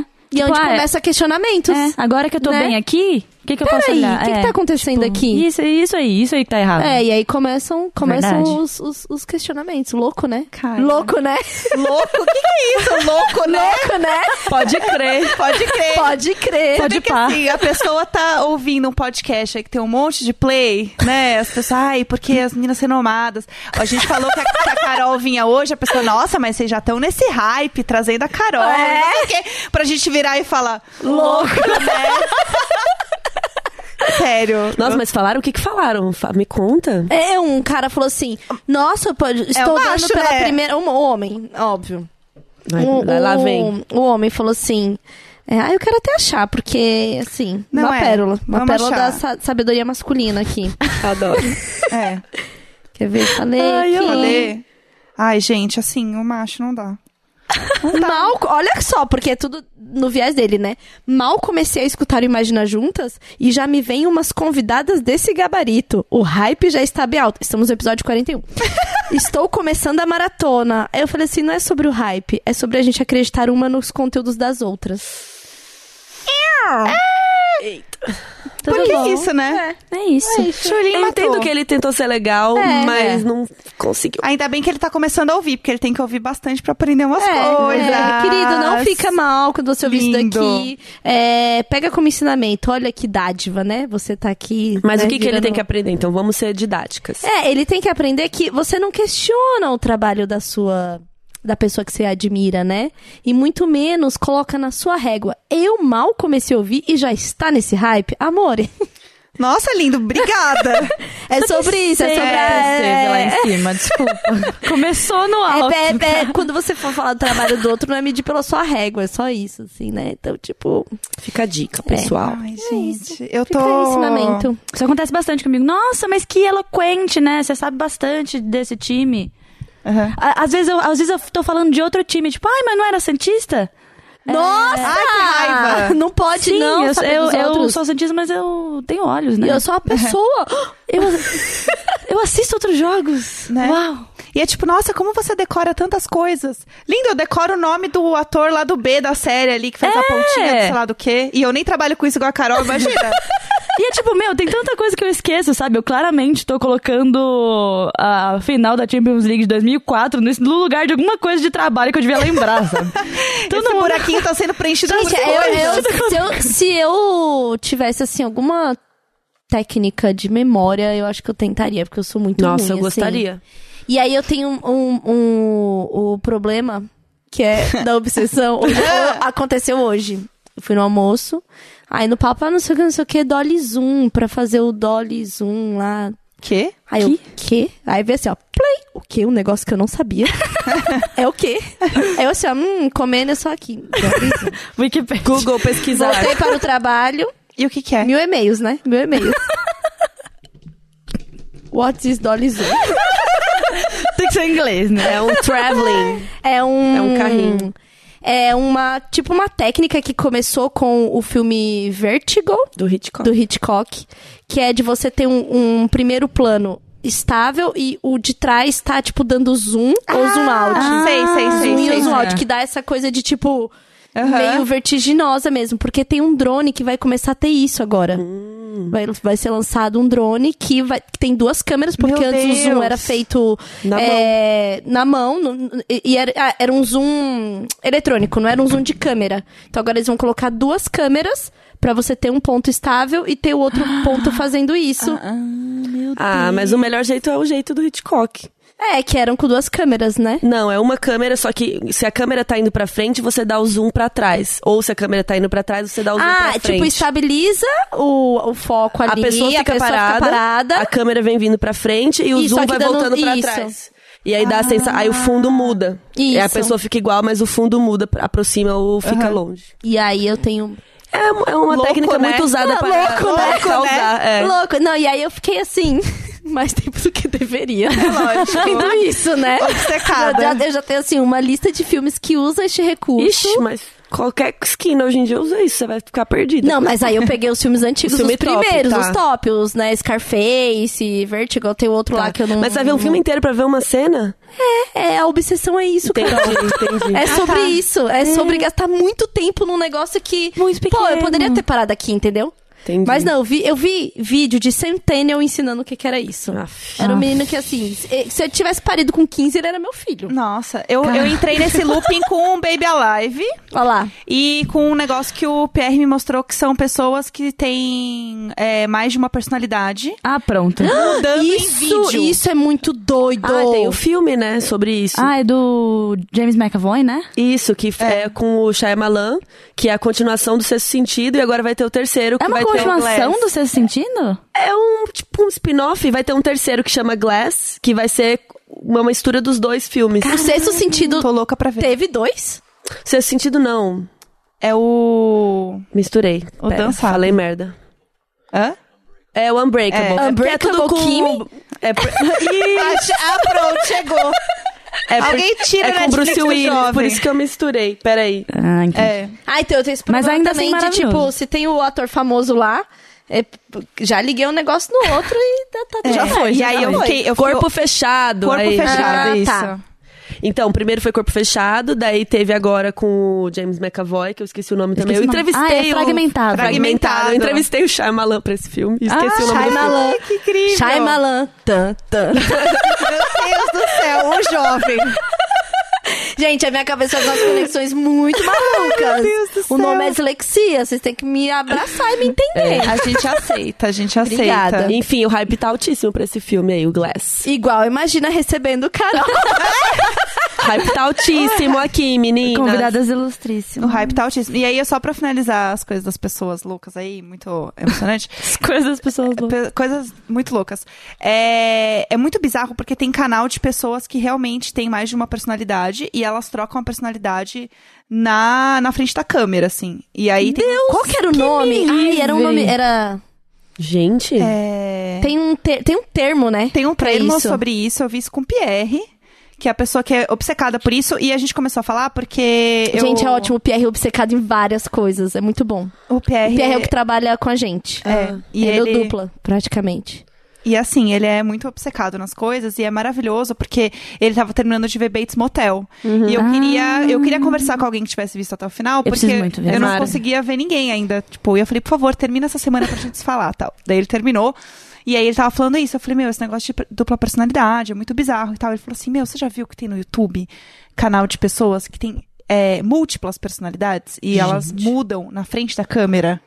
S3: É.
S2: E é onde
S3: ah, é-
S2: começa questionamentos.
S3: é, agora que eu tô
S2: né?
S3: bem aqui, o que, que eu posso
S2: Peraí,
S3: olhar?
S2: o que, que
S3: É,
S2: tá acontecendo
S3: tipo,
S2: aqui?
S3: Isso, isso aí, isso aí tá errado.
S2: É, e aí começam,
S3: Verdade.
S2: começam os, os, os questionamentos. Louco, né?
S4: Cara.
S2: Louco, né?
S4: Louco? O que, que é isso? Louco, né?
S2: Louco, né?
S1: Pode crer.
S4: É, Pode crer.
S2: Pode crer.
S4: Você vê
S3: Pode
S4: que,
S3: pá.
S4: assim, a pessoa tá ouvindo um podcast aí que tem um monte de play, né? As pessoas, ai, porque as meninas renomadas. A gente falou que a, que a Carol vinha hoje, a pessoa, nossa, mas vocês já estão nesse hype, trazendo a Carol.
S2: É.
S4: Não sei o quê, pra gente virar e falar, louco, né? Sério.
S1: Nossa, mas falaram o que que falaram? Fa- Me conta.
S2: É, um cara falou assim: Nossa, pô, estou
S4: um
S2: dando
S4: macho,
S2: pela
S4: né?
S2: primeira. Um homem, óbvio.
S1: Vai,
S2: Um-
S1: lá- lá vem.
S2: O, o homem falou assim. É, ah, eu quero até achar, porque, assim,
S4: Não
S2: uma
S4: é.
S2: pérola. Uma
S4: Vamos
S2: pérola
S4: achar.
S2: da sa- sabedoria masculina aqui.
S1: Adoro.
S4: É.
S2: Quer ver? Falei.
S3: Ai, eu
S2: que-
S4: Falei. Ai, gente, assim, o macho não dá.
S2: Mal, olha só, porque é tudo no viés dele, né? Mal comecei a escutar o Imagina Juntas e já me vem umas convidadas desse gabarito. O hype já está bem alto. Estamos no episódio 41. Estou começando a maratona. Aí eu falei assim, não é sobre o hype, é sobre a gente acreditar uma nos conteúdos das outras.
S3: Tudo
S4: Porque
S3: bom.
S4: é isso, né?
S3: É isso.
S4: Julinho
S1: Eu
S4: matou.
S1: entendo que ele tentou ser legal,
S2: É.
S1: mas não conseguiu.
S4: Ainda bem que ele tá começando a ouvir, porque ele tem que ouvir bastante pra aprender umas coisas.
S2: é, querido, não fica mal quando você ouvir isso
S4: Lindo.
S2: daqui. É, pega como ensinamento. Olha que dádiva, né? Você tá aqui.
S1: Mas
S2: né,
S1: o que, que ele
S2: virando-
S1: tem que aprender? Então vamos ser didáticas.
S2: É, ele tem que aprender que você não questiona o trabalho da sua da pessoa que você admira, né? E muito menos coloca na sua régua. Eu mal comecei a ouvir e já está nesse hype. Amor,
S4: Nossa, lindo, obrigada.
S2: é sobre isso, é sobre
S3: Esteve lá
S2: é,
S3: em cima, desculpa. Começou no alto.
S2: é, é, é, quando você for falar do trabalho do outro, não é medir pela sua régua, é só isso, assim, né? Então, tipo,
S1: Fica a dica, pessoal.
S4: Ai, gente, eu
S2: fica
S4: tô.
S2: aí o é ensinamento.
S3: Isso acontece bastante comigo. Nossa, mas que eloquente, né? Você sabe bastante desse time.
S4: Aham.
S3: À- Às vezes, eu, às vezes eu tô falando de outro time, tipo, ai, mas não era Santista? É.
S2: Nossa! Ah,
S4: Ai, que raiva.
S2: Não pode,
S3: Sim,
S2: não.
S3: eu,
S2: saber
S3: eu,
S2: dos
S3: eu
S2: outros.
S3: sou Santista, mas eu tenho olhos, né? Uhum.
S2: E eu sou uma pessoa.
S3: Eu, eu assisto outros jogos.
S4: Né?
S3: Uau!
S4: E é tipo, nossa, como você decora tantas coisas. Lindo, eu decoro o nome do ator lá do B da série ali, que faz a
S3: É.
S4: pontinha do sei lá do quê. E eu nem trabalho com isso igual a Carol, imagina.
S3: E é tipo, meu, tem tanta coisa que eu esqueço, sabe? Eu claramente tô colocando a final da Champions League de 2004 nesse- no lugar de alguma coisa de trabalho que eu devia lembrar, sabe? Todo
S4: Esse
S3: mundo-
S4: buraquinho tá sendo preenchido
S2: Gente,
S4: por
S3: é
S2: eu-
S4: coisas.
S2: eu- se, eu, se eu tivesse, assim, alguma técnica de memória, eu acho que eu tentaria, porque eu sou muito
S1: Nossa,
S2: ruim,
S1: eu gostaria.
S2: assim. E aí eu tenho um, um, um- o problema, que é da obsessão, Hoje- o- aconteceu hoje. Eu fui no almoço, aí no papo, ah, não sei o que, não sei o que, dolly zoom, pra fazer o dolly zoom lá,
S4: Quê?
S2: Aí eu, quê? Aí veio assim, ó, play. O quê? Um negócio que eu não sabia. é o quê? Aí eu assim, ó, hum, comendo é só aqui.
S3: Wikipedia.
S1: Google pesquisar.
S2: Voltei para o trabalho.
S4: E o que que é?
S2: Mil e-mails, né? Mil e-mails. What is Dolly Zoom?
S3: Tem que ser em inglês, né?
S1: É um traveling.
S2: É um...
S1: É um carrinho.
S2: É uma, tipo, uma técnica que começou com o filme Vertigo.
S1: Do Hitchcock.
S2: do Hitchcock, que é de você ter um, um primeiro plano estável e o de trás tá, tipo, dando zoom ou zoom out.
S4: Ah,
S2: Ah,
S4: sei, sei, sei,
S2: Zoom
S4: sei,
S2: e o zoom
S3: sei.
S2: out, que dá essa coisa de, tipo,
S4: Aham.
S2: meio vertiginosa mesmo. Porque tem um drone que vai começar a ter isso agora. Vai, vai ser lançado um drone que, vai, que tem duas câmeras, porque
S4: Meu
S2: antes
S4: Deus.
S2: o zoom era feito
S1: Na
S2: é, na mão, no- e, e era, ah, era um zoom eletrônico, não era um zoom de câmera. Então agora eles vão colocar duas câmeras pra você ter um ponto estável e ter o outro ponto fazendo isso.
S1: Ah, mas o melhor jeito é o jeito do Hitchcock.
S2: É, que eram com duas câmeras, né?
S1: Não, é uma câmera, só que se a câmera tá indo pra frente, você dá o zoom pra trás. Ou se a câmera tá indo pra trás, você dá o zoom pra
S2: Ah,
S1: frente.
S2: tipo, estabiliza o, o foco ali.
S1: a pessoa, fica, parada,
S2: parada.
S1: a câmera vem vindo pra frente e o
S2: Isso,
S1: zoom
S2: aqui
S1: vai
S2: dando-
S1: voltando pra
S2: isso. Ah.
S1: trás. E aí dá a sensação, aí o fundo muda. E a
S2: Isso.
S1: pessoa fica igual, mas o fundo muda, aproxima ou fica longe.
S2: E aí eu tenho
S1: É, um- é uma
S4: Louco,
S1: técnica
S4: né?
S1: muito usada
S2: É,
S1: para
S2: louco, né?
S1: causar, é.
S2: Louco. Não, e aí eu fiquei assim. mais tempo do que deveria.
S4: É lógico.
S2: Tudo isso, né? Eu já,
S4: Obcecada.
S2: eu já tenho, assim, uma lista de filmes que usa este recurso.
S1: Ixi, mas qualquer skin hoje em dia usa isso, você vai ficar perdida.
S2: Não, mas aí eu peguei os filmes antigos,
S1: O filme
S2: os
S1: top,
S2: primeiros,
S1: tá.
S2: os top, os, né, Scarface, Vertigo, tem outro lá que eu não...
S1: Mas você vai ver um filme inteiro pra ver uma cena?
S2: É, a obsessão é isso, cara.
S1: entendi. Ah, tá. Hum.
S2: É sobre isso, é sobre gastar muito tempo num negócio que...
S3: Muito
S2: Pô, eu
S3: pequeno.
S2: poderia ter parado aqui, entendeu?
S1: entendi.
S2: Mas não, eu vi, eu vi vídeo de Centennial ensinando o que, que era isso.
S1: Aff.
S2: Era um menino que, assim, se se eu tivesse parido com 15, ele era meu filho.
S4: Nossa, eu, eu entrei nesse looping com o Baby Alive
S2: Olha lá.
S4: e com um negócio que o PR me mostrou que são pessoas que têm é, mais de uma personalidade.
S3: Ah, pronto.
S4: Mudando em
S2: Isso,
S4: vídeo.
S2: isso é muito doido.
S1: Ah, tem o filme, né, sobre isso.
S3: Ah, é do James McAvoy, né?
S1: Isso, que f- é. com o Shyamalan, que é a continuação do Sexto Sentido, e agora vai ter o terceiro, que
S3: É uma
S1: vai ter o
S3: continuação
S1: Glass.
S3: do seu sentido?
S1: É um, tipo, um spin-off, vai ter um terceiro que chama Glass, que vai ser uma mistura dos dois filmes.
S2: o sexto sentido
S4: Tô louca pra ver.
S2: teve dois?
S1: Sexto Sentido, não.
S4: É o.
S1: Misturei.
S4: O
S1: Pera,
S4: dançado.
S1: Falei merda.
S4: Hã?
S1: É o Unbreakable.
S4: É.
S1: É. porque é tudo
S2: Unbreakable
S1: com-
S2: Kimmy?
S1: É, por-
S4: Ah, pronto, chegou.
S1: é por-
S4: Alguém tira
S1: é com
S4: Netflix
S1: Bruce
S4: do
S1: Willis,
S4: jovem.
S1: por isso que eu misturei. Peraí.
S3: Ah, entendi.
S4: É.
S2: Ah, então eu tenho esse problema
S3: Mas ainda assim,
S2: também de, tipo,
S3: maravilhoso.
S2: se tem o ator famoso lá, é, p- já liguei um negócio no outro e tá, tá-
S4: É.
S2: já foi.
S4: E
S2: já
S4: aí eu
S2: foi.
S4: fiquei. Eu
S1: corpo
S4: fico-
S1: fechado.
S4: corpo
S1: aí.
S4: fechado,
S2: Ah,
S4: isso.
S2: tá.
S1: Então, primeiro foi corpo fechado, daí teve agora com o James McAvoy, que eu esqueci o nome também.
S3: Esqueci
S1: eu
S3: o nome.
S1: entrevistei
S3: Ah, é
S1: o...
S3: fragmentado.
S1: Fragmentado. Eu entrevistei o Shyamalan pra esse filme. e Esqueci
S3: Ah,
S1: o nome dele.
S2: Shyamalan.
S4: Que incrível.
S2: Shyamalan. Tan, tan.
S4: Meu Deus do céu, o jovem.
S2: Gente, a minha cabeça faz umas conexões muito malucas.
S4: Deus do
S2: o nome
S4: céu.
S2: é dislexia, vocês têm que me abraçar e me entender.
S4: É, A gente aceita, a gente aceita.
S2: Obrigada.
S1: Enfim, o hype tá altíssimo pra esse filme aí, o Glass.
S2: Igual, imagina recebendo o Carol.
S1: hype tá altíssimo aqui, meninas.
S3: Convidadas
S4: O
S3: ilustríssimas.
S4: hype tá altíssimo. E aí, só pra finalizar as coisas das pessoas loucas aí, muito emocionante.
S3: As coisas das pessoas loucas.
S4: Pe- coisas muito loucas. É, é muito bizarro porque tem canal de pessoas que realmente têm mais de uma personalidade e elas trocam a personalidade na, na frente da câmera, assim. E aí tem.
S2: Qual que era o nome?
S3: me
S2: Ai, era um
S3: livre.
S2: nome. Era.
S1: Gente,
S4: É,
S2: Tem um, ter- tem um termo, né?
S4: Tem um
S2: pra
S4: termo
S2: isso.
S4: sobre isso, eu vi isso com o Pierre, que é a pessoa que é obcecada por isso, e a gente começou a falar porque. eu-
S2: Gente, é ótimo. O Pierre é obcecado em várias coisas. É muito bom.
S4: O Pierre.
S2: O Pierre é o que trabalha com a gente.
S4: é, e
S2: ele,
S4: ele,
S2: é dupla, praticamente.
S4: E assim, ele é muito obcecado nas coisas e é maravilhoso porque ele tava terminando de ver Bates Motel. E eu queria, eu queria conversar com alguém que tivesse visto até o final, porque
S3: Uhum. Ah. preciso muito ver,
S4: eu não
S3: Mara.
S4: conseguia ver ninguém ainda. Tipo, e eu falei, por favor, termina essa semana pra gente se falar, tal. Daí ele terminou. E aí ele tava falando isso, eu falei, meu, esse negócio de per- dupla personalidade é muito bizarro e tal. Ele falou assim, meu, você já viu que tem no YouTube canal de pessoas que tem é, múltiplas personalidades e elas mudam na frente da câmera?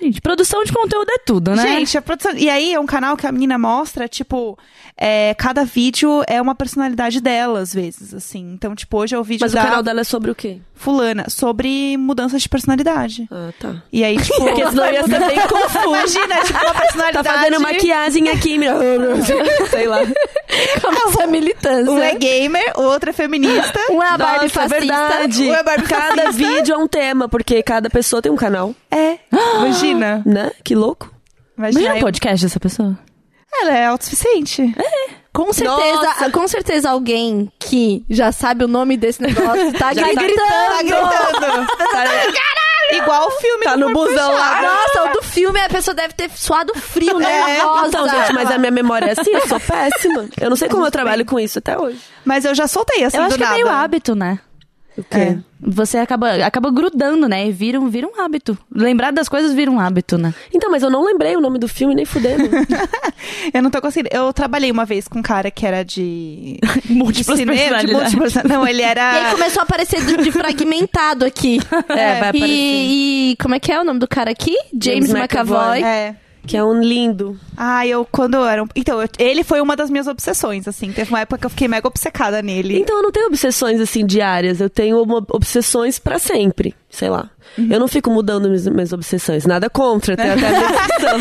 S3: Gente, produção de conteúdo é tudo, né?
S4: Gente, a produção. E aí é um canal que a menina mostra, tipo, é, cada vídeo é uma personalidade dela, às vezes, assim. Então, tipo, hoje é o vídeo
S1: mas
S4: da
S1: o canal dela é sobre o quê?
S4: fulana sobre mudança de personalidade.
S1: Ah, tá.
S4: E aí, tipo.
S1: Porque senão eu ia ser bem confuso.
S4: Imagina, tipo, uma
S1: Tá
S4: personalidade.
S1: fazendo maquiagem aqui, minha... Sei lá.
S2: Como essa militância.
S4: Um é gamer, o outro é feminista.
S2: Um é a Barbie
S1: Nossa, é
S2: fascista.
S1: verdade.
S4: Ou é Barbie
S1: Cada vídeo é um tema, porque cada pessoa tem um canal,
S4: É. Imagina.
S1: né? Que louco.
S4: Imagina.
S3: Imagina um podcast dessa pessoa.
S4: Ela é autossuficiente.
S2: Com certeza,
S1: Nossa.
S2: com certeza alguém que já sabe o nome desse negócio tá
S1: Já tá
S2: gritando.
S4: Tá gritando. Igual o filme
S1: Tá
S4: do
S1: no
S4: Corpo
S1: busão lá.
S2: Nossa, o do filme a pessoa deve ter suado frio, né? Nossa.
S1: Então, gente, mas a minha memória é assim, eu sou péssima. Eu não sei como eu trabalho com isso até hoje.
S4: Mas eu já soltei assim
S3: Eu
S4: do
S3: acho que é
S4: nada.
S3: meio hábito, né?
S1: O
S4: É.
S3: Você acaba, acaba grudando, né? E vira um, vira um hábito. Lembrar das coisas vira um hábito, né?
S1: Então, mas eu não lembrei o nome do filme, nem fudendo. né?
S4: Eu não tô conseguindo. Eu trabalhei uma vez com um cara que era de. de
S3: Múltiplas
S4: cinema, de
S3: personalidades.
S4: múltiplas. Não, ele
S2: E aí
S4: era.
S2: começou a aparecer do- de fragmentado aqui.
S1: É, vai aparecer.
S2: E, e como é que é o nome do cara aqui? James,
S1: James
S2: McAvoy.
S1: McAvoy.
S4: É.
S1: Que é um lindo.
S4: Ah, eu quando eu era. um- Então, eu- ele foi uma das minhas obsessões, assim. Teve uma época que eu fiquei mega obcecada nele.
S1: Então eu não tenho obsessões assim diárias, eu tenho uma- obsessões pra sempre, sei lá. Eu não fico mudando minhas, minhas obsessões, nada contra, tem até a minha obsessão.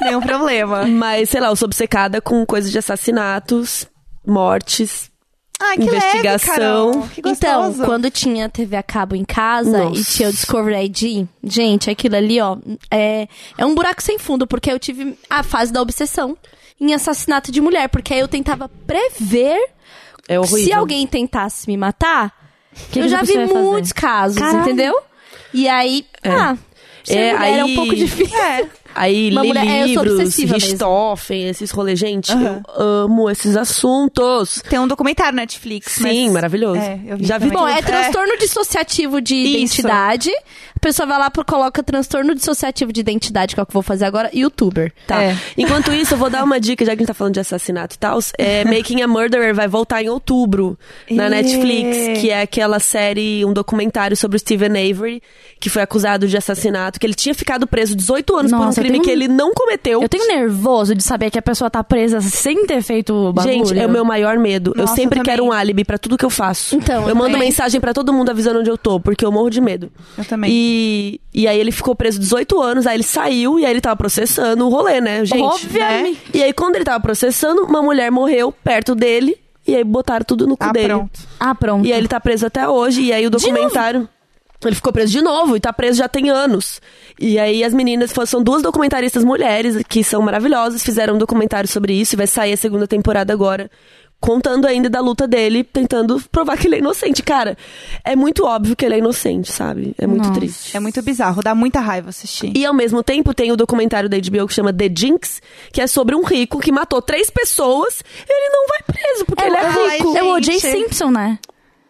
S4: Nenhum problema.
S1: Mas sei lá, eu sou obcecada com coisas de assassinatos, mortes,
S4: Ai, Ah, que
S1: Investigação.
S4: Leve, Carol. que
S2: Então,
S4: gostoso.
S2: quando tinha TV a cabo em casa
S1: Nossa.
S2: e tinha o Discovery ID, gente, aquilo ali, ó, é, é um buraco sem fundo, porque eu tive a fase da obsessão em assassinato de mulher, porque aí eu tentava prever
S1: É horrível.
S2: se alguém tentasse me matar.
S3: que
S2: eu
S3: que
S2: já
S3: a
S2: vi
S3: pessoa ia fazer?
S2: muitos casos,
S3: Caralho.
S2: entendeu? E aí, ah, ser
S1: É,
S2: mulher é um
S1: aí-
S2: pouco difícil.
S1: Aí
S2: Uma
S1: lê
S2: mulher- é, eu sou
S1: livros,
S2: obsessiva mesmo.
S1: Richthofen, esses rolês. Gente,
S4: Aham.
S1: eu amo esses assuntos.
S4: Tem um documentário na Netflix.
S1: Sim,
S4: mas...
S1: maravilhoso.
S4: É, eu vi
S1: Já vi
S4: também.
S2: Bom, é
S4: É.
S2: transtorno dissociativo de
S4: Isso.
S2: identidade. A pessoa vai lá, pro- coloca transtorno dissociativo de identidade, que é o que eu vou fazer agora, youtuber.
S1: Tá.
S4: É.
S1: Enquanto isso, eu vou dar uma dica, já que a gente tá falando de assassinato e tal. É Making a Murderer vai voltar em outubro na
S4: Ê.
S1: Netflix, que é aquela série, um documentário sobre o Steven Avery, que foi acusado de assassinato, que ele tinha ficado preso 18 anos por um
S3: Nossa, eu
S1: crime
S3: tenho
S1: que
S3: um-
S1: ele não cometeu.
S3: Eu tenho nervoso de saber que a pessoa tá presa sem ter feito o bagulho.
S1: Gente, é o meu maior medo. eu
S4: Nossa,
S1: sempre
S4: eu também.
S1: quero um álibi pra tudo que eu faço.
S2: Então, eu
S1: eu mando
S2: também.
S1: mensagem pra todo mundo avisando onde eu tô, porque eu morro de medo.
S4: Eu também.
S1: E, e aí ele ficou preso 18 anos, aí ele saiu e aí ele tava processando o rolê, né, gente?
S3: Obviamente.
S1: Né? E aí quando ele tava processando, uma mulher morreu perto dele e aí botaram tudo no cu
S4: Ah,
S1: dele.
S4: pronto.
S3: Ah, pronto.
S1: E aí ele tá preso até hoje. E aí o documentário. Ele ficou preso de novo e tá preso já tem anos. E aí as meninas fo- são duas documentaristas mulheres que são maravilhosas, fizeram um documentário sobre isso e vai sair a segunda temporada agora. Contando ainda da luta dele, tentando provar que ele é inocente. Cara, é muito óbvio que ele é inocente, sabe? É muito
S3: Nossa.
S1: triste.
S4: É muito bizarro, dá muita raiva assistir.
S1: E ao mesmo tempo tem o documentário da HBO que chama The Jinx, que é sobre um rico que matou três pessoas e ele não vai preso, porque ele é
S4: ai,
S1: rico.
S3: É o é O.J.
S4: gente.
S3: Simpson, né?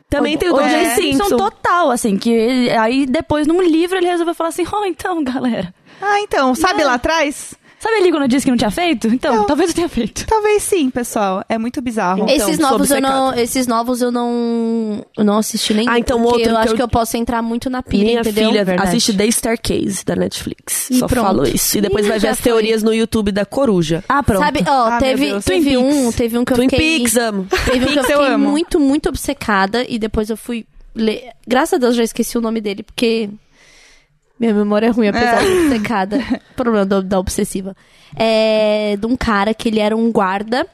S1: Também tem o
S4: O.J.
S1: O.J. Simpson.
S3: total, assim, que ele- aí depois num livro ele resolveu falar assim, oh, então, galera,
S4: Ah, então, sabe lá atrás?
S3: sabe ali quando eu disse que não tinha feito? Então,
S4: Não.
S3: talvez eu tenha feito.
S4: Talvez sim, pessoal. É muito bizarro.
S1: Então,
S2: esses
S1: sob
S2: novos eu
S1: secado.
S2: não, esses novos eu não, eu não assisti nem.
S1: Ah, então
S2: porque
S1: outro
S2: eu
S1: que
S2: acho
S1: eu-
S2: que eu posso entrar muito na pilha,
S1: Minha
S2: entendeu?
S1: filha
S3: Verdade.
S1: assiste The Staircase da Netflix.
S2: E
S1: Só
S2: pronto.
S1: falo isso. E depois
S2: Ih,
S1: vai ver
S2: já
S1: as
S2: foi.
S1: teorias no YouTube da Coruja.
S3: Ah, pronto.
S2: Sabe, ó,
S4: Ah, meu
S2: teve,
S4: Deus.
S2: teve
S1: Twin
S2: um,
S1: Peaks.
S2: teve um que eu
S1: Twin
S2: fiquei,
S1: Peaks, amo.
S2: teve um que eu
S4: Peaks eu
S2: fiquei
S4: amo.
S2: muito, muito obcecada e depois eu fui ler. Graças a Deus já esqueci o nome dele porque minha memória é ruim apesar de obcecada. Problema da, da obsessiva. É de um cara que ele era um guarda,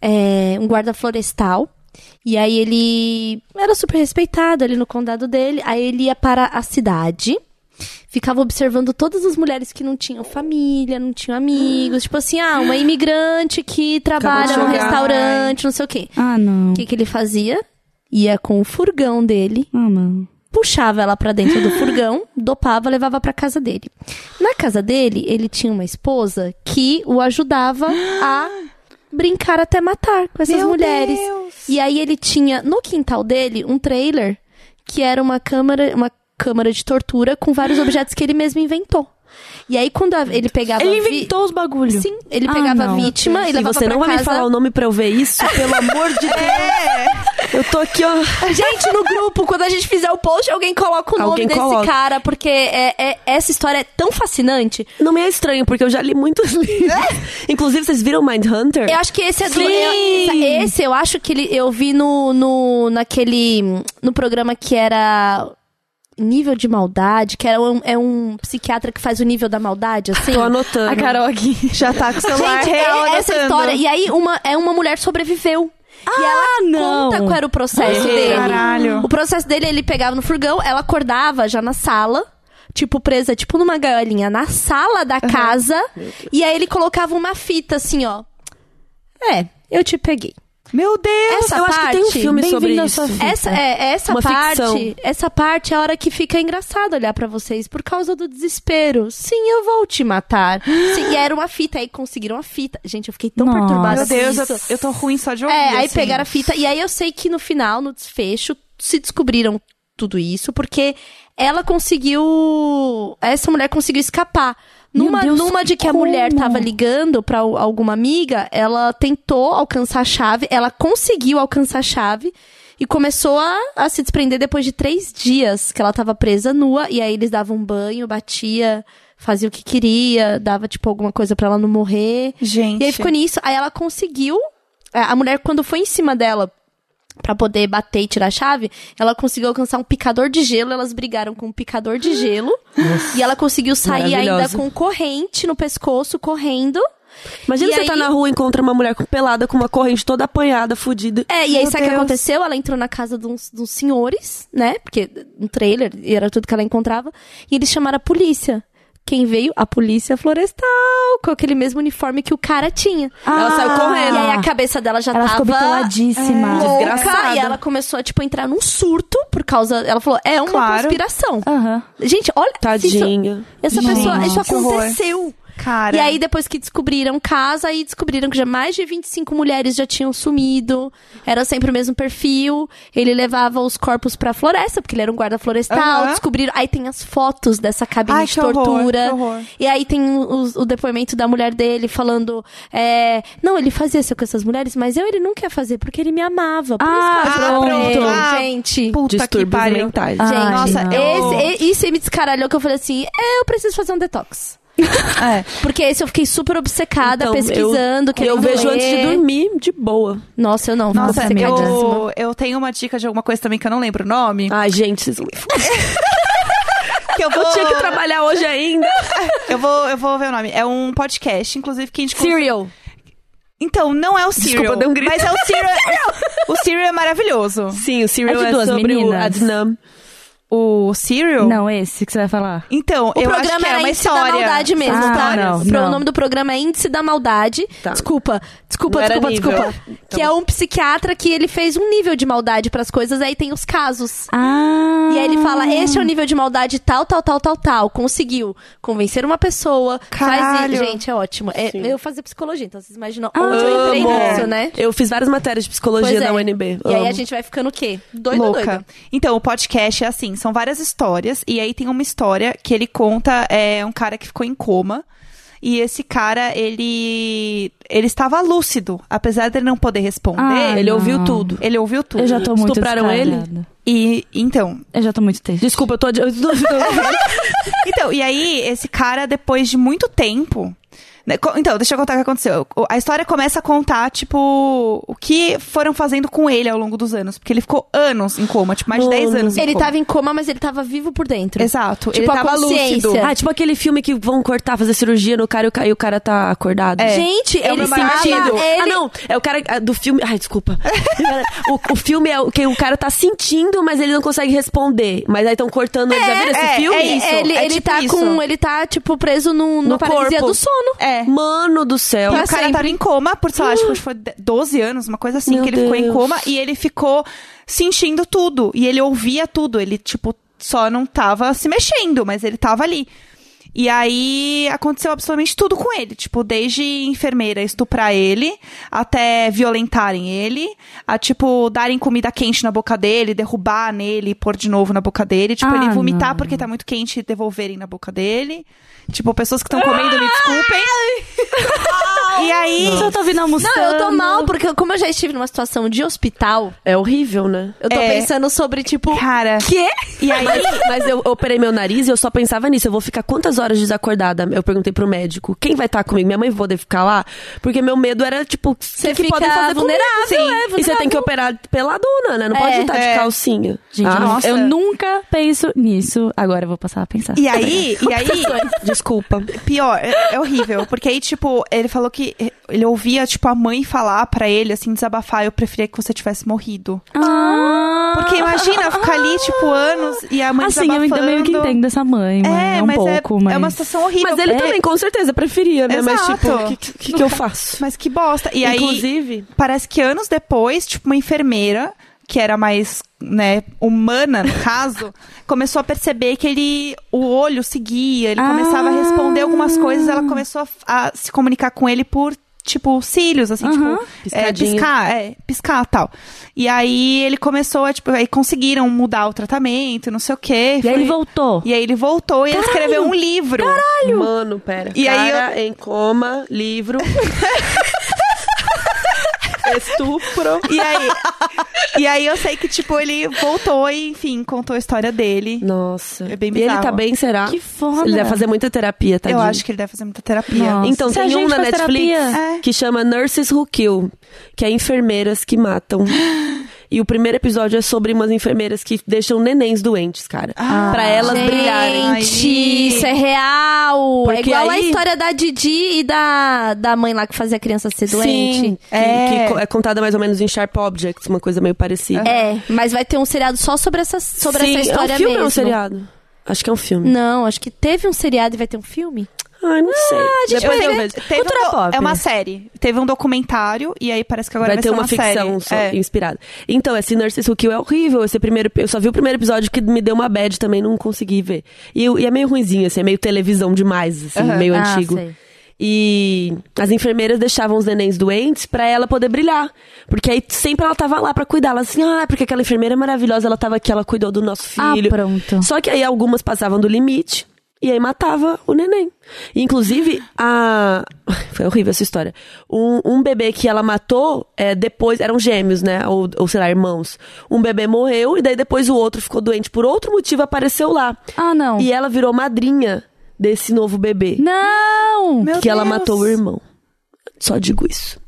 S2: é, um guarda florestal. E aí ele era super respeitado ali no condado dele. Aí ele ia para a cidade ficava observando todas as mulheres que não tinham família, não tinham amigos. Tipo assim, ah, uma imigrante que trabalha num
S1: chegar.
S2: restaurante, não sei o quê.
S3: Ah, não.
S2: O que, que ele fazia? Ia com o furgão dele,
S3: Ah, não.
S2: puxava ela pra dentro do furgão, dopava, levava pra casa dele. Na casa dele, ele tinha uma esposa que o ajudava a brincar até matar com essas
S4: Meu
S2: mulheres.
S4: Deus.
S2: E aí ele tinha no quintal dele um trailer que era uma câmara, uma câmara de tortura com vários objetos que ele mesmo inventou. E aí quando a- ele pegava
S3: Ele
S2: a vi-
S3: inventou os bagulhos.
S2: Ah, Sim, ele
S3: Ah,
S2: pegava a
S3: não.
S2: vítima e
S1: Se
S2: levava
S1: você
S2: pra
S1: não vai
S2: casa.
S1: me falar o nome pra eu ver isso, pelo amor de Deus. Eu tô aqui, ó.
S2: Gente, no grupo, quando a gente fizer o post, alguém coloca o nome
S1: Alguém
S2: desse
S1: coloca.
S2: cara, porque é- é- essa história é tão fascinante.
S1: Não me é estranho, porque eu já li muitos livros. Inclusive, vocês viram Mindhunter?
S2: Eu acho que esse é do.
S1: Sim!
S2: eu- esse eu acho que ele, eu vi no, no. naquele. no programa que era. Nível de maldade, que era um, é um psiquiatra que faz o nível da maldade, assim.
S1: Tô anotando.
S3: A Carol aqui.
S4: Já tá com o celular
S2: Gente,
S4: real
S2: é, essa
S4: anotando.
S2: história. E aí, uma, é uma mulher sobreviveu. e ela
S3: não.
S2: conta qual era o processo
S1: Errei.
S2: dele.
S4: Caralho.
S2: O processo dele, ele pegava no furgão, ela acordava já na sala, tipo, presa, tipo, numa gaiolinha, na sala da casa. E aí ele colocava uma fita assim, ó. É, eu te peguei.
S4: Meu Deus.
S2: Essa
S1: eu acho que tem um
S2: parte,
S1: filme sobre
S3: bem-vindo à
S1: isso.
S3: sua vida.
S2: Essa, é, é essa
S1: Uma
S2: parte,
S1: ficção.
S2: essa parte é a hora que fica engraçado olhar pra vocês por causa do desespero. Sim, eu vou te matar. Sim, e era uma fita, aí conseguiram a fita. Gente, eu fiquei tão
S3: Nossa.
S2: perturbada.
S4: Meu
S2: com
S4: Deus, eu,
S2: isso.
S4: eu tô ruim só de ouvir.
S2: É, aí
S4: assim.
S2: pegaram a fita. E aí eu sei que no final, no desfecho, se descobriram tudo isso, porque ela conseguiu. Essa mulher conseguiu escapar.
S3: Meu
S2: Numa,
S3: Deus,
S2: numa de que a
S3: como?
S2: mulher tava ligando pra al- alguma amiga, ela tentou alcançar a chave, ela conseguiu alcançar a chave e começou a, a se desprender depois de três dias que ela tava presa nua. E aí eles davam um banho, batia, fazia o que queria, dava tipo alguma coisa pra ela não morrer.
S4: Gente.
S2: E aí ficou nisso. Aí ela conseguiu. é, A mulher, quando foi em cima dela pra poder bater e tirar a chave, ela conseguiu alcançar um picador de gelo. Elas brigaram com um picador de gelo. E ela conseguiu sair ainda
S1: Maravilhosa.
S2: com corrente no pescoço, correndo.
S1: Imagina
S2: E
S1: você
S2: aí-
S1: tá na rua e encontra uma mulher com- pelada com uma corrente toda apanhada, fudida.
S2: É, e aí
S4: Meu
S2: sabe o que
S4: Deus.
S2: aconteceu? Ela entrou na casa de uns, de uns senhores, né? Porque um trailer, e era tudo que ela encontrava. E eles chamaram a polícia. Quem veio? A polícia florestal, com aquele mesmo uniforme que o cara tinha.
S3: Ah,
S2: Ah.
S1: Ela saiu correndo.
S2: E aí a cabeça dela já
S3: Ela
S2: tava
S3: ficou bitoladíssima.
S1: É.
S2: louca,
S1: Desgraçada.
S2: E ela começou a, tipo, entrar num surto por causa... Ela falou, é uma
S4: Claro.
S2: conspiração.
S3: Aham.
S2: Gente, olha... isso-
S1: Tadinha.
S2: Essa
S3: Gente,
S2: pessoa... Isso
S4: que horror.
S2: aconteceu.
S4: Cara.
S2: E aí, depois que descobriram casa, aí descobriram que já mais de 25 mulheres já tinham sumido. Era sempre o mesmo perfil. Ele levava os corpos pra floresta, porque ele era um guarda florestal.
S4: Aham.
S2: Descobriram. Aí tem as fotos dessa cabine
S4: Ai,
S2: de
S4: que horror,
S2: tortura.
S4: que horror.
S2: E aí tem o, o depoimento da mulher dele falando: é, Não, ele fazia isso com essas mulheres, mas eu ele nunca ia fazer, porque ele me amava. Por
S3: Ah,
S2: isso que eu
S4: pronto.
S2: aprontei."
S4: Ah,
S2: gente.
S4: Puta que
S1: Distúrbios
S4: pariu.
S1: mentais.
S3: Ah,
S2: Gente,
S4: nossa, eu-
S2: esse- e- isso aí me descaralhou que eu falei assim: é, eu preciso fazer um detox.
S4: É.
S2: Porque esse eu fiquei super obcecada,
S1: Então, eu,
S2: pesquisando,
S1: eu
S2: querendo
S1: vejo
S2: ler.
S1: antes de dormir, de boa.
S2: Nossa, eu não.
S4: Nossa,
S2: fico obcecadíssima.
S4: eu, eu tenho uma dica de alguma coisa também que eu não lembro o nome.
S2: Ah,
S1: Ai, gente, vocês... eu
S4: que eu vou.
S1: tinha
S2: Ah.
S1: que trabalhar hoje ainda.
S4: Eu vou, eu vou ver o nome. É um podcast, inclusive, que a gente cons-
S1: Serial.
S4: Então, não é o Serial.
S1: Desculpa, eu dei um grito.
S4: Mas é o Serial. o Serial é maravilhoso.
S1: Sim, o
S3: É
S1: Serial
S3: de
S1: é,
S3: duas
S1: sobre o
S3: meninas.
S1: Adnam.
S4: O Serial?
S3: Não, esse que você vai falar.
S4: Então,
S2: O
S4: eu acho
S2: programa
S4: que é
S2: era
S4: uma
S2: Índice
S4: história.
S2: da Maldade mesmo,
S3: Ah,
S2: tá?
S3: não,
S2: Pro-
S3: não.
S2: O nome do programa é Índice da Maldade.
S1: Tá.
S2: Desculpa, desculpa,
S1: Não era
S2: desculpa,
S1: nível. Tá
S2: desculpa. Que é um psiquiatra que ele fez um nível de maldade pras coisas, aí tem os casos.
S3: Ah.
S2: E aí ele fala, este é o nível de maldade tal, tal, tal, tal, tal. Conseguiu convencer uma pessoa.
S4: Caralho.
S2: Faz... i- Gente, é ótimo. É,
S1: Sim.
S2: eu fazia psicologia, então vocês imaginam
S3: Ah,
S2: onde eu entrei
S1: Amo.
S2: nisso, né?
S1: Eu fiz várias matérias de psicologia
S2: Pois é.
S1: na UNB.
S2: E aí
S1: Amo.
S2: a gente vai ficando o quê? Doido,
S4: Louca.
S2: doido.
S4: Então, o podcast é assim, são várias histórias, e aí tem uma história que ele conta, é um cara que ficou em coma, e esse cara, ele ele estava lúcido, apesar dele não poder responder,
S3: Ah,
S1: Ele
S3: não.
S1: ouviu tudo.
S4: ele ouviu tudo.
S3: Eu já tô muito
S1: Estupraram ele?
S3: descarregada.
S4: E, então,
S3: Eu já tô muito triste.
S1: Desculpa, eu tô... adi- eu tô-
S4: Então, e aí, esse cara, depois de muito tempo. né, co- Então, deixa eu contar o que aconteceu. O- A história começa a contar, tipo, o que foram fazendo com ele ao longo dos anos. Porque ele ficou anos em coma, tipo, mais de 10 anos. Em
S2: Ele
S4: coma.
S2: tava em coma, mas ele tava vivo por dentro.
S4: Exato.
S2: Tipo,
S4: ele
S2: a
S4: tava
S2: consciência.
S4: lúcido.
S1: Ah, tipo aquele filme que vão cortar, fazer cirurgia no cara e o ca- e o cara tá acordado.
S2: Gente,
S1: É o
S2: ele
S1: meu
S2: se
S1: maior medo.
S2: fala, ele...
S1: Ah, não. É o cara ah, do filme. Ai, desculpa. o, o filme é o que o cara tá sentindo, mas ele não consegue responder. Mas aí estão cortando ele. Já viram esse
S4: é,
S1: filme?
S4: é isso.
S2: Ele, ele
S4: tipo
S2: tá
S4: isso.
S2: com. Ele tá, tipo, preso no,
S1: No
S2: no paralisia
S1: corpo.
S2: do sono.
S4: É.
S1: Mano do céu.
S4: E
S2: Pra
S4: o cara tá
S2: sempre.
S4: tava em coma por, sei lá, acho que foi de- 12 anos, uma coisa assim,
S1: Meu
S4: que ele ficou em
S1: Deus.
S4: coma e ele ficou sentindo tudo. E ele ouvia tudo. Ele, tipo, só não tava se mexendo, mas ele tava ali. E aí aconteceu absolutamente tudo com ele. Tipo, desde enfermeira estuprar ele, até violentarem ele, a, tipo, darem comida quente na boca dele, derrubar nele e pôr de novo na boca dele. Tipo,
S3: Ah,
S4: ele vomitar
S3: não.
S4: porque tá muito quente e devolverem na boca dele. Tipo, pessoas que estão comendo, me desculpem. E aí.
S3: Só tô vindo almoçando.
S2: Não, eu tô mal, porque eu- como eu já estive numa situação de hospital,
S1: É horrível, né?
S2: eu tô
S4: É.
S2: pensando sobre, tipo.
S4: Cara.
S2: Quê?
S4: E aí.
S1: Mas, mas eu, eu operei meu nariz e eu só pensava nisso. Eu vou ficar quantas horas desacordada? Eu perguntei pro médico. Quem vai estar comigo? Minha mãe vai poder ficar lá? Porque meu medo era, tipo, o que, que
S2: fica
S1: podem fazer
S2: vulnerável,
S1: comigo? Sim.
S2: é, vulnerável.
S1: E você tem que operar peladona, né? Não
S2: É,
S1: pode estar de
S4: é.
S1: calcinha.
S3: Gente,
S1: Ah,
S3: eu-
S4: nossa.
S3: eu nunca penso nisso. Agora eu vou passar a pensar.
S4: E aí, e aí,
S1: Desculpa.
S4: pior, é, é horrível. Porque aí, tipo, ele falou que ele ouvia, tipo, a mãe falar pra ele, assim, desabafar, eu preferia que você tivesse morrido.
S3: Ah.
S4: Porque imagina ficar ali, tipo, anos e a mãe
S3: Assim, eu
S4: desabafando.
S3: ainda meio que entendo essa mãe,
S4: É,
S3: mãe, um
S4: mas,
S3: pouco,
S4: é,
S3: mas... tá
S4: é uma situação horrível.
S1: Mas ele
S4: É,
S1: também, com certeza, preferia, né? Mas, tipo,
S4: Exato.
S1: o que, que- que eu faço?
S4: Mas que bosta. E aí,
S1: Inclusive,
S4: parece que anos depois, tipo, uma enfermeira, que era mais, né, humana no caso, começou a perceber que ele, o olho seguia, ele
S3: Ah.
S4: começava a responder algumas coisas, ela começou a, a se comunicar com ele por, tipo, cílios, assim,
S3: Aham.
S4: tipo, é,
S1: Piscadinha.
S4: piscar, é, piscar tal. E aí ele começou a, tipo, aí conseguiram mudar o tratamento, não sei o quê.
S3: E aí ele voltou.
S4: E aí ele voltou e ele escreveu um livro.
S1: mano, pera.
S4: E aí
S1: cara em coma, livro. Estupro.
S4: E aí, e aí eu sei que, tipo, ele voltou e, enfim, contou a história dele.
S1: Nossa.
S4: É bem
S1: e ele
S4: bizarro.
S1: tá bem, será?
S3: Que foda.
S1: Ele deve fazer muita terapia, tá?
S4: Eu acho que ele deve fazer muita terapia.
S3: Nossa.
S1: Então,
S3: Se a
S1: tem um
S3: gente
S1: na
S3: faz
S1: Netflix
S3: terapia.
S4: É.
S1: que chama Nurses Who Kill, que é enfermeiras que matam. E o primeiro episódio é sobre umas enfermeiras que deixam nenéns doentes, cara.
S4: Ah,
S1: pra elas
S2: Gente,
S1: brilharem.
S4: Aí.
S2: isso é real!
S1: Porque
S2: é igual a
S1: aí-
S2: história da Didi e da, da mãe lá que fazia a criança ser doente.
S1: Sim, que-
S4: É.
S1: que co- é contada mais ou menos em Sharp Objects, uma coisa meio parecida.
S2: É, mas vai ter um seriado só sobre essa, sobre
S1: Sim,
S2: essa história
S1: é um filme
S2: mesmo. Hum.
S1: ou é um seriado? Acho que é um filme.
S2: Não, acho que teve um seriado e vai ter um filme.
S1: Ai, não sei.
S2: gente
S1: Depois
S2: vai
S1: eu
S2: ver.
S1: vejo.
S4: Teve um
S2: Cultura
S4: do-
S2: pop.
S4: É uma série. Teve um documentário e aí parece que agora vai,
S1: vai ter
S4: ser
S1: uma, ficção
S4: série.
S1: só
S4: É.
S1: inspirada. Então, esse Nurses Who Kill é horrível. Esse primeiro, eu só vi o primeiro episódio que me deu uma bad também, não consegui ver. E, eu- e é meio ruinzinho, assim, é meio televisão demais, assim,
S4: Aham.
S1: meio
S3: Ah,
S1: antigo.
S3: sei.
S1: E as enfermeiras deixavam os nenéns doentes pra ela poder brilhar. Porque aí sempre ela tava lá pra cuidar. Ela assim, ah, porque aquela enfermeira é maravilhosa, ela tava aqui, ela cuidou do nosso
S3: Ah,
S1: filho.
S3: pronto.
S1: Só que aí algumas passavam do limite e aí matava o neném. Inclusive, a. Foi horrível essa história. Um, um bebê que ela matou, é, depois. Eram gêmeos, né? Ou, ou sei lá, irmãos. Um bebê morreu e daí depois o outro ficou doente por outro motivo, apareceu lá.
S3: Ah, não.
S1: E ela virou madrinha desse novo bebê.
S3: Não!
S4: Meu
S1: que ela
S4: Deus.
S1: matou o irmão. Só digo isso.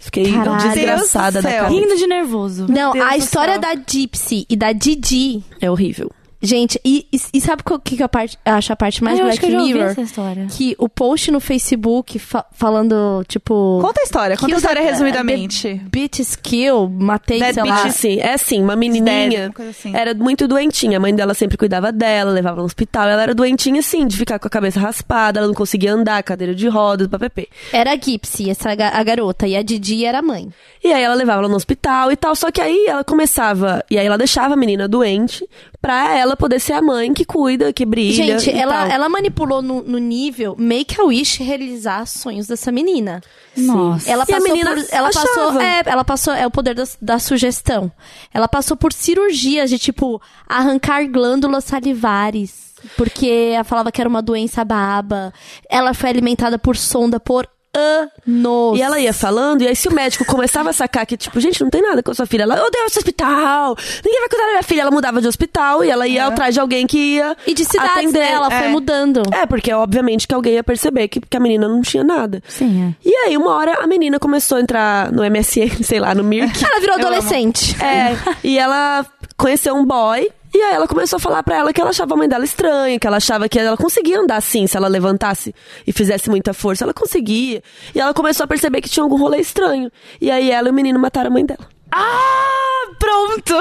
S1: Fiquei
S2: Caralho.
S1: desgraçada
S4: Deus do
S1: da
S4: céu.
S1: cara.
S3: Rindo de nervoso.
S2: Não,
S4: Deus
S2: a
S4: do
S2: história
S4: céu.
S2: da Gypsy e da Didi.
S1: É horrível.
S2: Gente, e, e- e sabe o que, que eu, parte- acho a parte mais
S3: Ah, eu acho
S2: Black
S3: que eu já ouvi
S2: Mirror?
S3: essa história.
S2: Que o post no Facebook fa- falando, tipo.
S4: Conta a história, conta
S2: que
S4: a história
S1: é
S2: usa-
S4: resumidamente.
S2: The Bitch Skill, matei,
S4: That
S2: sei
S4: bitch
S2: lá.
S1: Bitch, sim. É sim, uma
S4: Dead,
S1: menininha.
S4: uma coisa assim.
S1: Era muito doentinha. A mãe dela sempre cuidava dela, levava no hospital. Ela era doentinha, sim, de ficar com a cabeça raspada, ela não conseguia andar, cadeira de rodas, papapê.
S2: Era a Gypsy, essa ga- a garota. E a Didi era a mãe.
S1: E aí ela levava ela no hospital e tal. Só que aí ela começava. E aí ela deixava a menina doente pra ela poder ser a mãe que cuida, que brilha.
S2: Gente,
S1: e
S2: ela,
S1: tal.
S2: ela manipulou no, no nível Make a Wish realizar sonhos dessa menina.
S4: É
S3: Nossa.
S2: Ela
S1: E a
S2: passou
S1: menina
S2: por, ela
S1: achava.
S2: passou, é, ela passou, é o poder da, da sugestão. Ela passou por cirurgias de tipo arrancar glândulas salivares, porque ela falava que era uma doença baba. Ela foi alimentada por sonda por anos.
S1: E ela ia falando, e aí se o médico começava a sacar que, tipo, gente, não tem nada com a sua filha. Ela, eu odeio esse hospital, ninguém vai cuidar da minha filha. Ela mudava de hospital e ela ia atrás de alguém que ia
S2: É. e de cidades,
S1: atender.
S2: né? Ela
S4: É.
S2: foi mudando.
S1: É, porque obviamente que alguém ia perceber que, que a menina não tinha nada.
S3: Sim, é.
S1: E aí, uma hora, a menina começou a entrar no MSN, sei lá, no Mirk.
S2: Ela virou
S4: Eu amo.
S2: adolescente.
S1: É, e ela conheceu um boy. E aí ela começou a falar pra ela que ela achava a mãe dela estranha, que ela achava que ela conseguia andar assim, se ela levantasse e fizesse muita força, ela conseguia. E ela começou a perceber que tinha algum rolê estranho. E aí ela e o menino mataram a mãe dela.
S4: Ah, pronto!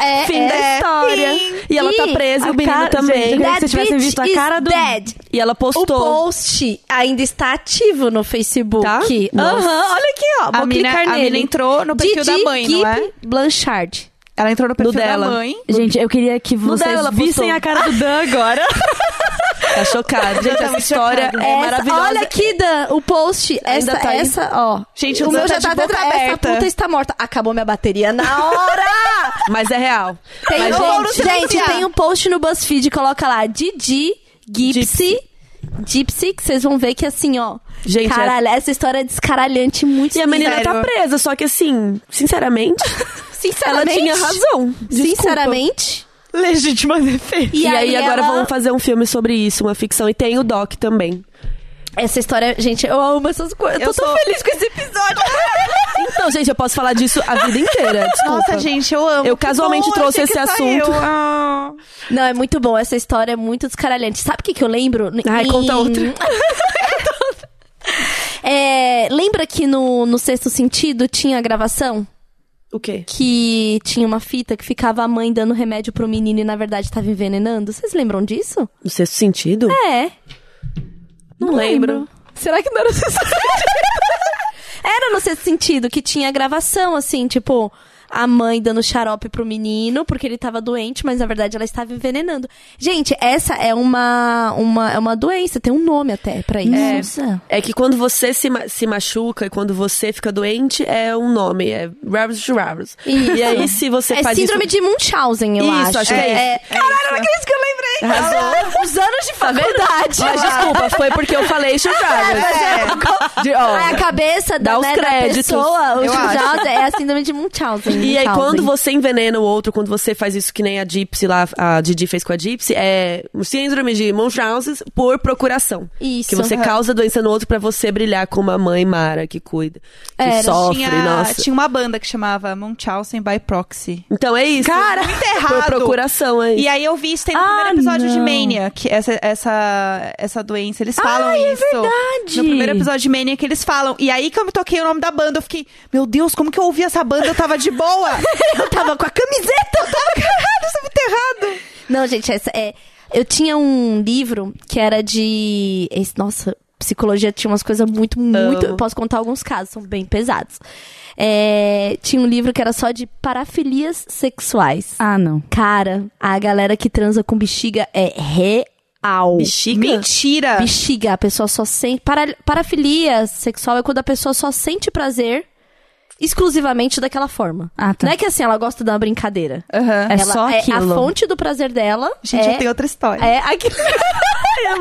S2: É,
S1: Fim
S2: é.
S1: da história.
S4: Fim.
S1: E ela tá
S2: Ih,
S1: presa e o
S3: a
S1: menino
S3: cara-
S1: também.
S3: gente, eu queria que
S2: That
S3: vocês tivessem
S2: bitch
S3: visto a
S2: is
S3: cara do-
S2: dead.
S1: E ela
S2: O
S1: postou.
S2: post ainda está ativo no Facebook.
S1: Tá?
S2: Nossa.
S1: olha aqui, ó.
S4: A mina, a mina entrou no perfil
S2: Didi
S4: da mãe,
S2: Gibb
S4: não é?
S2: Blanchard.
S4: Ela entrou no perfil
S1: dela.
S4: da mãe.
S3: Gente, eu queria que
S1: No
S3: vocês
S1: dela, ela postou.
S3: vissem a
S4: Ah,
S3: cara do Dan agora.
S1: Tá chocada. Gente, essa
S4: muito
S1: história
S4: chocada.
S1: é
S2: Essa-
S1: maravilhosa.
S2: Olha aqui, Dan, o post. Essa,
S1: Ainda tá aí.
S2: essa, ó.
S4: Gente,
S2: o
S4: o
S2: meu
S4: Dan tá
S2: já tá
S4: de boca
S2: dentro. Essa
S4: aberta.
S2: puta está morta. Acabou minha bateria na hora.
S1: Mas é real.
S2: Tem
S1: Mas,
S2: um
S1: gente,
S4: Ouro
S2: post,
S4: se
S2: gente,
S4: anunciar.
S2: tem um post no BuzzFeed. Coloca lá, Didi, Gypsy... Gypsy, que vocês vão ver que assim, ó.
S1: Gente, é-
S2: caralho, essa história é descaralhante muito.
S1: E a menina
S4: Sério.
S1: tá presa, só que assim, sinceramente, ela
S2: sinceramente,
S1: tinha razão. Desculpa.
S2: Sinceramente.
S4: Legítima defesa.
S1: E, aí, agora
S2: ela-
S1: vão fazer um filme sobre isso, uma ficção. E tem o Doc também.
S2: Essa história, gente, eu amo essas coisas. Eu tô
S4: Eu
S2: tão
S4: sou-
S2: feliz com esse episódio.
S1: Então, gente, eu posso falar disso a vida inteira. Desculpa.
S4: Nossa, gente, eu amo.
S1: Eu
S4: Que
S1: casualmente
S4: bom,
S1: trouxe
S4: achei que
S1: esse
S4: só eu.
S1: assunto.
S4: Ah.
S2: Não, é muito bom. Essa história é muito descaralhante. Sabe o que, que eu lembro? N-
S1: Ai,
S2: em-
S1: conta outra.
S2: É, lembra que no, no Sexto Sentido tinha a gravação?
S1: O quê?
S2: Que tinha uma fita que ficava a mãe dando remédio pro menino e na verdade tava envenenando? Vocês lembram disso?
S1: No sexto sentido?
S2: É.
S1: não, lembro.
S2: Será que não era no Sexto Sentido? era no Sexto Sentido, que tinha a gravação, assim, tipo... A mãe dando xarope pro menino, porque ele tava doente, mas na verdade ela estava envenenando. Gente, essa é uma, uma, é uma doença, tem um nome até pra isso.
S3: Nossa.
S1: É que quando você se, ma- se machuca e quando você fica doente, é um nome. É Ravers de Ravers.
S2: Isso.
S1: E aí, se você
S2: É
S1: faz
S2: síndrome
S1: isso...
S2: de Munchausen, eu
S1: Isso,
S2: acho.
S1: acho que é isso.
S4: Caralho, não acredito que eu lembrei.
S1: Arrasou.
S2: meus anos de faculdade.
S1: Mas desculpa, foi porque eu falei Chujadas. De- ó,
S2: Ah, a cabeça
S1: É,
S2: da,
S1: Dá os
S2: né, da
S1: créditos.
S2: pessoa, o
S4: Eu acho.
S2: Munchausen, é a síndrome de Munchausen.
S1: E aí,
S2: Munchausen.
S1: quando você envenena o outro, quando você faz isso que nem a Gypsy lá, a Didi fez com a Gypsy, é síndrome de Munchausen por procuração.
S2: Isso.
S1: Que você causa doença no outro pra você brilhar como a mãe Mara que cuida, que
S2: Era.
S1: sofre,
S4: tinha,
S1: nossa.
S4: tinha uma banda que chamava Munchausen by Proxy.
S1: Então é isso.
S4: Cara, muito errado.
S1: Por procuração é aí.
S4: E aí eu vi isso tem no
S3: Ah,
S4: primeiro episódio de
S3: não.
S4: Mania, que essa, essa, essa doença, eles falam isso.
S3: verdade.
S4: No primeiro episódio de Mania que eles falam. E aí que eu me toquei o nome da banda, eu fiquei, meu Deus, como que eu ouvi essa banda? Eu tava de boa.
S2: eu tava com a camiseta.
S4: eu tava, caralho, isso é muito errado.
S2: Não, gente, essa é. Eu tinha um livro que era de. esse- Nossa, psicologia tinha umas coisas muito, muito. Eu posso contar alguns casos, são bem pesados. É, tinha um livro que era só de parafilias sexuais.
S3: Ah, não.
S2: Cara, a galera que transa com bexiga é real.
S1: Bexiga?
S4: Mentira.
S2: Bexiga, a pessoa só sente. Para, parafilia sexual é quando a pessoa só sente prazer exclusivamente daquela forma.
S3: Ah, tá.
S2: Não é que assim, ela gosta da brincadeira.
S4: Aham.
S3: É
S2: Ela-
S3: só
S2: A
S3: aquilo.
S2: fonte do prazer dela
S4: Gente,
S2: é,
S4: eu tenho outra história.
S2: é aquilo.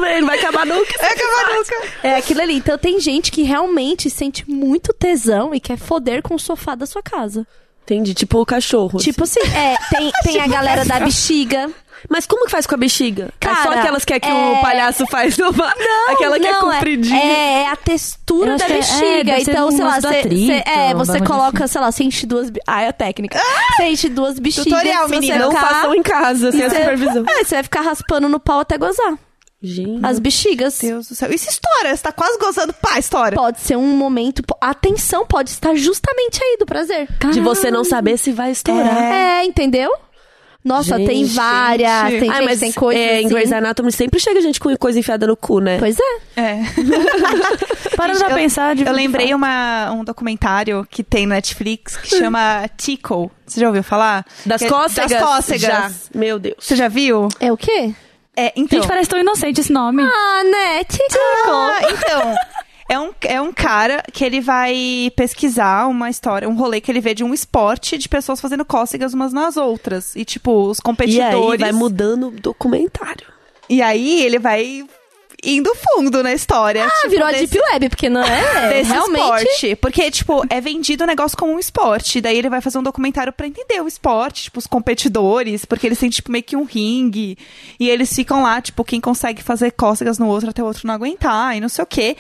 S1: Ele vai acabar nunca.
S4: É que eu nunca.
S2: É aquilo ali. Então tem gente que realmente sente muito tesão e quer foder com o sofá da sua casa.
S1: Entendi, tipo o cachorro. assim.
S2: Tipo assim, é, tem, tem a galera da bexiga.
S1: Mas como que faz com a bexiga? é só
S2: Cara,
S1: aquelas que, é que
S2: é-
S1: o palhaço faz no bar? Aquela que é
S2: Não,
S1: compridinha.
S2: É, é a
S3: Eu
S2: textura
S3: acho
S2: da
S3: que é- é,
S2: bexiga.
S3: deve ser
S2: então,
S3: um
S2: sei lá,
S3: lance do
S2: você-
S3: atrito,
S2: você- é,
S3: um
S2: você
S3: bagulho
S2: coloca, sei lá, você enche duas. be- Ah, é a técnica. Você enche duas bexigas.
S4: Tutorial,
S2: se você
S4: menina.
S1: Não
S2: ficar-
S1: façam em casa, sem a
S2: você-
S1: supervisão.
S2: É, você vai ficar raspando no pau até gozar.
S1: Gente.
S2: As bexigas.
S4: Meu Deus do céu. Isso estoura, você tá quase gozando. Pá, estoura.
S2: Pode ser um momento. po- A tensão pode estar justamente aí do prazer.
S1: De você não saber se vai estourar.
S2: É, entendeu? Nossa, tem
S1: Gente.
S2: várias. Tem,
S1: Ah,
S2: gente,
S1: mas
S2: tem coisas.
S1: é, em
S2: assim.
S1: Grey's Anatomy sempre chega gente com coisa enfiada no cu, né?
S2: Pois é.
S4: É.
S3: Para pra
S4: Eu-
S3: pensar de
S4: Eu lembrei uma, um documentário que tem no Netflix que chama Tickle. Você já ouviu falar?
S1: Das
S4: Que é-
S1: cócegas?
S4: Das cócegas.
S1: Já. Meu Deus.
S4: Você já viu?
S2: É o quê?
S4: É, então.
S3: Gente, parece tão inocente esse nome.
S2: Ah, né?
S4: Ah, então. É um, é um cara que ele vai pesquisar uma história, um rolê que ele vê de um esporte de pessoas fazendo cócegas umas nas outras. E, tipo, os
S1: E
S4: competidores.
S1: aí vai mudando o documentário.
S4: E aí ele vai indo fundo na história.
S2: Ah,
S4: tipo,
S2: virou a
S4: desse-
S2: Deep Web, porque não é.
S4: desse
S2: realmente.
S4: esporte. Porque, tipo, é vendido o negócio como um esporte. Daí ele vai fazer um documentário pra entender o esporte, tipo, os competidores, porque eles têm, tipo, meio que um ringue. E eles ficam lá, tipo, quem consegue fazer cócegas no outro até o outro não aguentar e não sei o quê.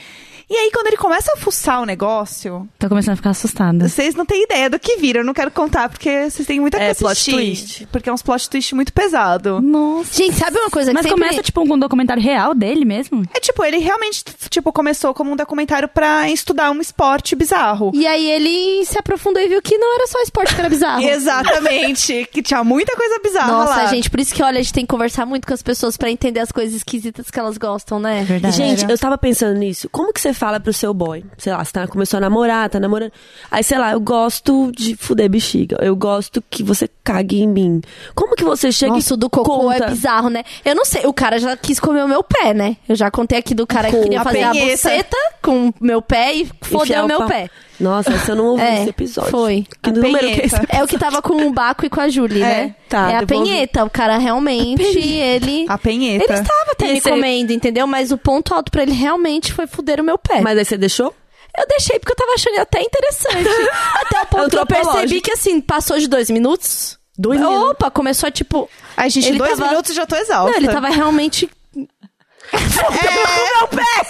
S4: E aí, quando ele começa a fuçar o negócio,
S3: Tô começando a ficar assustada.
S4: vocês não têm ideia do que vira. Eu não quero contar, porque vocês têm muita
S1: É,
S4: coisa.
S1: plot twist.
S4: Porque é uns plot twist muito pesado.
S3: Nossa.
S2: Gente, sabe uma coisa que
S3: Mas
S2: sempre...
S3: começa, tipo, com um documentário real dele mesmo?
S4: É tipo, ele realmente, tipo, começou como um documentário pra estudar um esporte bizarro.
S2: E aí ele se aprofundou e viu que não era só esporte que era bizarro.
S4: Exatamente. que tinha muita coisa bizarra
S2: Nossa,
S4: lá.
S2: gente, por isso que, olha, a gente tem que conversar muito com as pessoas pra entender as coisas esquisitas que elas gostam, né?
S3: Verdade.
S1: Gente, eu tava pensando nisso. Como que você fala pro seu boy? Sei lá, você tá, começou a namorar, tá namorando. Aí, sei lá, eu gosto de fuder bexiga. Eu gosto que você cague em mim. Como que você chega e
S2: Nossa, o do cocô
S1: conta?
S2: é bizarro, né? Eu não sei, o cara já quis comer o meu pé, né? Eu já contei aqui do cara que
S1: Com
S2: queria
S1: a
S2: fazer
S4: penheta.
S2: a buceta com o meu pé e
S1: Enfiar
S2: fodeu o meu
S1: pau-
S2: pé.
S1: Nossa, essa eu não ouvi
S2: É,
S1: esse episódio.
S2: foi.
S1: Que
S4: A
S1: número que é esse?
S4: penheta.
S2: É o que tava com o Baco e com a Julie,
S4: É,
S2: né?
S1: tá,
S2: é a
S1: devolvi.
S2: penheta. O cara realmente, ele.
S4: A penheta. é-
S2: Ele estava até
S1: E
S2: me
S1: você-
S2: comendo, entendeu? Mas o ponto alto pra ele realmente foi foder o meu pé.
S1: Mas aí você deixou?
S2: Eu deixei porque eu tava achando ele até interessante. até o ponto que eu
S1: Antropológico.
S2: percebi que, assim, passou de dois minutos.
S1: Dois minutos.
S2: Opa, começou a tipo.
S4: Ai, gente,
S2: Ele
S4: dois
S2: tava-
S4: minutos e já tô exausta. É,
S2: Não, ele tava realmente.
S4: Toda
S2: É,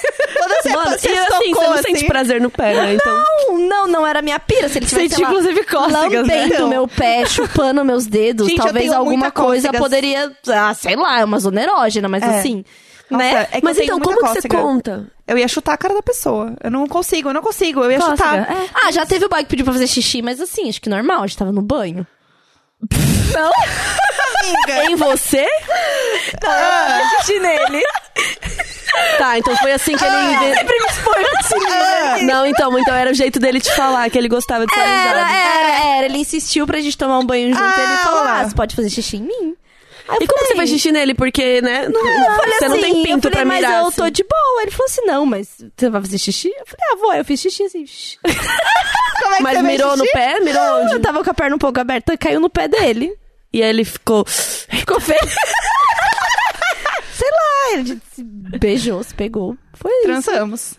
S4: certa,
S1: Mano,
S4: você
S1: e assim,
S4: socou,
S1: você não sente prazer no pé, né? Então,
S2: Não, não, não era minha pira. Se ele tivesse.
S1: Senti,
S2: sei lá,
S1: inclusive, cócegas, né?
S2: Lambendo
S4: Então.
S2: meu pé, chupando meus dedos.
S4: Gente, eu
S2: talvez
S4: tenho
S2: alguma
S4: muita
S2: coisa
S4: cócegas.
S2: poderia. Ah, sei lá, é uma zona erógena, mas
S4: É.
S2: assim.
S4: Nossa,
S2: né?
S4: é que eu
S1: mas
S4: tenho
S1: então,
S4: muita
S1: como que você
S4: cócega.
S1: conta?
S4: Eu ia chutar a cara da pessoa. Eu não consigo, eu não consigo. Eu ia
S3: Cócega,
S4: chutar.
S3: é.
S2: Ah, já teve o boy que pediu pra fazer xixi, mas assim, acho que normal, a gente tava no banho. Não?
S1: Em você?
S4: Ah,
S2: Xixi nele.
S1: Tá, então foi assim que ele. sempre me
S4: Ah,
S1: expõe Não, então, então era o jeito dele te falar que ele gostava de ser
S2: Era, é,
S1: alisado.
S2: era, era. Ele insistiu pra gente tomar um banho junto.
S4: Ah,
S2: ele falou:
S4: olha lá.
S2: Ah, você pode fazer xixi em mim. Aí eu
S1: E como
S2: falei,
S1: você faz xixi nele? Porque, né?
S2: eu falei
S1: você não
S2: assim,
S1: tem pinto
S2: eu falei,
S1: pra
S2: mas
S1: mirar.
S2: eu
S1: assim.
S2: tô de boa. Ele falou assim: não, mas você vai fazer xixi? Eu falei, ah, vou. Eu fiz xixi assim. shh.
S4: como é que
S1: Mas
S4: você vai
S1: mirou no
S4: xixi?
S1: pé? Mirou onde?
S2: Eu tava com a perna um pouco aberta, caiu no pé dele.
S1: E aí ele ficou.
S2: Ficou feio.
S4: Sei lá,
S2: a gente se beijou, se pegou. Foi isso.
S4: Transamos.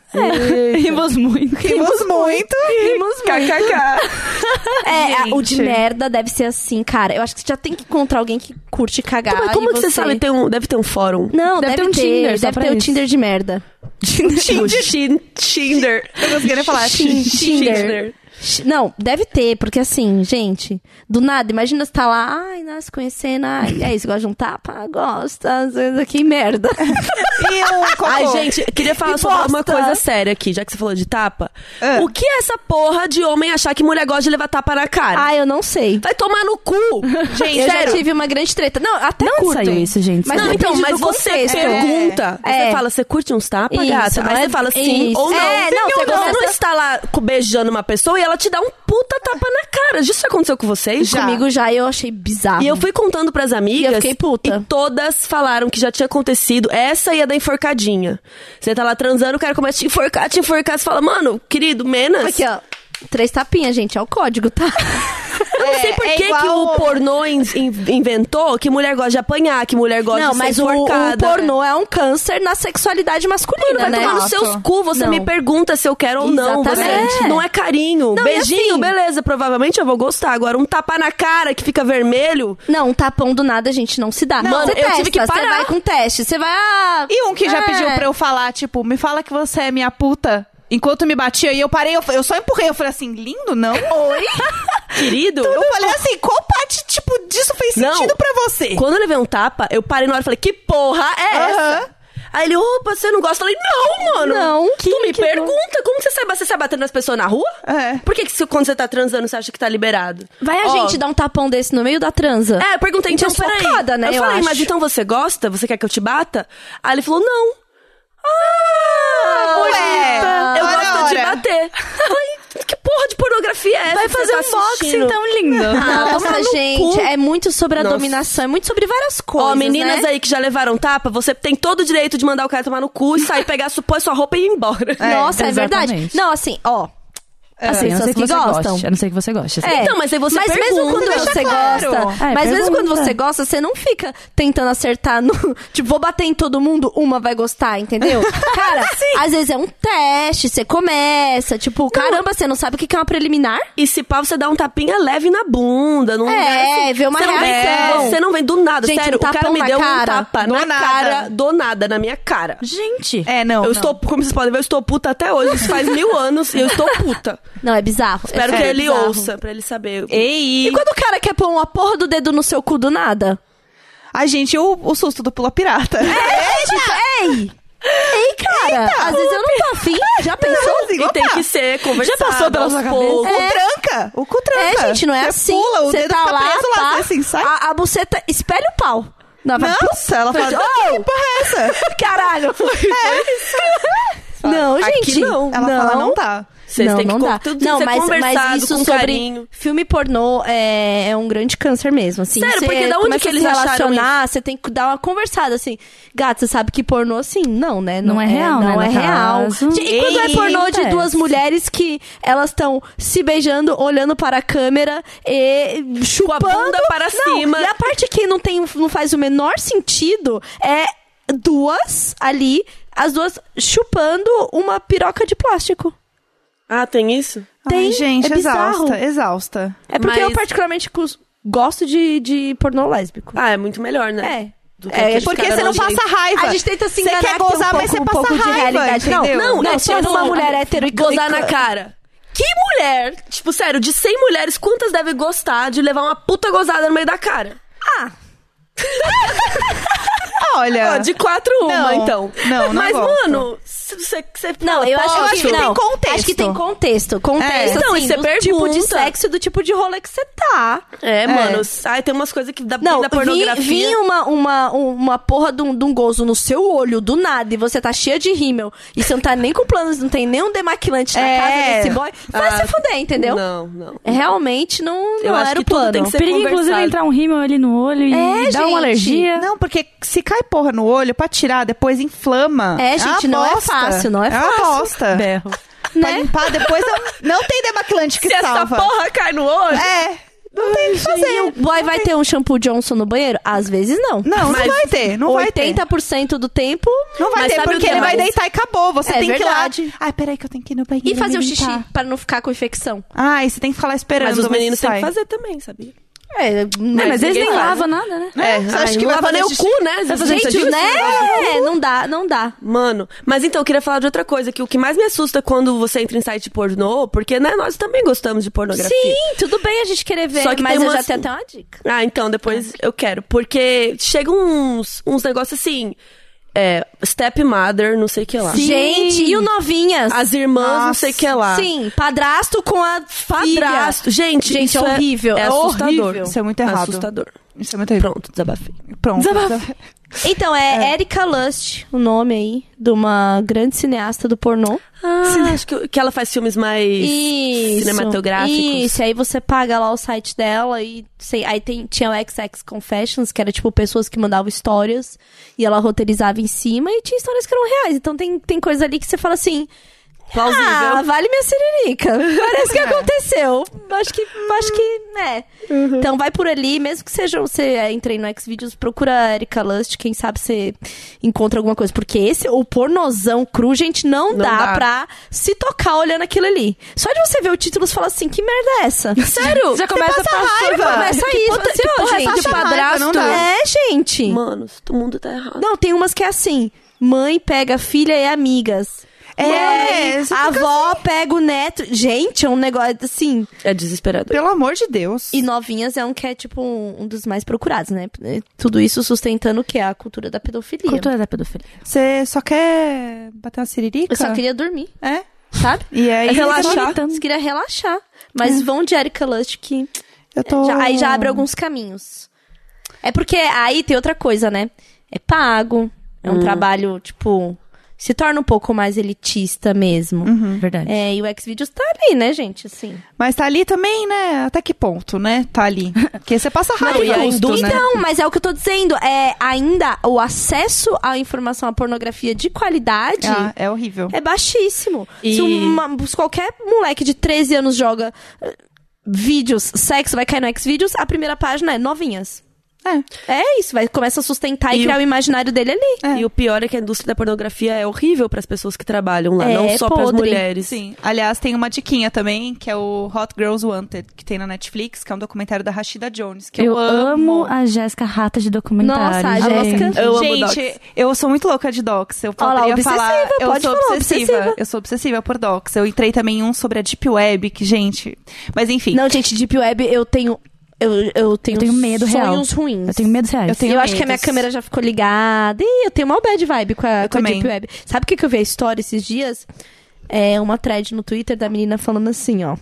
S3: Rimos muito.
S4: Rimos muito.
S2: Rimos muito.
S4: KKK.
S2: É, a- o de
S4: Gente.
S2: merda deve ser assim, cara. Eu acho que você já tem que encontrar alguém que curte cagar.
S1: Então, Mas como
S2: e
S1: que você sabe? Tem um, deve ter um fórum.
S2: Não,
S3: Deve
S2: deve,
S3: ter um Tinder só
S2: Deve
S3: pra
S2: ter o
S3: isso.
S2: Tinder de merda.
S1: Tipo, Shin- Tinder.
S4: Eu não queria falar.
S2: Tin- Tinder.
S1: Tinder.
S2: Sh- Não, deve ter, porque assim, gente, do nada, imagina você tá lá, ai, nós conhecendo, ai, e aí, você gosta de um tapa? Gosta, às vezes aqui, merda.
S4: E um cocô.
S1: Ai, gente, queria falar
S2: Que
S1: só uma
S2: bosta.
S1: coisa séria aqui, já que você falou de tapa.
S4: Ah.
S1: O que é essa porra de homem achar que mulher gosta de levar tapa na cara?
S2: ai, eu não sei.
S1: Vai tomar no cu! Gente,
S2: eu
S1: sério.
S2: já tive uma grande treta. Não, até
S3: Não
S2: curto.
S3: saiu isso, gente.
S2: Mas
S1: não,
S2: depende
S1: então, mas
S2: do
S1: você
S2: contexto.
S1: pergunta.
S2: É.
S1: Você fala, você curte uns tapas,
S2: Isso,
S1: gata?
S2: não
S1: Aí
S2: é-
S1: você fala sim
S2: isso.
S1: ou não.
S2: É, não,
S1: Entendeu?
S2: você
S1: Você não
S2: começa-
S1: está lá co- beijando uma pessoa e ela te dá um puta tapa na cara. Isso já aconteceu com vocês?
S4: Já.
S2: Comigo já eu achei bizarro.
S1: E eu fui contando pras amigas.
S2: Ah. E eu fiquei puta.
S1: e todas falaram que já tinha acontecido. Essa e a da enforcadinha. Você tá lá transando, o cara começa a te enforcar, te enforcar. Você fala, mano, querido, menos.
S2: Aqui, ó. Três tapinhas, gente, é o código, tá?
S1: Eu não sei por
S4: é
S1: que, que
S4: igual-
S1: o pornô in- in- inventou que mulher gosta de apanhar, que mulher gosta
S2: não,
S1: de ser
S2: mas o, o
S1: enforcada.
S2: pornô é um câncer na sexualidade masculina,
S1: Mano, vai
S2: né?
S1: tomar
S4: Exato.
S1: nos seus cu, você
S2: Não.
S1: me pergunta se eu quero ou não.
S2: Exatamente.
S1: Você
S2: É.
S1: não é carinho.
S2: Não, e
S1: Beijinho,
S2: assim-
S1: beleza, provavelmente eu vou gostar. Agora, um tapa na cara que fica vermelho.
S2: Não, um tapão do nada, gente, não se dá.
S1: Não,
S2: Você
S1: eu tive
S2: testa,
S1: que
S2: Você
S1: parar.
S2: vai com teste, você vai... Ah,
S4: E um que já
S2: é.
S4: pediu pra eu falar, tipo, me fala que você é minha puta. Enquanto me batia e eu parei, eu, fa- eu só empurrei. Eu falei assim, lindo, não? Oi?
S1: Querido,
S4: Eu falei assim, qual parte, tipo, disso fez
S1: Não.
S4: sentido pra você?
S1: quando eu levei um tapa, eu parei na hora e falei, que porra é
S4: É. Aham.
S1: essa? Aí ele, opa, você não gosta? Eu falei, não, mano.
S2: Não,
S1: tu me
S2: que
S1: pergunta, como que você sai, ba- você sai batendo nas pessoas na rua?
S4: É.
S1: Por que, que se- quando você tá transando, você acha que tá liberado?
S2: Vai
S1: Ó,
S2: a gente dar um tapão desse no meio da transa?
S1: É, eu perguntei,
S2: Gente,
S1: então,
S2: é
S1: peraí.
S2: socada, né,
S1: eu,
S2: eu
S1: falei,
S2: acho.
S1: mas então você gosta? Você quer que eu te bata? Aí ele falou, não. Ah,
S4: bonita.
S1: Eu
S4: Ora,
S1: gosto de
S4: ora.
S1: bater. Ai, que porra de pornografia é essa?
S3: Vai
S1: que
S3: fazer
S1: você
S3: um
S1: tá
S3: boxe
S1: assistindo?
S3: então lindo.
S1: tomar
S2: Nossa,
S1: no
S2: gente,
S1: cu.
S2: é muito sobre a
S1: Nossa.
S2: dominação, é muito sobre várias coisas,
S1: Ó, meninas
S2: né?
S1: aí que já levaram tapa, você tem todo o direito de mandar o cara tomar no cu e sair, pegar, supor sua roupa e ir embora.
S2: Nossa, é
S3: exatamente.
S2: verdade. Não, assim, ó...
S3: a
S2: Assim,
S3: não ser
S2: vocês
S3: que
S2: que
S3: você
S2: gostam...
S3: goste. A não ser que você goste. assim.
S2: É.
S1: Então, mas aí você
S2: mas mesmo
S1: pergunta,
S2: quando
S1: deixa
S2: você
S4: claro.
S2: gosta,
S3: É,
S2: mas mesmo quando
S3: pergunta.
S2: você gosta, você não fica tentando acertar no, tipo, vou bater em todo mundo, uma vai gostar, entendeu? Cara, às vezes é um teste, você começa, tipo, caramba, você não sabe o que que é uma preliminar?
S1: E se pá, você dá um tapinha leve na bunda, num
S2: É,
S1: lugar assim.
S2: vê uma
S1: você não vem-
S2: reação.
S1: você não vem do nada,
S2: Gente,
S1: sério.
S2: um
S1: o cara
S2: tapão
S1: me
S2: na
S1: deu um
S2: cara.
S1: tapa
S4: Do
S1: na
S4: nada.
S1: cara, do nada, na minha cara.
S3: Gente.
S4: É, não.
S1: eu
S4: não.
S1: estou, como vocês podem ver, eu estou puta até hoje. Isso faz mil anos e eu estou puta.
S2: Não, é bizarro.
S1: Espero
S2: é
S1: que
S2: super
S1: ele
S2: bizarro.
S1: ouça, pra ele saber.
S4: Ei!
S2: E quando o cara quer pôr uma porra do dedo no seu cu do nada?
S4: Ai, gente, o, o susto do Pula Pirata.
S2: É, tipo, ei! Ei, cara! às vezes eu não tô afim, já pensou?
S4: Não, assim,
S1: E tem
S4: opa,
S1: que ser conversado
S3: Já passou pela
S1: aos
S3: sua
S1: poucos.
S4: O cu tranca. O cu tranca.
S2: É, gente, não é
S4: Você
S2: assim.
S4: pula, o
S2: Cê
S4: dedo
S2: tá
S4: fica
S2: lá,
S4: preso lá,
S2: tá?
S4: você assim, sai.
S2: A, a buceta espelha o pau. Não, vai-
S4: Nossa, ela fala,
S2: Oh!
S4: que porra é essa?
S2: Caralho! Não,
S1: Aqui
S2: gente.
S1: não.
S4: Ela fala, não tá.
S1: Vocês
S2: não,
S1: têm que
S2: não dá.
S1: con- tudo tem
S2: não,
S1: que ser
S2: mas,
S1: conversado
S2: mas isso
S1: com
S2: sobre
S1: carinho.
S2: filme pornô é, é um grande câncer mesmo, assim.
S1: Sério,
S2: Você
S1: porque da onde
S2: começa
S1: que
S2: a se
S1: eles acharam
S2: relacionar, você tem que dar uma conversada, assim. Gato, você sabe que pornô, assim, não, né?
S3: Não é real,
S2: Não
S3: né,
S2: é
S3: no
S2: real.
S3: caso.
S2: Gente, E quando é
S3: Eita.
S2: pornô de duas mulheres que elas estão se beijando, olhando para a câmera e
S1: Com a
S2: chupando...
S1: bunda para
S2: Não,
S1: cima.
S2: E a parte que não, tem, não faz o menor sentido é duas ali... As duas chupando uma piroca de plástico.
S1: Ah, tem isso?
S2: Tem,
S4: Ai, gente,
S2: é bizarro.
S4: exausta, exausta.
S2: É porque eu
S1: Mas-
S2: particularmente cus- gosto de, de pornô lésbico.
S1: Ah, é muito melhor, né?
S2: é.
S1: Do que
S2: É,
S1: aqueles
S4: Porque
S1: caras
S4: você não
S1: nojentos.
S4: passa raiva.
S2: A gente tenta se
S4: Você
S2: enganar
S4: quer
S2: que tem
S4: gozar,
S2: um pouco,
S4: mas você
S2: um
S4: passa
S2: pouco
S4: raiva,
S2: de realidade.
S4: entendeu?
S2: Não, não,
S1: é
S2: sendo
S1: tipo
S2: uma mulher hétero e
S1: Gozar na cara. Que mulher, tipo, sério, de 100 mulheres, quantas devem gostar de levar uma puta gozada no meio da cara?
S4: Olha.
S2: Ah,
S4: Ah,
S1: Ó, de quatro, uma,
S4: Não.
S1: então.
S4: É. Não, não
S1: Mas,
S4: gosto.
S1: mano, se você... você-
S2: Não, eu acho,
S4: acho
S2: que,
S4: que
S2: não.
S4: tem contexto.
S2: Acho que tem contexto. Contexto,
S4: É.
S1: Então,
S2: assim,
S1: e você
S2: do tipo de
S1: pergunta.
S2: sexo, e do tipo de rolê que você tá.
S1: É, mano, ai, tem umas coisas que dá
S2: Não,
S1: da
S2: vinha
S1: pornografia.
S2: vi uma, uma, uma porra de um, de um gozo no seu olho, do nada, e você tá cheia de rímel, e você não tá nem com planos, não tem nenhum demaquilante na
S4: É.
S2: casa desse boy, um- vai
S1: Ah,
S2: se fuder, entendeu?
S1: Não, não.
S2: Realmente não,
S1: Eu
S2: não
S1: acho
S2: era o
S1: que tudo
S2: plano.
S1: tem que ser
S3: Perigo,
S1: conversado.
S3: inclusive, entrar um rímel ali no olho e
S2: É,
S3: dar
S2: gente.
S3: uma alergia.
S4: Não, porque se cai porra no olho, pra tirar, depois inflama.
S2: É,
S4: uma
S2: gente, não é
S4: bosta.
S2: fácil, não é
S4: É
S2: fácil. né?
S4: uma bosta.
S3: Berro.
S4: Pra limpar, depois é um- não, não tem demaquilante que
S1: Se essa
S4: salva.
S1: porra cai no olho...
S4: É. Não tem o que fazer.
S2: O boy vai ter um shampoo Johnson no banheiro? Às vezes não.
S4: Não, não
S1: Mas
S4: vai ter, não vai ter.
S2: 80% do tempo.
S4: Não vai
S1: Mas
S4: ter,
S1: sabe o
S4: porque
S1: que é
S4: ele vai
S1: mais?
S4: deitar e acabou. Você
S2: É
S4: tem que ir
S2: verdade.
S4: lá. Ai, peraí que eu tenho que ir no banheiro.
S2: E fazer o xixi
S4: limpar.
S2: para não ficar com infecção.
S4: Ai, você tem que falar esperando.
S1: Mas os
S4: ver se
S1: meninos têm que
S4: sai.
S1: fazer também, sabia?
S2: É,
S3: Não, mas eles
S1: ninguém
S3: nem
S1: faz,
S3: lavam nada, né?
S4: É, você acha que vai
S1: lava
S4: fazer
S1: nem o
S4: xixi?
S1: cu, né? Você
S3: fazendo
S1: já
S3: isso
S1: viu?
S3: aqui?
S2: né? Não dá, não dá.
S1: Mano, mas então, eu queria falar de outra coisa, que o que mais me assusta quando você entra em site pornô, porque né, nós também gostamos de pornografia.
S2: Sim, tudo bem a gente querer ver,
S1: Só que
S2: mas
S1: tem
S2: eu
S1: umas-
S2: já tenho até uma dica.
S1: Ah, então, depois
S2: É.
S1: eu quero. Porque chegam uns, uns negócios assim. É, stepmother, não sei o que lá.
S3: Sim.
S2: Gente, e o novinhas?
S1: As irmãs, não
S4: Nossa,
S1: sei o que Ah, lá.
S2: Sim, padrasto com a família.
S1: Padrasto. Gente,
S2: Gente,
S1: isso
S2: é horrível,
S1: É,
S2: é
S1: assustador.
S2: horrível.
S4: Isso é muito errado.
S1: Assustador.
S4: Isso é muito errado.
S1: Pronto, desabafei.
S4: Pronto.
S2: Então, é, Erika Lust, o nome aí, de uma grande cineasta do pornô.
S1: Ah, acho que, que ela faz filmes mais
S2: Isso.
S1: cinematográficos.
S2: Isso, aí você paga lá o site dela e sei, aí tem, tinha o XX Confessions, que era tipo pessoas que mandavam histórias e ela roteirizava em cima e tinha histórias que eram reais. Então tem, tem coisa ali que você fala assim.
S1: Plausível.
S2: Ah, vale minha siririca. Parece que
S1: É.
S2: aconteceu. Acho que, acho que, né.
S1: Uhum.
S2: Então vai por ali, mesmo que seja você é, entre aí no Xvideos, procura a Erika Lust, quem sabe você encontra alguma coisa. Porque esse, o pornozão cru, gente, não,
S1: Não
S2: dá,
S1: dá.
S2: pra se tocar olhando aquilo ali. Só de você ver o título, você fala assim, que merda é essa?
S1: Sério?
S3: Já começa a passar.
S2: Aí começa isso,
S1: puta-
S2: assim,
S1: que
S2: ó,
S1: porra é
S2: gente,
S1: essa
S2: o
S1: raiva?
S4: Não
S2: padrasto.
S4: dá.
S2: É, gente.
S1: Mano, o mundo tá errado.
S2: Não, tem umas que é assim. Mãe pega filha e amigas.
S4: É,
S2: Mãe,
S4: você
S2: a
S4: fica
S2: avó pega o neto. Gente, é um negócio assim.
S1: É desesperador.
S4: Pelo amor de Deus.
S2: E novinhas é um que é, tipo, um, um dos mais procurados, né? Tudo isso sustentando o que? A cultura da pedofilia.
S3: Cultura da pedofilia.
S4: Você só quer bater uma siririca?
S2: Eu só queria dormir,
S4: É?
S2: sabe?
S4: E aí... tá
S3: É relaxar.
S2: Eu só queria relaxar. Mas vão de Erika Lust que
S4: Eu tô...
S2: Já- aí já abre
S4: Oh.
S2: alguns caminhos. É porque aí tem outra coisa, né? É pago, é um trabalho, tipo, se torna um pouco mais elitista mesmo.
S3: Verdade.
S2: É, e o Xvideos tá ali, né, gente? Assim.
S4: Mas tá ali também, né? Até que ponto, né? Tá ali. Porque você passa raiva
S1: Não, e a
S4: em custo,
S1: indústria-
S4: né?
S2: Então, mas é o que eu tô dizendo. É ainda o acesso à informação, à pornografia de qualidade.
S4: Ah, é horrível.
S2: É baixíssimo.
S1: E-
S2: Se, uma- se qualquer moleque de 13 anos joga eh, vídeos, sexo, vai cair no Xvideos, a primeira página é novinhas. É. É isso, vai, começa a sustentar e,
S1: E
S2: criar
S1: o-
S2: o imaginário dele ali.
S4: É.
S1: E o pior é que a indústria da pornografia é horrível pras pessoas que trabalham lá,
S2: É,
S1: não
S2: é
S1: só pras
S2: podre.
S1: mulheres.
S4: Sim. Aliás, tem uma diquinha também, que é o Hot Girls Wanted, que tem na Netflix, que é um documentário da Rashida Jones, que eu,
S3: eu amo a Jéssica Rata de documentário.
S2: Nossa, a
S3: gente.
S2: Jéssica.
S1: Eu amo
S4: gente,
S1: docs.
S4: eu sou muito louca de docs. Eu
S2: Olha lá,
S4: poderia
S2: obsessiva,
S4: falar. Eu
S2: pode
S4: sou
S2: falar,
S4: obsessiva.
S2: obsessiva.
S4: Eu sou obsessiva por docs. Eu entrei também em um sobre a Deep Web, que, gente. Mas enfim.
S2: Não, gente, Deep Web, eu tenho. Eu, eu tenho,
S3: Eu tenho medo real.
S2: sonhos ruins.
S3: Eu tenho medo reais.
S4: Eu tenho
S2: eu acho que a minha
S4: medos.
S2: câmera já ficou ligada. Ih, eu tenho mal bad vibe com a, com a
S4: também.
S2: Deep Web. Sabe o que, que eu vi a história esses dias? É uma thread no Twitter da menina falando assim, ó.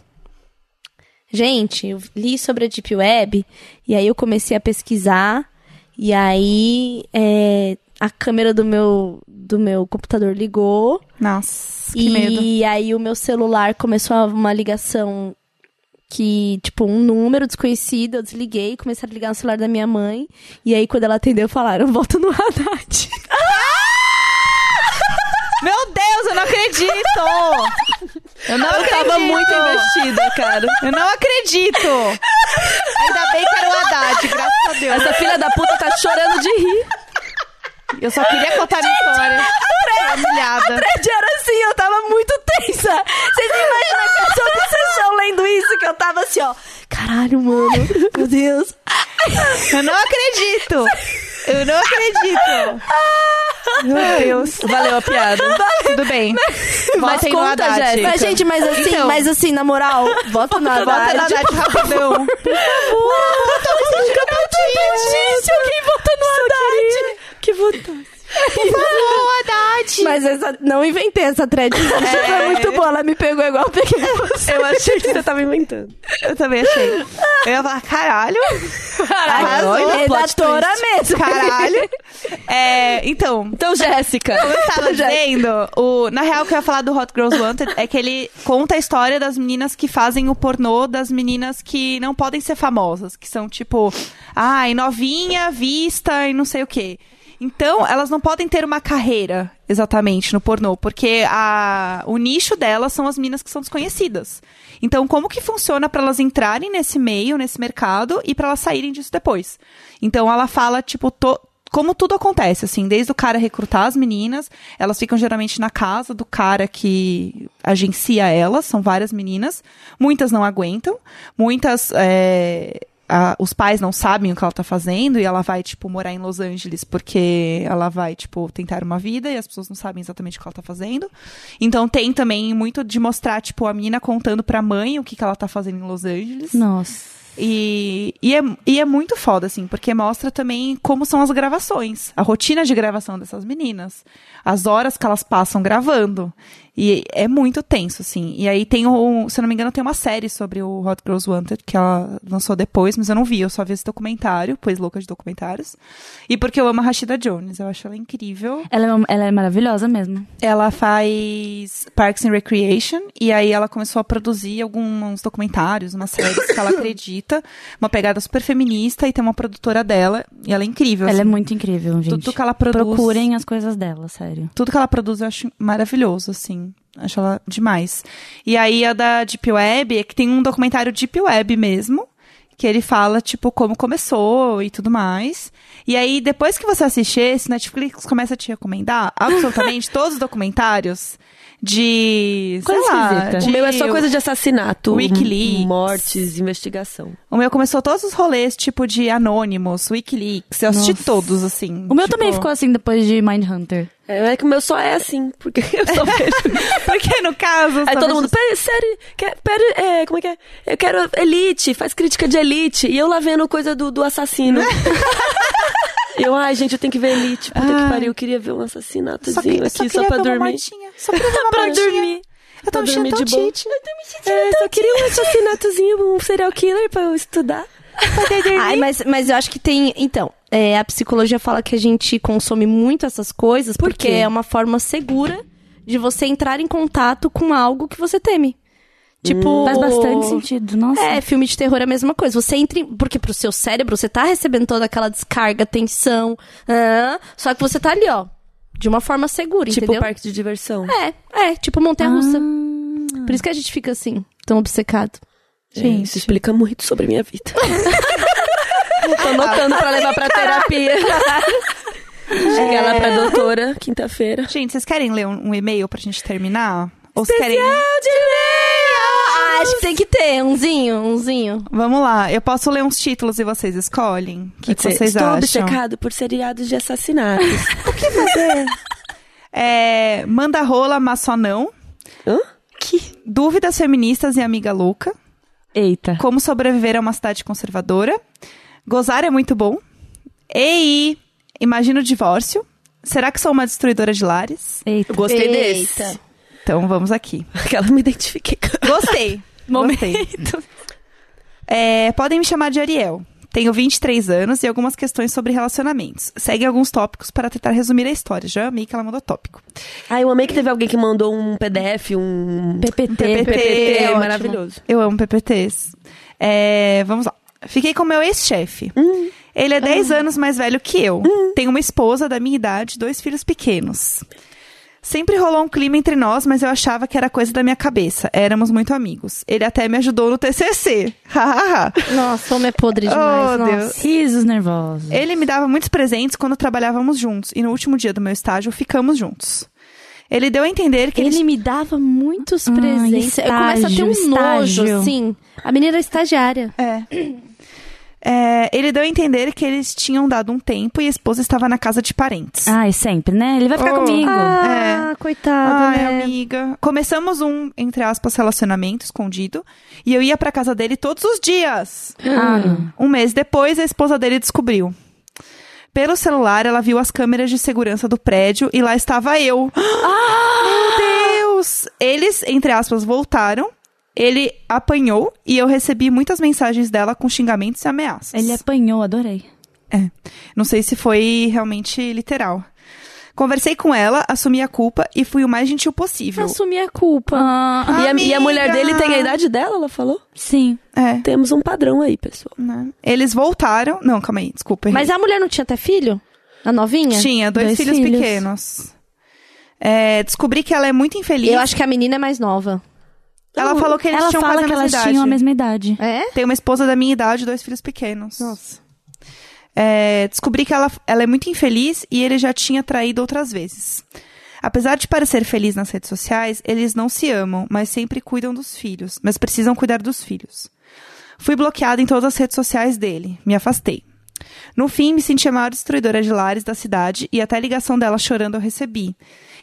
S2: Gente, eu li sobre a Deep Web e aí eu comecei a pesquisar. E aí é, a câmera do meu, do meu computador ligou.
S4: Nossa, que
S2: e
S4: medo.
S2: aí o meu celular começou a- uma ligação que, tipo, um número desconhecido, eu desliguei, começaram a ligar no celular da minha mãe. E aí, quando ela atendeu, falaram, volta no Haddad.
S4: Meu Deus, eu não acredito! Eu não
S1: Eu
S4: acredito!
S1: tava muito investida, cara.
S4: Eu não acredito! Ainda bem que era o Haddad, graças a Deus.
S1: Essa filha da puta tá chorando de rir.
S4: Eu só queria contar a minha história. Tô Humilhada.
S2: Era assim, eu tava muito tensa. Vocês não imaginam a pessoa da sessão lendo isso, que eu tava assim, ó. Caralho, mano. Meu Deus.
S4: Eu não acredito! Eu não acredito!
S2: Ah!
S4: Meu Deus.
S1: Valeu a piada.
S4: Tudo bem.
S1: Mas
S4: Votem no
S1: conta,
S4: Haddad.
S1: Jéssica.
S2: Mas, gente, mas assim,
S4: Então.
S2: mas assim, na moral, volta no
S4: Vota
S2: Haddad.
S4: no Haddad rapidão.
S1: Alguém vota no Haddad. é. Que votar.
S2: Mas essa, não inventei essa thread. Essa foi muito boa, ela me pegou igual eu peguei você.
S1: Eu achei que você tava inventando.
S4: Eu também achei. Eu ia falar, caralho. Arrasou.
S2: Olha, redatora mesmo.
S4: Caralho. É, então,
S1: Então, Jéssica.
S4: como eu tava dizendo, o, na real, o que eu ia falar do Hot Girls Wanted é que ele conta a história das meninas que fazem o pornô das meninas que não podem ser famosas, que são tipo, ai, novinha, vista e não sei o quê. Então, elas não podem ter uma carreira. exatamente no pornô, porque a, o nicho delas são as minas que são desconhecidas. Então, como que funciona para elas entrarem nesse meio, nesse mercado e para elas saírem disso depois? Então, ela fala tipo to, como tudo acontece, assim, desde o cara recrutar as meninas, elas ficam geralmente na casa do cara que agencia elas, são várias meninas, muitas não aguentam, muitas é, a- os pais não sabem o que ela tá fazendo e ela vai, tipo, morar em Los Angeles porque ela vai, tipo, tentar uma vida e as pessoas não sabem exatamente o que ela tá fazendo. Então tem também muito de mostrar, tipo, a menina contando pra mãe o que, que ela tá fazendo em Los Angeles.
S3: Nossa.
S4: E, e, é, e é muito foda, assim, porque mostra também como são as gravações, a rotina de gravação dessas meninas, as horas que elas passam gravando. E é muito tenso, assim. E aí tem, um, se eu não me engano, tem uma série sobre o Hot Girls Wanted, que ela lançou depois, mas eu não vi, eu só vi esse documentário, pois louca de documentários. E porque eu amo a Rashida Jones, eu acho ela incrível.
S3: Ela é, uma- ela é maravilhosa mesmo.
S4: Ela faz Parks and Recreation e aí ela começou a produzir alguns documentários, umas séries que ela acredita, uma pegada super feminista e tem uma produtora dela e ela é incrível.
S3: Ela é
S4: assim.
S3: muito incrível, gente.
S4: tudo que ela produz,
S3: Procurem as coisas dela, sério.
S4: tudo que ela produz eu acho maravilhoso assim. Acho ela demais. E aí a da Deep Web é que tem um documentário Deep Web mesmo, que ele fala tipo como começou e tudo mais. E aí depois que você assiste esse, Netflix começa a te recomendar absolutamente todos os documentários de, sei
S3: Coisa
S4: lá,
S3: esquisita.
S4: de-
S1: O meu é só coisa de assassinato,
S4: Wikileaks.
S1: mortes, investigação.
S4: O meu começou todos os rolês tipo de Anonymous, WikiLeaks, eu assisti
S3: Nossa.
S4: todos assim.
S3: O meu
S4: tipo-
S3: também ficou assim depois de Mindhunter.
S1: É é que o meu só é assim, porque eu só vejo.
S4: Porque no caso,
S1: Aí
S4: só
S1: todo
S4: vejo-
S1: mundo, pera, sério, quer, pera, é, como é que é? Eu quero elite, faz crítica de elite. E eu lá vendo coisa do, do assassino. eu, ai, gente, eu tenho que ver elite. Puta que
S4: Ai.
S1: pariu, eu queria ver um assassinato
S4: só, que,
S1: aqui,
S4: só,
S1: só,
S4: queria
S1: pra
S4: ver uma
S1: dormir.
S4: mortinha, só queria ver uma
S1: Pra
S4: mortinha.
S1: dormir.
S4: Eu tô
S1: Pra
S4: mexendo
S1: dormir
S4: tão
S1: de boa.
S4: tite.
S1: É, só queria um assassinatozinho, um serial killer pra eu estudar.
S2: Ai,
S1: Uhum.
S2: mas, mas eu acho que tem. Então, é, a psicologia fala que a gente consome muito essas coisas
S1: Por
S2: porque
S1: quê?
S2: é uma forma segura de você entrar em contato com algo que você teme.
S1: Hum.
S2: Tipo.
S3: Faz bastante sentido, nossa.
S2: É, filme de terror é a mesma coisa. Você entra. Em... Porque pro seu cérebro você tá recebendo toda aquela descarga, tensão. ah, só que você tá ali, ó. De uma forma segura,
S1: Tipo
S2: entendeu?
S1: parque de diversão.
S2: É, é, tipo montanha russa.
S3: Ah,
S2: Por isso que a gente fica assim, tão obcecado.
S1: É, Isso explica muito sobre a minha vida. Tô anotando pra levar pra terapia. Chegar lá pra doutora, quinta-feira.
S4: Gente, vocês querem ler um, um e-mail pra gente terminar? Ou vocês querem...
S2: Ah, acho que tem que ter, umzinho, umzinho.
S4: Vamos lá, eu posso ler uns títulos e vocês escolhem? O que, que
S1: Pode ser,
S4: vocês
S1: Estou
S4: acham?
S1: obcecado por seriados de assassinatos.
S4: É, Manda rola, mas só não.
S1: Hã?
S4: Dúvidas feministas e amiga louca.
S3: Eita.
S4: Como sobreviver a uma cidade conservadora. Gozar é muito bom. Ei, imagina o divórcio. Será que sou uma destruidora de lares?
S3: Eita.
S1: Eu gostei
S2: Eita.
S1: desse.
S4: Então vamos aqui.
S1: Aquela me identifiquei.
S4: Gostei. Gostei. É, podem me chamar de Ariel. Tenho 23 anos e algumas questões sobre relacionamentos. Seguem alguns tópicos para tentar resumir a história. Já amei que ela mandou tópico.
S1: Ah, eu amei que teve alguém que mandou um PDF, um
S3: PPT.
S4: PPT.
S1: PPT
S4: ótimo.
S1: é maravilhoso.
S4: Eu amo PPTs. É, vamos lá. Fiquei com meu ex-chefe. Ele é 10 anos mais velho que eu. Tem uma esposa da minha idade, dois filhos pequenos. Sempre rolou um clima entre nós, mas eu achava que era coisa da minha cabeça. Éramos muito amigos. Ele até me ajudou no TCC. Hahaha.
S2: Nossa, homem é podre
S4: Oh,
S2: demais, nossa.
S4: Deus.
S3: Risos nervosos.
S4: Ele me dava muitos presentes quando trabalhávamos juntos e no último dia do meu estágio ficamos juntos. Ele deu a entender que ele,
S2: Ele me dava muitos
S3: Ah,
S2: presentes. eu começo a ter um
S3: estágio,
S2: nojo,
S3: estágio.
S2: assim. A menina era estagiária.
S4: É. É, ele deu a entender que eles tinham dado um tempo e a esposa estava na casa de parentes.
S3: Ai, sempre, né? Ele vai ficar
S4: Oh.
S3: comigo.
S4: É.
S2: Ah, coitada,
S4: Ai,
S3: é.
S2: né?
S4: amiga. Começamos um, entre aspas, relacionamento escondido e eu ia pra casa dele todos os dias.
S3: Ah, não.
S4: Um mês depois, a esposa dele descobriu. Pelo celular, ela viu as câmeras de segurança do prédio e lá estava eu.
S3: Ah!
S4: Meu Deus! Eles, entre aspas, voltaram. Ele apanhou e eu recebi muitas mensagens dela com xingamentos e ameaças.
S3: Ele apanhou, adorei.
S4: É. Não sei se foi realmente literal. Conversei com ela, assumi a culpa e fui o mais gentil possível.
S2: Assumir a culpa.
S3: Ah,
S1: E a, e a
S4: Amiga!
S1: mulher dele tem a idade dela, ela falou?
S3: sim.
S4: É.
S1: Temos um padrão aí, pessoal.
S4: né? Eles voltaram. Não, calma aí, desculpa. errei.
S2: Mas a mulher não tinha até filho? A novinha?
S4: Tinha dois,
S3: Dois
S4: filhos,
S3: filhos.
S4: pequenos. É, descobri que ela é muito infeliz.
S2: Eu acho que a menina é mais nova.
S4: Ela falou que eles
S3: Uh, ela
S4: tinham
S3: fala
S4: quase
S3: que
S4: a mesma
S3: elas
S4: idade.
S3: tinham a mesma idade.
S2: É?
S4: Tem uma esposa da minha idade e dois filhos pequenos.
S2: Nossa.
S4: É, descobri que ela, ela é muito infeliz e ele já tinha traído outras vezes. Apesar de parecer feliz nas redes sociais, eles não se amam, mas sempre cuidam dos filhos, mas precisam cuidar dos filhos. Fui bloqueada em todas as redes sociais dele, me afastei. No fim, me senti a maior destruidora de lares da cidade e até a ligação dela chorando eu recebi.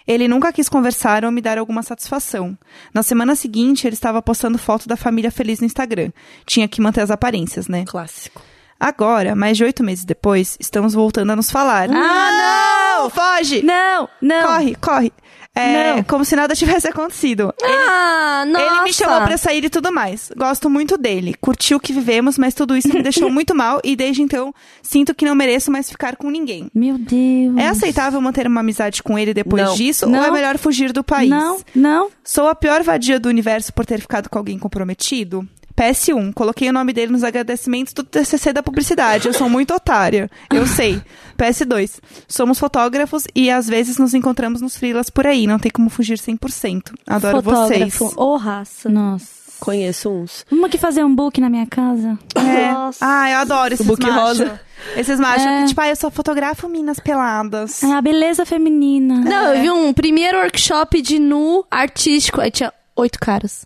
S4: Ele nunca quis conversar ou me dar alguma satisfação. Na semana seguinte, ele estava postando foto da família feliz no Instagram. Tinha que manter as aparências, né?
S1: Um Clássico.
S4: Agora, mais de oito meses depois, estamos voltando a nos falar.
S3: Ah,
S4: não! Foge!
S3: Não, não.
S4: É. Corre, corre! É,
S3: Não.
S4: como se nada tivesse acontecido.
S2: Ah, nossa.
S4: Ele me chamou pra sair e tudo mais. Gosto muito dele. Curti o que vivemos, mas tudo isso me deixou muito mal e desde então sinto que não mereço mais ficar com ninguém.
S3: Meu Deus.
S4: É aceitável manter uma amizade com ele depois
S1: Não.
S4: disso ou
S3: Não.
S4: é melhor fugir do país?
S3: Não, não.
S4: Sou a pior vadia do universo por ter ficado com alguém comprometido? PS1, coloquei o nome dele nos agradecimentos do TCC da publicidade. Eu sou muito otária. Eu sei. PS2, somos fotógrafos e às vezes nos encontramos nos frilas por aí. Não tem como fugir 100%. Adoro
S2: Fotógrafo.
S4: vocês.
S2: Ô, raça.
S3: Nossa.
S1: Conheço uns.
S3: Vamos aqui fazer um book na minha casa?
S4: É.
S2: Nossa.
S4: Ah, eu adoro esses
S1: book
S4: machos.
S1: rosa.
S4: Esses machos
S3: É.
S4: que, tipo, ah, eu só fotografo minas peladas.
S3: É a beleza feminina.
S2: Não, eu vi um primeiro workshop de nu artístico. Aí tinha oito caras.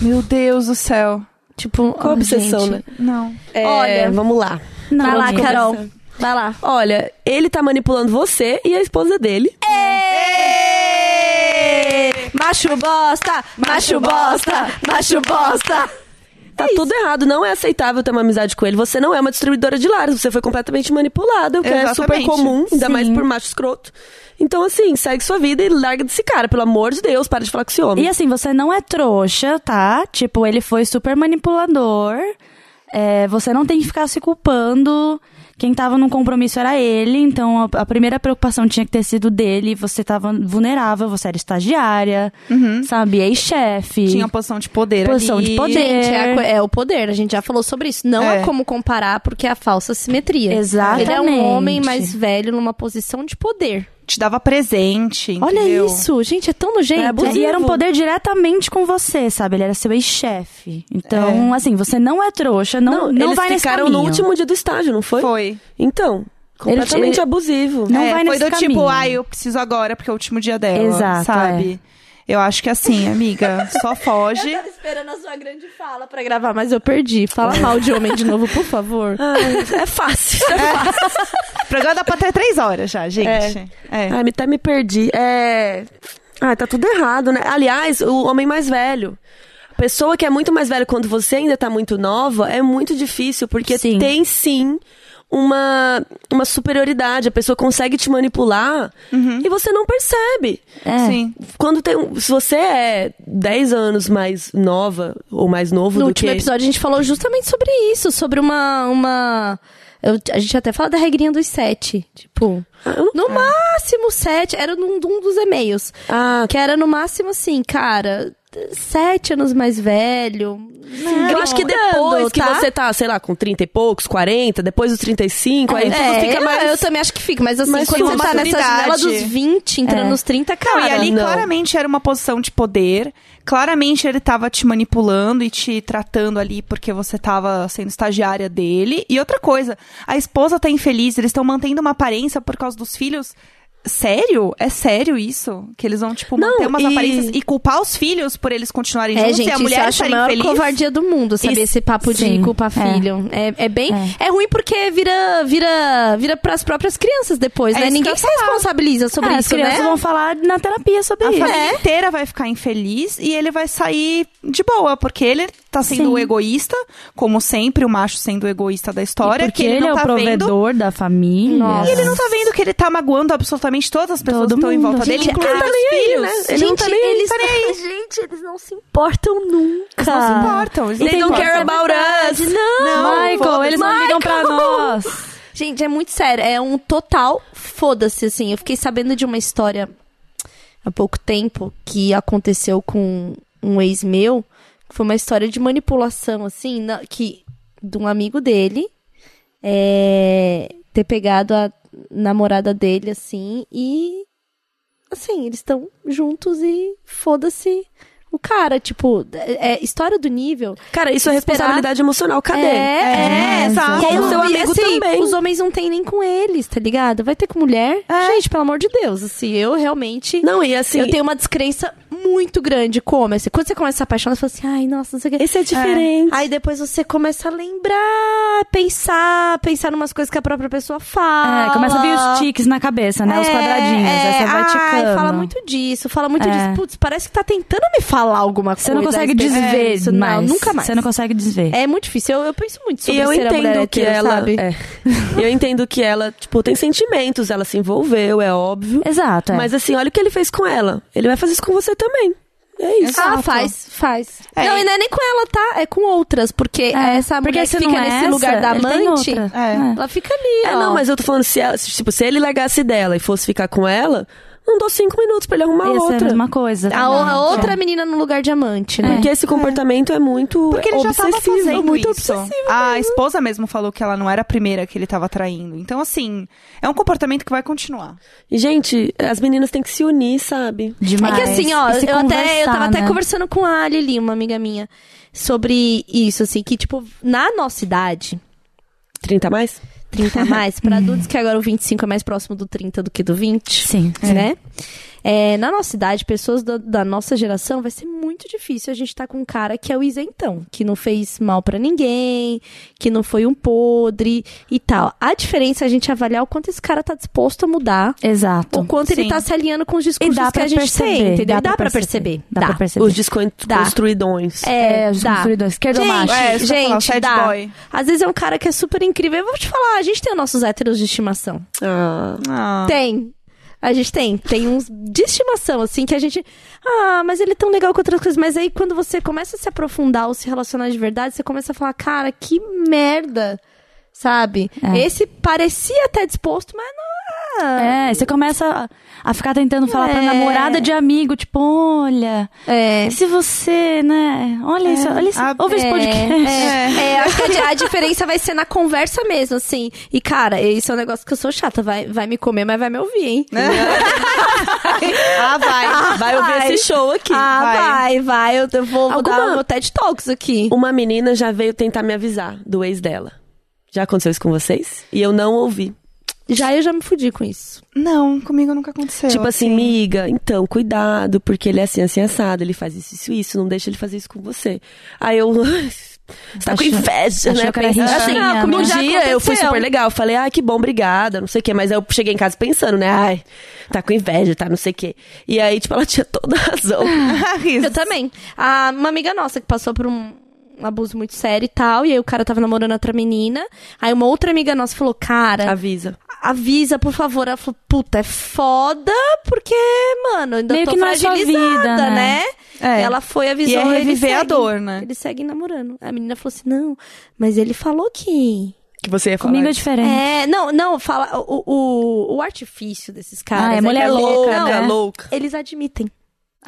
S4: Meu Deus do céu.
S2: Tipo,
S1: Qual a obsessão, né?
S4: Não.
S1: É,
S2: Olha.
S1: vamos lá.
S3: Não,
S2: Vai lá,
S3: gente.
S2: Carol. Vai lá.
S1: Olha, ele tá manipulando você e a esposa dele.
S2: Macho bosta, macho bosta, macho bosta.
S1: Tá tudo errado. Não é aceitável ter uma amizade com ele. Você não é uma distribuidora de lares. Você foi completamente manipulada, o que é super
S4: Exatamente.
S1: comum, ainda
S3: Sim.
S1: mais por macho escroto. Então, assim, segue sua vida e larga desse cara. Pelo amor de Deus, para de falar com esse homem.
S3: E assim, você não é trouxa, tá? Tipo, ele foi super manipulador. É, você não tem que ficar se culpando. Quem tava num compromisso era ele, então a, a primeira preocupação tinha que ter sido dele. Você tava vulnerável, você era estagiária, sabe? Ex-chefe.
S4: Tinha posição de poder
S3: Posição
S4: ali.
S3: de poder.
S2: Gente, é, a co- é o poder, a gente já falou sobre isso. Não
S4: É.
S2: há como comparar porque é a falsa simetria.
S3: Exatamente.
S2: Ele é um homem mais velho numa posição de poder.
S4: Te dava presente,
S2: Olha
S4: entendeu?
S2: isso, gente, é tão nojento.
S3: É, e era um poder diretamente com você, sabe? Ele era seu ex-chefe. Então, assim, você não é trouxa, não, não,
S1: eles
S3: vai nesse
S1: ficaram
S3: caminho.
S1: no último dia do estágio, não foi?
S4: Foi.
S1: Então, completamente
S3: ele-
S1: abusivo.
S3: Não
S4: É,
S3: vai
S4: foi
S3: nesse
S4: do tipo,
S3: caminho.
S4: ai, eu preciso agora, porque é o último dia dela,
S3: Exato, é.
S4: sabe? Eu acho que assim, amiga, só foge.
S2: esperando a sua grande fala pra gravar, mas eu perdi. Fala mal de homem de novo, por favor.
S1: Ai, é fácil.
S4: O programa dá pra ter três horas já, gente. É.
S1: Ai, me- até me perdi. É. Ai, tá tudo errado, né? Aliás, o homem mais velho. A Pessoa que é muito mais velha quando você ainda tá muito nova, é muito difícil, porque
S3: Sim.
S1: tem sim uma, uma superioridade. A pessoa consegue te manipular
S2: Uhum.
S1: e você não percebe.
S3: É.
S4: Sim.
S1: Quando tem. um- Se você é 10 anos mais nova ou mais novo
S2: No
S1: do
S2: último
S1: que.
S2: episódio a gente falou justamente sobre isso, sobre uma. uma... eu- a gente até fala da regrinha dos sete. Tipo,
S1: Ah, eu não-
S2: no máximo sete. Era num num dos e-mails.
S1: Ah,
S2: Que era no máximo assim, cara, sete anos mais velho. Não,
S1: Eu acho que depois que você tá, sei lá, com 30 e poucos, 40, depois dos 35, aí tudo
S2: é,
S1: fica
S2: eu-
S1: mais.
S2: Eu também acho que fica, mas assim,
S1: Mas
S2: quando
S1: com
S2: você tá nessa
S4: maturidade.
S2: janela dos 20, entrando
S3: É.
S2: nos 30, cara.
S4: Não, e ali
S1: não.
S4: claramente era uma posição de poder. Claramente ele tava te manipulando e te tratando ali porque você tava sendo estagiária dele. E outra coisa, a esposa tá infeliz, eles estão mantendo uma aparência por causa dos filhos. Sério? É sério isso? Que eles vão, tipo,
S1: Não,
S4: manter umas
S1: e-
S4: aparências e culpar os filhos por eles continuarem
S2: É,
S4: juntos e
S2: gente,
S4: a
S2: isso eu
S4: mulher
S2: acho a
S4: estar
S2: maior
S4: infeliz? É.
S2: covardia do mundo, saber
S4: Isso-
S2: esse papo de
S3: sim,
S2: culpa
S3: é.
S2: filho. É, é bem... É. ruim porque vira, vira, vira pras próprias crianças depois,
S4: É
S2: né?
S4: isso que
S2: Ninguém
S4: eu
S2: se responsabiliza sobre
S3: É, as
S2: isso,
S3: crianças
S2: né?
S3: vão falar na terapia sobre
S4: A
S3: isso.
S4: família inteira vai ficar infeliz e ele vai sair de boa, porque ele tá sendo
S3: Sim.
S4: o egoísta, como sempre, o macho sendo o egoísta da história,
S3: Porque
S4: que ele,
S3: ele,
S4: não
S3: é o
S4: tá vendo.
S3: provedor da família.
S2: Nossa.
S4: E ele não tá vendo que ele tá magoando absolutamente todas as pessoas
S3: Todo
S4: que estão em
S3: mundo.
S4: volta dele,
S2: Gente,
S4: incluindo
S2: ah,
S4: os
S1: nem aí,
S4: filhos.
S1: né?
S4: Eles
S1: Ele não tá nem aí,
S2: eles,
S4: tá nem aí.
S2: gente, eles não se importam nunca.
S4: não se importam. Eles
S1: They
S4: não
S1: don't
S4: se
S1: care
S4: importam. É
S2: né?
S1: about us.
S2: Não.
S3: Michael,
S4: foda-se.
S3: eles não ligam pra nós.
S2: Gente, é muito sério. É um total foda-se, assim. Eu fiquei sabendo de uma história há pouco tempo que aconteceu com um ex meu. que Foi uma história de manipulação, assim, na- que de um amigo dele é, ter pegado a namorada dele, assim, e assim, eles estão juntos e foda-se o cara. Tipo, é, é história do nível.
S1: Cara, isso é
S2: Esperar-
S1: responsabilidade emocional. Cadê?
S2: É,
S4: É, exato.
S2: E aí,
S1: O seu
S2: e,
S1: amigo
S2: assim,
S1: também.
S2: Os homens não tem nem com eles, tá ligado? Vai ter com mulher? Gente, pelo amor de Deus, assim, eu realmente...
S1: Não, e assim.
S2: Eu tenho uma descrença muito grande como assim. Quando você começa a se apaixonar, você fala assim, ai, nossa, não sei o que.
S1: Esse é diferente.
S2: Aí depois você começa a lembrar, pensar, pensar numas coisas que a própria pessoa fala.
S3: É, começa a vir os tiques na cabeça, né? os
S2: Ah. É,
S3: quadradinhos.
S2: é,
S3: aí você vai
S2: ai,
S3: ticando.
S2: fala muito disso, fala muito
S3: É.
S2: disso. Putz, parece que tá tentando me falar alguma coisa.
S3: Você não
S2: a
S3: consegue
S2: respeito
S3: desver
S2: disso.
S3: mais.
S2: Não, nunca mais.
S3: Você não consegue desver.
S2: É muito difícil. Eu, eu penso muito sobre
S1: E eu
S2: ser a mulher
S1: entendo que
S2: hétero,
S1: ela.
S2: sabe?
S1: é.
S3: Ah,
S1: Eu entendo que ela, tipo, tem sentimentos, ela se envolveu, é óbvio.
S3: Exato, é.
S1: Mas assim, olha o que ele fez com ela. Ele vai fazer isso com você também. É isso.
S2: Ah, faz, faz.
S4: É,
S2: não,
S4: e-
S2: e não é nem com ela, tá? É com outras, porque
S3: É,
S2: essa
S3: porque
S2: mulher que
S3: se
S2: fica
S3: não é
S2: nesse
S3: essa,
S2: lugar da
S3: ele tem
S2: amante,
S3: outra.
S4: É.
S3: É.
S2: ela fica ali,
S1: É,
S2: ó.
S1: não, mas eu tô falando, se, ela- tipo, se ele largasse dela e fosse ficar com ela, não dou cinco minutos pra ele arrumar
S3: Essa é a
S1: outra.
S3: mesma coisa.
S2: A, o-
S3: também. é.
S2: a outra é menina no lugar de amante, né?
S1: Porque esse comportamento é, muito
S4: Porque ele já
S1: obsessivo. é
S4: tava fazendo
S1: muito
S4: isso.
S1: obsessivo.
S4: A esposa mesmo falou que ela não era a primeira que ele tava traindo. Então, assim, é um comportamento que vai continuar.
S1: E, gente, as meninas têm que se unir, sabe?
S2: É
S3: Demais.
S2: que assim, ó,
S3: E se
S2: eu, até, eu
S3: conversar,
S2: tava até
S3: né?
S2: conversando com a Lili, uma amiga minha, sobre isso, assim, que, tipo, na nossa idade,
S1: 30 a mais?
S2: 30 a mais, pra adultos que agora o 25 é mais próximo do 30 do que do 20,
S3: Sim.
S2: né? É, na nossa idade, pessoas da, da nossa geração, vai ser muito difícil a gente tá com um cara que é o isentão, que não fez mal pra ninguém, que não foi um podre e tal. A diferença é a gente avaliar o quanto esse cara tá disposto a mudar
S3: Exato.
S2: o quanto ele
S4: Sim.
S2: tá se alinhando com os
S3: E
S2: discursos
S3: dá
S2: que
S3: pra
S2: a gente
S3: perceber.
S2: tem, entendeu? Dá, pra perceber. Tá.
S3: Dá pra perceber.
S1: Os desconstruidões.
S2: É,
S3: É, os
S2: dá.
S3: construidores. Esquerdo ou
S2: Gente,
S3: macho?
S4: É, isso que eu ia falar, o
S2: gente,
S4: sad
S2: dá.
S4: boy.
S2: Às vezes é um cara que é super incrível. Eu vou te falar, a gente tem nossos héteros de estimação.
S1: Ah.
S4: Ah.
S2: Tem. A gente tem. Tem uns de estimação, assim, que a gente... Ah, mas ele é tão legal com outras coisas. Mas aí, quando você começa a se aprofundar ou se relacionar de verdade, você começa a falar, cara, que merda, sabe?
S3: É.
S2: Esse parecia até disposto, mas não...
S3: É, você começa a, a ficar tentando falar pra
S2: É.
S3: namorada de amigo, tipo, olha,
S2: É.
S3: se você, né, olha isso, olha isso,
S4: Ah,
S3: ouve esse
S2: É,
S3: podcast.
S2: É, é, acho que a di- a, diferença vai ser na conversa mesmo, assim. E, cara, isso é um negócio que eu sou chata. Vai, vai me comer, mas vai me ouvir, hein?
S4: Né? ah, vai. Vai ouvir
S2: Vai.
S4: esse show aqui.
S2: ah, vai, vai. eu, eu vou, vou
S1: Alguma-
S2: dar meu TED Talks aqui.
S1: Uma menina já veio tentar me avisar do ex dela. Já aconteceu isso com vocês? E eu não ouvi.
S2: Já eu já me fudi com isso.
S4: Não, comigo nunca aconteceu.
S1: tipo assim, miga, então, cuidado, porque ele é assim, assim, assado, ele faz isso, isso, isso, não deixa ele fazer isso com você. Aí eu. Você tá
S3: Achou-
S1: com inveja,
S3: achou
S1: né?
S3: que era
S1: Pensando.
S3: rixinha,
S1: Assim,
S3: né?
S1: Um
S2: Já
S1: dia eu fui
S2: aconteceu.
S1: super legal. Falei, ai, que bom, obrigada, não sei o quê. Mas aí eu cheguei em casa pensando, né? Ai, tá com inveja, tá não sei o quê. E aí, tipo, ela tinha toda a razão.
S2: Eu também. Ah, uma amiga nossa que passou por um um abuso muito sério e tal, e aí o cara tava namorando outra menina. Aí uma outra amiga nossa falou, cara,
S1: Avisa.
S2: avisa, por favor. Ela falou, puta, é foda, porque, mano, ainda
S3: Meio
S2: tô
S3: que não é sua
S2: fragilizada,
S3: vida,
S2: né?
S3: né?
S4: É.
S2: Ela foi, avisou,
S4: E é
S2: ele
S4: reviver a
S2: segue-
S4: dor, né?
S2: Eles seguem namorando. A menina falou assim, não, mas ele falou que...
S1: Que você ia falar.
S3: Comigo é
S1: isso.
S3: diferente.
S2: É, não, não, fala, o, o, o artifício desses caras...
S3: Ah, é
S2: que
S3: mulher
S2: eles-
S3: louca,
S2: não,
S3: né?
S1: louca.
S2: Eles admitem.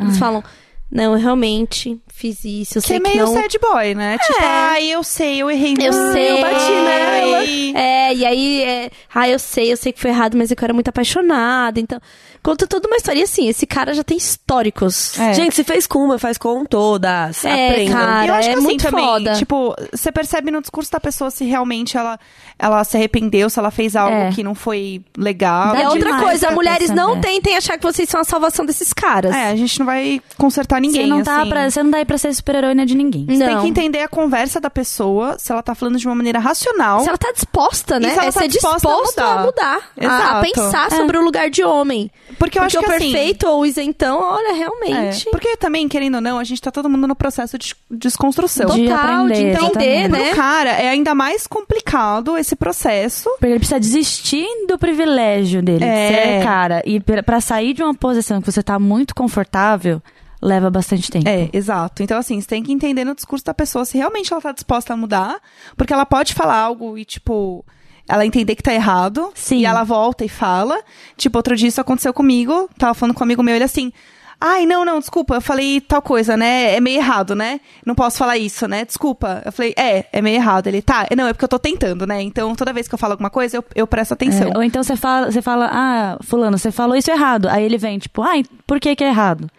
S2: Eles falam, não, eu realmente fiz isso,
S4: Ah.
S2: eu
S4: Que
S2: sei
S4: é
S2: que,
S4: meio
S2: não...
S4: sad boy, né? Tipo, ai, eu sei, eu errei.
S2: Eu
S4: Ai,
S2: sei.
S4: Eu bati nela.
S2: É, e aí, é, ah, eu sei, eu sei que foi errado, mas é que eu era muito apaixonada, então... Conta toda uma história, e assim, esse cara já tem históricos.
S4: É.
S1: Gente, se fez com uma, faz com todas.
S2: É,
S1: Aprenda.
S2: cara.
S4: eu acho
S2: é
S4: que assim
S2: muito
S4: também,
S2: foda.
S4: tipo, você percebe no discurso da pessoa se realmente ela, ela se arrependeu, se ela fez algo
S3: É.
S4: que não foi legal.
S2: É
S3: Dá
S2: outra
S3: demais
S2: coisa,
S3: pra
S2: mulheres não
S3: perceber.
S2: tentem achar que vocês são a salvação desses caras.
S4: né? É, a gente não vai consertar ninguém,
S3: você, não tá
S4: assim.
S3: pra, você não tá aí pra ser super-heroína de ninguém.
S2: Não.
S4: Você tem que entender a conversa da pessoa, se ela tá falando de uma maneira racional.
S2: Se ela tá disposta, né?
S4: então. E se ela
S2: é
S4: tá
S2: ser
S4: disposta a
S2: disposto a mudar. a- a,
S4: Exato. É.
S2: pensar sobre o lugar de homem.
S4: Porque eu
S2: Porque
S4: acho que
S2: o
S4: assim,
S2: perfeito ou o isentão, olha,
S4: é,
S2: realmente.
S4: porque também, querendo ou não, a gente tá todo mundo no processo de desconstrução.
S3: De
S2: Total, de,
S3: aprender,
S2: entender,
S3: exatamente.
S2: né?
S4: Pro cara, é ainda mais complicado esse processo.
S3: Porque ele precisa desistir do privilégio dele.
S4: É.
S3: de Ser cara. E pra pra sair de uma posição que você tá muito confortável, leva bastante tempo.
S4: É, exato. Então, assim, você tem que entender no discurso da pessoa se realmente ela tá disposta a mudar. Porque ela pode falar algo e, tipo, ela entender que tá errado.
S3: Sim.
S4: E ela volta e fala. Tipo, outro dia isso aconteceu comigo. Tava falando com um amigo meu, ele assim. Ai, não, não, desculpa, eu falei tal coisa, né? É meio errado, né? Não posso falar isso, né? Desculpa. Eu falei, é, é meio errado. Ele, tá, não, é porque eu tô tentando, né? Então, toda vez que eu falo alguma coisa, eu, eu presto atenção.
S3: É, ou então você fala, você fala, ah, fulano, você falou isso errado. Aí ele vem, tipo, ah, por que que é errado?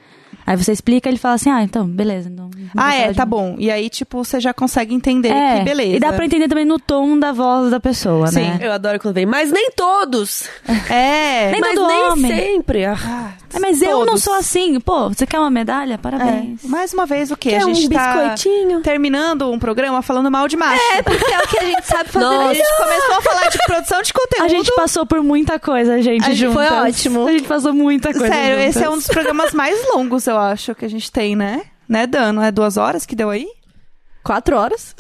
S3: Aí você explica, ele fala assim, ah, então, beleza. Então, não vou
S4: Ah,
S3: falar
S4: é,
S3: de
S4: tá
S3: novo."
S4: bom. E aí, tipo, você já consegue entender que beleza.
S3: É, E dá pra entender também no tom da voz da pessoa,
S4: Sim.
S3: né?
S1: Eu adoro quando vem. Mas nem todos!
S4: É.
S3: Nem
S1: mas
S3: todo
S1: nem
S3: homem.
S1: sempre. Ah,
S3: Ah, mas eu não
S4: Todos.
S3: sou assim. Pô, você quer uma medalha? Parabéns.
S4: É. Mais uma vez, o quê?
S1: Quer
S4: a gente
S1: um
S4: tá
S1: biscoitinho?
S4: terminando um programa falando mal de macho. É,
S2: Porque é o que a gente sabe fazer.
S1: Nossa.
S4: a gente começou a falar de produção de conteúdo.
S3: A gente passou por muita coisa, gente,
S2: A gente- foi
S3: juntas.
S2: ótimo.
S3: A gente passou muita coisa
S4: Sério,
S3: juntas.
S4: esse é um dos programas mais longos, eu acho, que a gente tem, né? Né, Dan? Não é duas horas que deu aí?
S2: Quatro horas.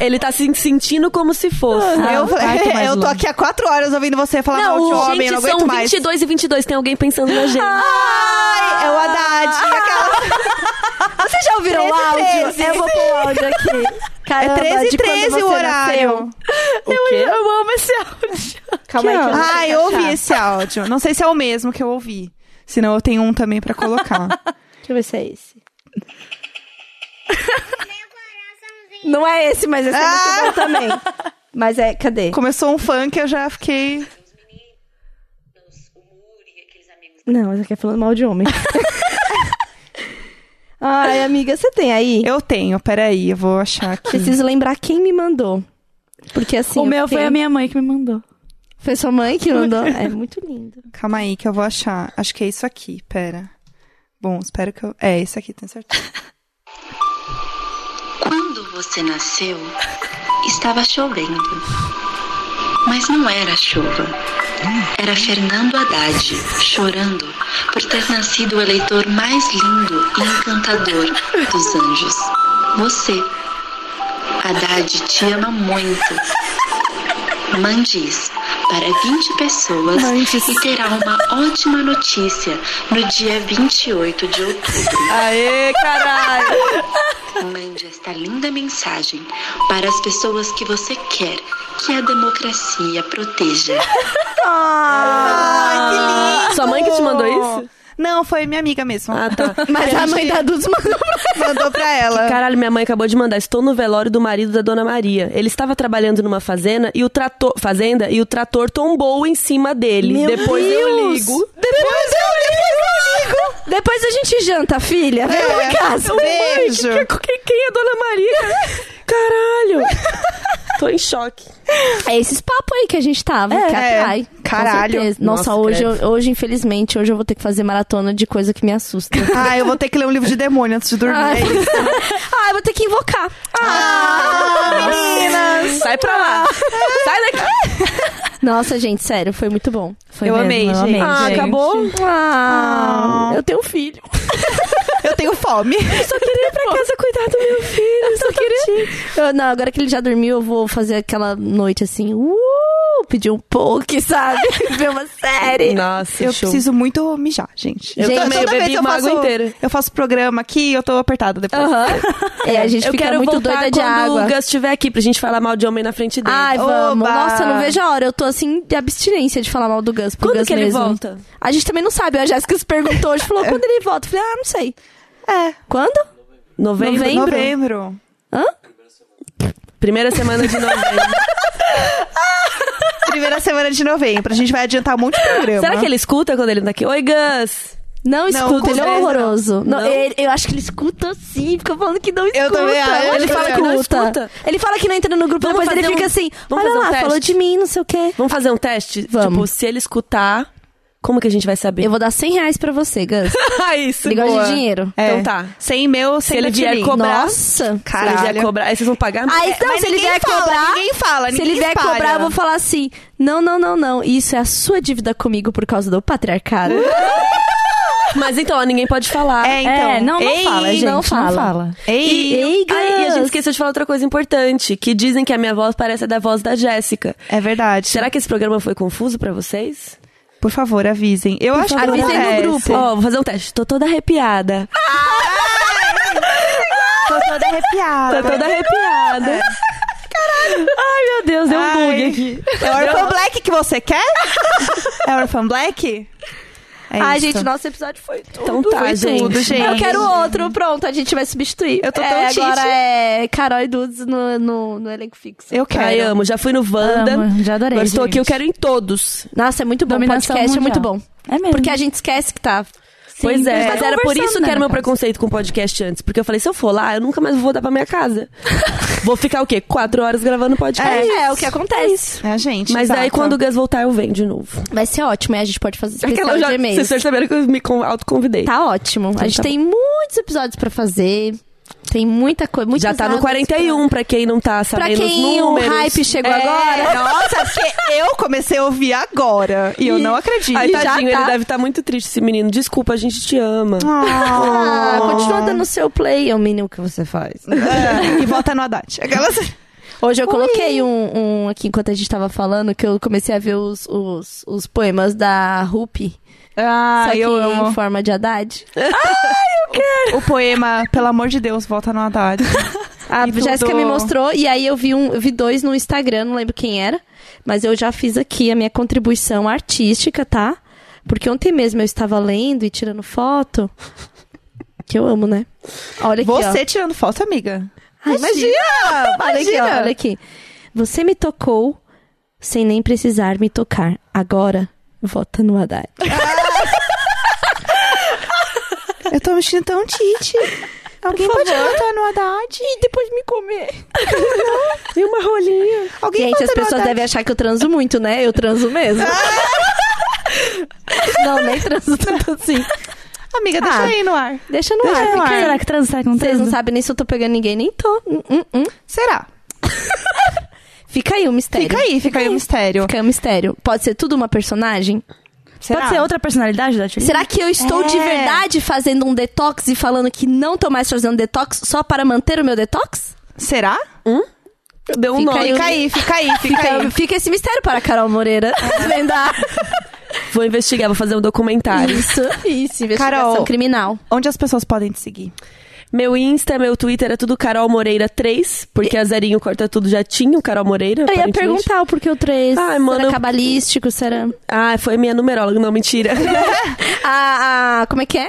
S1: Ele tá se sentindo como se fosse.
S3: Ah,
S4: eu
S3: o quarto mais
S4: eu tô
S3: longo.
S4: aqui há quatro horas ouvindo você falar mal de homem,
S1: gente,
S4: eu não aguento
S1: são
S4: mais.
S1: 22 e 22. Tem alguém pensando na gente.
S4: Ai, é o Haddad. Aquela...
S2: Vocês já ouviram o áudio?
S4: 13.
S2: Eu vou pôr o áudio aqui.
S4: É
S2: Caramba,
S4: 13
S2: de
S4: e
S2: quando
S4: 13 o
S2: você
S4: horário.
S2: nasceu.
S1: o quê?
S3: Eu amo esse áudio.
S2: Calma aí que eu
S4: Ah,
S2: Ai,
S4: eu ouvi esse áudio. Não sei se é o mesmo que eu ouvi. Senão eu tenho um também pra colocar.
S2: Deixa eu ver se é esse. Não é esse, mas esse é muito bom também. Mas é, cadê?
S4: Começou um funk, eu já fiquei...
S2: Não, essa aqui é falando mal de homem. Ai, amiga, você tem aí?
S4: Eu tenho, peraí, eu vou achar aqui.
S2: Preciso lembrar quem me mandou. Porque assim.
S3: o
S2: eu
S3: meu foi
S2: fiquei-
S3: a minha mãe que me mandou.
S2: Foi sua mãe que mandou? É muito lindo.
S4: Calma aí que eu vou achar. Acho que é isso aqui, pera. Bom, espero que eu... É, isso aqui, tenho certeza.
S5: Quando você nasceu, estava chovendo. Mas não era chuva. Era Fernando Haddad chorando por ter nascido o eleitor mais lindo e encantador dos anjos. Você. Haddad te ama muito. Mande isso para 20 pessoas e terá uma ótima notícia no dia 28 de outubro.
S4: Aê, caralho!
S5: Mande esta linda mensagem para as pessoas que você quer que a democracia proteja.
S2: Ah,
S4: Ai, que lindo!
S1: Sua mãe que te mandou isso?
S4: Não, foi minha amiga mesmo.
S1: Ah, tá.
S2: Mas a mãe da Duz mandou
S4: Mandou pra ela.
S1: Caralho, minha mãe acabou de mandar. Estou no velório do marido da Dona Maria. Ele estava trabalhando numa fazenda e o trator, fazenda e o trator tombou em cima dele.
S2: Meu
S1: Depois eu
S2: Deus!
S1: ligo.
S4: Depois eu, depois eu ligo!
S2: Depois a gente janta, filha. Vem
S4: É,
S2: pra casa.
S4: eu beijo.
S1: Mãe, que- que- que- quem é Dona Maria? Caralho. Tô em choque.
S2: É esses papos aí que a gente tava. que
S4: é.
S2: atrai. com
S4: Caralho.
S2: certeza. Nossa,
S1: Nossa,
S2: hoje,
S1: credo.
S2: eu- hoje, infelizmente, hoje eu vou ter que fazer maratona de coisa que me assusta.
S4: Ah, eu vou ter que ler um livro de demônio antes de dormir.
S2: Ai,
S4: É isso.
S2: ah, eu né? vou ter que invocar.
S4: Ah, meninas!
S1: Sai pra lá. Sai daqui.
S2: Nossa, gente, sério, foi muito bom.
S3: Foi
S4: Eu
S3: mesmo,
S4: amei,
S3: eu
S4: gente.
S3: amei,
S1: Ah,
S3: gente.
S1: acabou?
S2: Ah, eu tenho um filho.
S4: Eu tenho fome.
S1: Só queria ir pra casa cuidar do meu filho.
S2: Eu só queria. Eu- não, agora que ele já dormiu, eu vou fazer aquela noite assim, uh, pedir um poke, sabe? Ver uma série.
S1: Nossa,
S4: Eu
S1: show.
S4: preciso muito mijar, gente.
S2: Gente,
S4: tô-
S2: eu
S4: toda
S1: bebi
S4: vez eu
S1: uma
S4: faço,
S1: água inteira.
S4: Eu faço programa aqui e eu tô apertada depois.
S1: Aham.
S2: É, a gente
S1: eu
S2: fica
S1: quero
S2: muito
S1: voltar
S2: doida de
S1: quando
S2: água.
S1: o Gus estiver aqui pra gente falar mal de homem na frente dele.
S2: Ai, vamos.
S4: Oba!
S2: Nossa, não vejo a hora. Eu tô assim de abstinência de falar mal do Gus. Pro
S1: Quando
S2: Gus
S1: que ele
S2: mesmo.
S1: volta?
S2: A gente também não sabe. A Jéssica se perguntou hoje, falou quando ele volta. Eu falei, ah, não sei.
S4: É.
S2: Quando?
S1: Novembro?
S2: Novembro.
S4: Novembro.
S2: Hã?
S1: Primeira semana de novembro.
S4: Primeira semana de novembro. A gente vai adiantar um monte de programa.
S1: Será que ele escuta quando ele não tá aqui? Oi, Gus!
S2: Não escuta,
S4: com
S2: ele é
S4: certeza
S2: horroroso. Não,
S1: Não?
S2: ele- eu acho que ele escuta sim, fica falando que não escuta.
S4: também acho,
S2: Eu
S4: ele
S2: acho
S4: fala
S1: que não escuta.
S2: Ele fala que não entra no grupo,
S1: Vamos
S2: depois ele
S1: fazer
S2: fica
S1: um-
S2: assim,
S1: vamos
S2: olha
S1: fazer um
S2: lá,
S1: teste?
S2: falou de mim, não sei o quê.
S1: Vamos fazer um teste?
S2: Vamos.
S1: Tipo, se ele escutar, como que a gente vai saber?
S2: Eu vou dar 100 reais pra você, Gus.
S1: Ah, isso,
S2: Ele gosta
S1: boa.
S2: de dinheiro.
S4: É.
S1: Então tá.
S4: Sem meu,
S1: Se
S4: sem
S1: ele vier
S4: gatilhinho.
S1: cobrar-
S2: Nossa.
S1: Se ele vier
S4: Caralho.
S1: cobrar, aí vocês vão pagar?
S2: Aí, Ah, não,
S4: mas
S2: se ele
S4: ninguém
S2: vier
S4: fala,
S2: cobrar.
S4: ninguém fala,
S2: Se ele
S4: ninguém
S2: vier
S4: espalha.
S2: cobrar, eu vou falar assim: não, não, não, não. Isso é a sua dívida comigo por causa do patriarcado.
S1: Mas então, ó, ninguém pode falar.
S4: É, então.
S3: É, não, não
S4: Ei,
S3: fala, gente.
S2: não
S3: Não fala.
S2: fala.
S4: Ei,
S2: Ei, Gus.
S1: Ai, e a gente esqueceu de falar outra coisa importante, que dizem que a minha voz parece a da voz da Jéssica.
S4: É verdade.
S1: Será que esse programa foi confuso pra vocês?
S4: Por favor, avisem. Eu acho que
S2: favor,
S4: não
S2: avisem no
S4: é
S2: grupo.
S4: esse.
S1: Ó, vou fazer um teste. Tô toda arrepiada.
S4: Tô toda arrepiada.
S1: Tô toda arrepiada.
S3: Ai, meu Deus, deu um bug
S4: Ai.
S3: aqui.
S4: É Orphan Black que você quer? É Orphan Black? É
S2: Ai,
S4: isso.
S2: gente, nosso episódio foi tudo.
S1: Então tá,
S4: Foi
S1: gente.
S4: tudo, gente.
S2: Eu quero outro, pronto, a gente vai substituir.
S4: Eu tô tão
S2: é,
S4: tite.
S2: Agora é Carol e Dudes no, no, no elenco fixo.
S4: Eu quero.
S1: Ai, amo. Já fui no Wanda.
S3: Amo, já adorei,
S1: Agora estou aqui,
S3: gente.
S1: eu quero em todos.
S2: Nossa, é muito bom. O
S3: Dominação
S2: podcast é muito
S3: mundial.
S2: bom.
S3: É mesmo.
S2: Porque a gente esquece que tá.
S1: pois é.
S3: tá
S1: Mas era por
S3: conversando,
S1: isso
S3: né,
S1: que era
S3: na
S1: meu
S3: casa.
S1: preconceito com podcast antes. Porque eu falei, se eu for lá, eu nunca mais vou voltar pra minha casa. vou ficar o quê? Quatro horas gravando podcast.
S2: É, é o que acontece.
S4: É a gente.
S1: Mas daí,
S4: exato.
S1: quando o Gus voltar, eu venho de novo.
S2: Vai ser ótimo, e a gente pode fazer
S1: Aquela
S2: especial
S1: eu
S2: de
S1: já,
S2: e-mail.
S1: vocês perceberam que eu me con- autoconvidei.
S2: Tá ótimo. a gente
S1: tá
S2: tem muitos episódios pra fazer. Tem muita coisa. muitas
S1: Já tá no
S2: águas
S1: 41, pra quem não tá
S2: Pra, pra
S1: sabendo os
S2: quem o
S1: números.
S2: hype chegou
S4: É,
S2: agora. tá
S4: Nossa, porque eu comecei a ouvir agora. E eu não acredito.
S1: Ai,
S2: E já
S1: tadinho, ele
S2: tá.
S1: deve estar muito triste, esse menino. Desculpa, a gente te ama.
S2: Ah,
S4: Ah,
S2: continua dando seu play, é o mínimo que você faz.
S4: É, e volta no Haddad. Aquelas...
S2: Hoje eu coloquei um, um aqui enquanto a gente tava falando, que eu comecei a ver os, os, os poemas da Rupi.
S4: Ah,
S2: só que
S4: eu
S2: em
S4: amo.
S2: forma de Haddad.
S4: O poema, pelo amor de Deus, volta no Haddad.
S2: A
S4: tudo.
S2: Jéssica me mostrou, e aí eu vi, um, eu vi dois no Instagram, não lembro quem era. Mas eu já fiz aqui a minha contribuição artística, tá? Porque ontem mesmo eu estava lendo e tirando foto. Que eu amo, né? Olha aqui, ó.
S4: Você tirando foto, amiga.
S2: Ai,
S4: Imagina!
S2: Olha aqui, ó, olha aqui. Você me tocou sem nem precisar me tocar. Agora, vota no Haddad.
S4: Eu tô mexendo tão tite. Alguém pode votar no Haddad?
S2: E depois me comer.
S1: E uma rolinha.
S4: Alguém
S2: Gente,
S4: vota
S2: as
S4: no
S2: pessoas
S4: Haddad?
S2: devem achar que eu transo muito, né? Eu transo mesmo. Não, nem transo tanto assim.
S4: Amiga, deixa
S2: Ah.
S4: aí no ar.
S2: Deixa no
S4: Deixa
S2: ar.
S4: no
S2: fica
S4: ar.
S2: aí.
S3: Será que transar com
S2: Vocês não
S3: transa?
S2: sabem nem se eu tô pegando ninguém, nem tô. Hum, hum, hum.
S4: Será?
S2: Fica aí o mistério.
S4: Fica aí, fica aí o mistério.
S2: Fica aí o mistério. Pode ser tudo uma personagem?
S4: Será?
S3: Pode ser outra personalidade da Tchulin?
S2: Será que eu estou de
S4: É.
S2: verdade fazendo um detox e falando que não tô mais fazendo detox só para manter o meu detox?
S4: Será?
S1: Deu um
S2: Fica
S1: nome.
S2: aí o-
S4: Fica aí, fica aí, fica,
S2: Fica,
S4: aí.
S2: fica esse mistério para a Carol Moreira. desvendar.
S1: Vou investigar, vou fazer um documentário.
S2: Isso, isso. Investigação
S4: Carol.
S2: criminal.
S4: Onde as pessoas podem te seguir?
S1: Meu Insta, meu Twitter é tudo Carol Moreira 3, porque a Zerinho corta tudo já tinha o Carol Moreira.
S2: Eu ia
S1: aparentemente.
S2: perguntar o porquê o 3.
S1: Ai,
S2: será
S1: mano, eu-
S2: cabalístico? Será.
S1: Ah, foi minha numeróloga, não, mentira.
S2: A, a- Como é que é?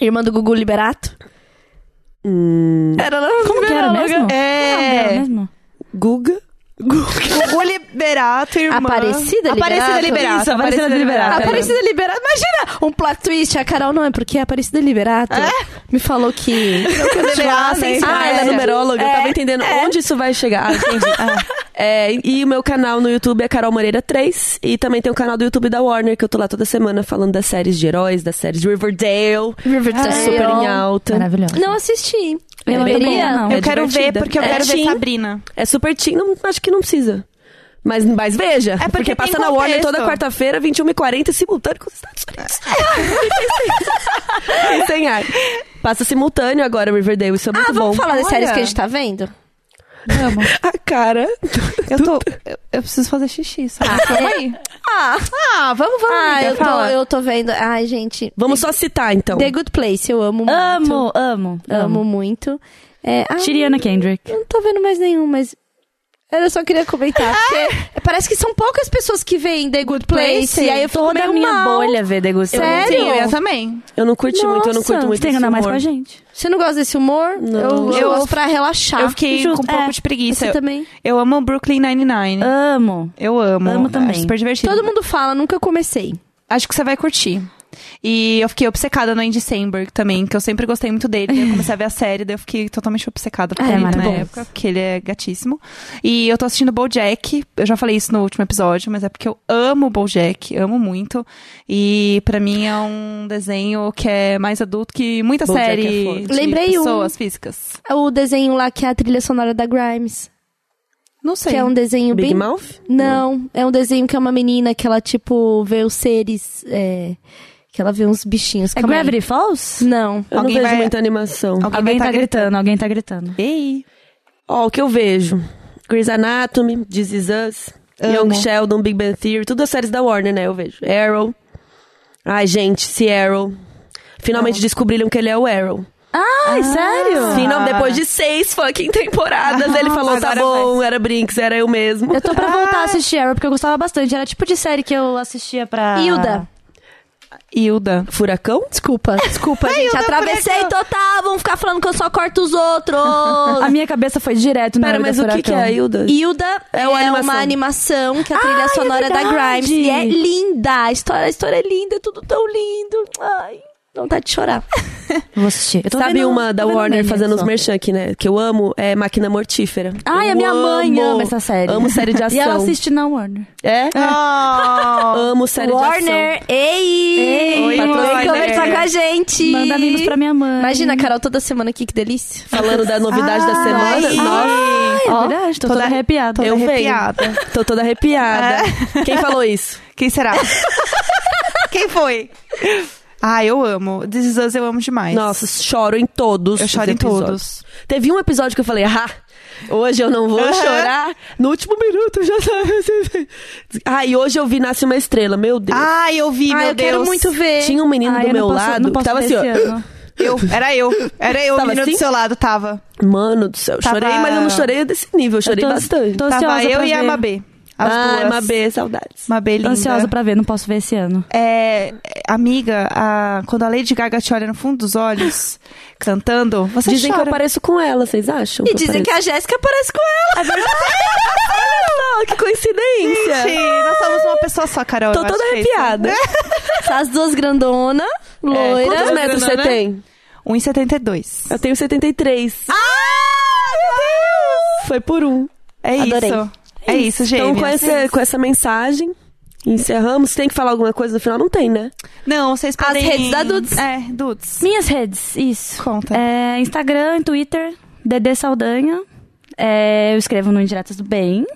S2: Irmã do Gugu Liberato?
S1: hum,
S2: Era
S3: Como que era mesmo?
S2: né?
S3: Não, era
S4: É.
S3: mesmo?
S1: Guga.
S4: Gugu Liberato, irmã.
S2: Aparecida Liberato?
S4: Aparecida Liberato.
S1: Isso, Aparecida Liberato.
S4: Liberato.
S2: Ah, Aparecida Liberato. Imagina um plot twist. A Carol não é porque a Aparecida Liberato me falou que.
S4: Liberar,
S2: Sem
S4: né?
S1: Ah, ela é
S2: Sério?
S1: numeróloga, eu tava entendendo onde isso vai chegar. Ah, entendi. É, e o meu canal no YouTube é Carol Moreira 3. E também tem o canal do YouTube da Warner, que eu tô lá toda semana falando das séries de heróis, das séries de Riverdale. Tá
S3: Ah,
S2: Ai,
S3: é.
S1: super
S2: ó.
S1: em alta.
S3: Maravilhosa.
S2: Não assisti.
S3: Eu
S2: Deveria?
S3: também não.
S4: Eu
S1: É
S4: quero ver,
S1: divertida.
S4: porque eu
S1: É
S4: quero ver
S1: teen.
S4: Sabrina.
S1: É super teen, não, acho que não precisa. Mas, mas veja,
S4: É porque tem
S1: passa na Warner
S4: contexto.
S1: toda quarta-feira, 21h40, simultâneo com os Estados Unidos. Fiquei sem ar. Passa simultâneo agora, Riverdale, isso é muito
S2: Ah, vamos
S1: bom.
S2: falar das
S4: Olha.
S2: séries que a gente tá vendo?
S3: Vamos.
S4: Ah,
S1: A cara.
S4: Eu tô. Eu, eu preciso fazer xixi, sabe? Calma aí.
S2: Ah,
S4: Ah, vamos, vamos,
S2: ah
S4: amiga,
S2: eu, tô,
S4: fala.
S2: eu tô vendo. Ai, gente.
S1: Vamos só citar, então.
S2: The Good Place, eu amo muito.
S3: Amo, amo,
S2: Amo
S3: amo.
S2: muito. É, ah,
S3: Tiriana Kendrick.
S2: Eu não tô vendo mais nenhum, mas. Eu só queria comentar. porque parece que são poucas pessoas que veem The Good Place.
S3: Place,
S2: e aí eu fico
S3: toda a
S2: meio
S3: minha
S2: mal.
S3: bolha vê The Good Place.
S2: Sério?
S4: Sim, eu ia também.
S1: Eu não curti muito, eu não
S2: Nossa,
S1: curto muito
S3: Você tem que
S1: esse
S3: andar mais com
S1: humor.
S3: a gente.
S2: Você não gosta desse humor?
S1: Não.
S2: Eu, eu
S4: Eu-
S2: gosto pra relaxar.
S4: eu fiquei
S3: justo,
S4: com um
S3: é.
S4: pouco de preguiça.
S2: Você
S4: Eu,
S2: também.
S4: eu amo Brooklyn Nine-Nine.
S3: Amo.
S4: Eu amo.
S3: Amo
S4: Acho
S3: também.
S4: É super divertido.
S2: Todo mundo fala, nunca comecei.
S4: Acho que você vai curtir. E eu fiquei obcecada no Andy Samberg também, que eu sempre gostei muito dele. Daí Eu comecei a ver a série, daí eu fiquei totalmente obcecada por
S3: Ah, é
S4: ele na
S3: maravilhoso.
S4: época, porque ele é gatíssimo. E eu tô assistindo BoJack, eu já falei isso no último episódio, mas é porque eu amo BoJack, amo muito. E pra mim é um desenho que é mais adulto que muita
S1: BoJack é
S4: série
S1: foda.
S4: de
S2: Lembrei um.
S4: pessoas físicas.
S2: É O desenho lá que é a trilha sonora da Grimes.
S4: Não sei.
S2: Que é um desenho
S1: Big
S2: bem.
S1: Mouth?
S2: Não, é um desenho que é uma menina que ela, tipo, vê os seres. é, Que ela vê uns bichinhos.
S3: É
S2: Calma aí.
S3: Gravity Falls?
S2: Não.
S1: Eu
S4: Alguém
S1: não vejo
S4: vai-
S1: muita animação.
S4: Alguém
S3: Alguém
S4: vai
S3: tá
S4: tá
S3: gritando, alguém tá gritando.
S4: Ei,
S1: Ó, o que eu vejo? Grey's Anatomy, This Is Us,
S4: Amo.
S1: Young Sheldon, Big Bang Theory, tudo as séries da Warner, né? Eu vejo. Arrow. Ai, gente, se Arrow. Finalmente descobriram que ele é o Arrofinal,
S3: Ai, sério?
S1: depois de seis fucking temporadas, ele falou: tá
S4: agora
S1: bom, era Brinks, era eu mesmo.
S3: Eu tô pra voltar a assistir Arrow, porque eu gostava bastante. Era tipo de série que eu assistia pra...
S2: Hilda.
S4: Hilda.
S1: Furacão?
S2: Desculpa, desculpa, gente.
S4: eu não
S2: Atravessei
S4: falei que
S2: total. Vão ficar falando que eu só corto os outros.
S3: A minha cabeça foi direto na
S1: Pera,
S3: hora
S1: mas
S3: da
S1: o que, que é,
S3: Furacão.
S1: Hilda?
S2: Hilda é,
S1: É uma animação.
S2: uma animação que é a trilha sonora da
S3: verdade.
S2: Grimes. E é linda. A história, a história é linda, é tudo tão lindo. Ai, vontade de chorar.
S3: Vou assistir. Eu tô
S1: Sabe
S3: vendo-
S1: uma da
S3: tô vendo
S1: Warner
S3: memes
S1: fazendo os
S3: só.
S1: merchan aqui, né? Que eu amo, é Máquina Mortífera.
S3: Ai,
S1: Eu
S3: a minha mãe
S1: amo.
S3: ama essa série.
S1: Amo série de ação.
S3: E ela assiste Ah, na Warner.
S1: É?
S4: Oh.
S1: Amo série de ação.
S2: Warner, ei!
S3: Ei,
S4: Oi,
S2: Vem
S4: Warner.
S2: conversar com a gente.
S3: Manda mimos pra minha mãe.
S2: Imagina, Carol, toda semana aqui, que delícia.
S1: Falando da novidade da semana.
S4: Ai.
S1: Nossa,
S3: Ai, é verdade, tô É. toda,
S4: toda-
S3: arrepiada.
S4: Toda
S1: eu venho.
S4: arrepiada.
S1: tô toda arrepiada. Quem falou isso?
S4: Quem será? Quem foi? Ah, eu amo. This Is Us eu amo
S3: É
S4: demais.
S1: Nossa, choro em todos.
S4: Eu
S1: os
S4: choro em
S1: episódios.
S4: todos.
S1: Teve um episódio que eu falei, ah, hoje eu não vou
S4: Aham.
S1: chorar. No último minuto eu já tava. Ah, e hoje eu vi Nasce uma Estrela, meu Deus.
S4: Ah, eu vi,
S2: ah,
S4: meu
S2: eu
S4: Deus.
S2: quero muito ver.
S1: Tinha um menino
S3: Ai,
S1: do
S3: eu
S1: meu
S3: não posso-
S1: lado
S3: não
S1: que
S3: posso
S1: tava
S3: ver
S1: assim, ó.
S3: esse ano.
S4: Eu, era eu. Era eu, o
S1: Tava
S4: menino
S1: assim?
S4: do seu lado tava.
S1: Mano do céu, eu
S4: Tava-
S1: chorei, mas eu não chorei desse nível, eu chorei
S3: tô-
S1: bastante.
S3: tô-
S4: Tava
S3: ansiosa
S4: eu
S3: pra
S4: e a
S3: ver.
S4: Mabê. As
S1: Ah,
S4: duas.
S1: Mabê, saudades.
S4: Mabê
S3: Tô
S4: linda.
S3: ansiosa pra ver, não posso ver esse ano.
S4: É, amiga, a- quando a Lady Gaga te olha no fundo dos olhos, cantando, você
S1: Dizem
S4: é chora.
S1: que eu pareço com ela, vocês acham?
S2: E dizem que a Jéssica parece com ela.
S1: Olha só, que coincidência!
S4: Gente, nós somos uma pessoa só, Carol.
S1: Tô
S4: eu acho
S1: toda
S4: que é isso.
S1: arrepiada.
S2: Essas duas grandona,
S1: Quantos
S2: loira.
S1: metros você
S4: grandona, né?
S1: tem?
S4: 1,72.
S1: Eu tenho 73.
S4: Ah, meu
S1: Foi por um.
S4: É
S2: Adorei.
S4: isso. É isso, gente.
S1: Então, com essa, com essa mensagem, encerramos. Tem que falar alguma coisa no final? Não tem, né?
S4: Não, vocês podem...
S2: redes da Dudes.
S4: É, Dudes.
S3: Minhas redes, isso.
S4: Conta.
S3: É, Instagram, Twitter, Dedê Saldanha. É, eu escrevo no Indiretas do Bem.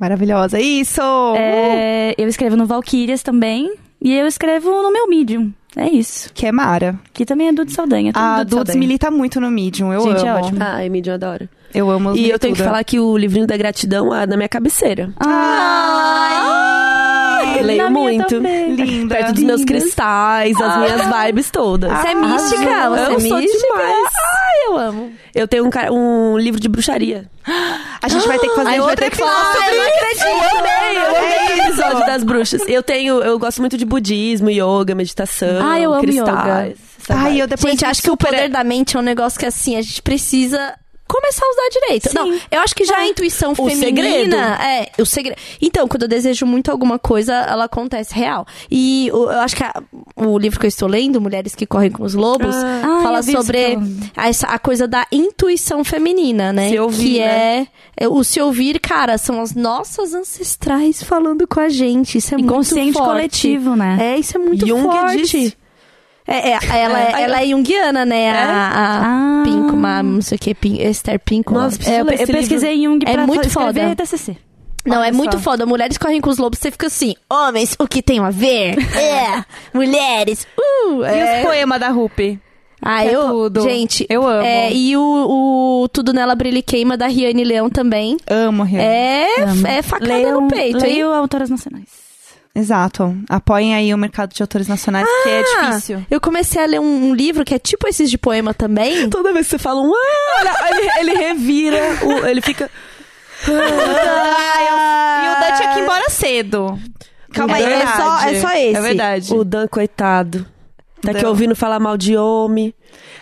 S4: Maravilhosa. Isso!
S3: É, eu escrevo no Valkyrias também. E eu escrevo no meu Medium. É isso.
S4: Uh, que é Mara.
S3: Que também é Dudu Saldanha. tudo
S4: A
S3: Dudu
S4: Ah, Dudes
S3: Saldanha.
S4: milita muito no Medium. Eu
S3: Gente, é
S4: amo.
S3: ótimo.
S1: Ai, mídia, eu adoro.
S4: Eu amo os
S1: E eu tenho que
S4: milituda.
S1: falar que o livrinho da gratidão é na minha cabeceira.
S3: Ah,
S4: Ai!
S1: Eu leio
S3: na minha
S1: muito.
S3: também.
S4: Linda.
S1: Perto dos meus cristais, as minhas vibes todas.
S2: Você é mística,
S1: Arrasou.
S2: você é
S1: eu sou
S2: mística.
S1: demais.
S2: Ai, eu amo.
S1: Eu tenho um, ca- um livro de bruxaria.
S4: A gente vai ter que fazer um
S2: Aí eu vou
S4: outro
S2: ter que falar
S4: episódio.
S2: sobre isso. Eu amei, eu amei.
S1: É episódio das bruxas. Eu tenho, eu gosto muito de budismo, yoga, meditação,
S3: Ah, eu amo
S1: cristais. essa
S4: Ai,
S1: vibe.
S4: eu depois...
S2: Gente, acho que o
S4: super-
S2: poder da mente é um negócio que, assim, a gente precisa começar a usar direito.
S3: Sim. É.
S2: Não, eu acho que já a intuição feminina...
S1: segredo.
S2: É, o segredo. Então, quando eu desejo muito alguma coisa, ela acontece real. E o- eu acho que a- o livro que eu estou lendo, Mulheres que Correm com os Lobos,
S3: Ah,
S2: fala
S3: eu vi isso
S2: sobre
S3: falando.
S2: a, essa- a coisa da intuição feminina, né?
S1: Se ouvir,
S2: que
S1: né?
S2: é, é o se ouvir, cara, são as nossas ancestrais falando com a gente. Isso é muito
S3: Inconsciente
S2: forte.
S3: coletivo, né?
S2: É, isso é muito
S1: Jung
S2: forte.
S1: disse.
S2: É, é, ela, é, ela é junguiana, né? A, a
S3: Ah.
S2: Pinko, uma, não sei o que, Pin- Esther Pinko.
S1: Nossa, preciso
S3: É, eu,
S1: ler
S3: eu
S1: esse
S3: pesquisei Jung
S2: É
S3: pra
S2: muito
S3: escrever
S2: foda.
S3: TCC.
S2: não, é
S4: olha
S2: muito
S4: só.
S2: foda. Mulheres correm com os lobos, você fica assim, homens, o que tem a ver? é, mulheres, uh!
S4: E
S2: é.
S4: os poemas da Rupi?
S2: Ah,
S4: que é
S2: eu,
S4: tudo.
S2: gente...
S4: Eu amo.
S2: é, e o, o Tudo Nela Brilha e Queima, da Riane Leão também.
S4: Amo, Rihanna.
S2: É,
S3: Amo.
S2: é facada
S3: Leiam-
S2: no peito, hein?
S3: um Leio autoras nacionais.
S4: Exato. Apoiem aí o mercado de autores nacionais, que é
S2: Ah!
S4: difícil.
S2: Eu comecei a ler um, um livro que é tipo esses de poema também.
S1: Toda vez que você fala um, ah, olha, ele, ele revira, o- ele fica.
S4: E o Dan tinha que ir embora cedo. Calma aí,
S2: É
S4: é
S2: só-
S4: verdade.
S2: é só esse.
S4: É verdade.
S1: "Ah", O Dan, coitado. Tá aqui
S4: Dan.
S1: ouvindo falar mal de homem.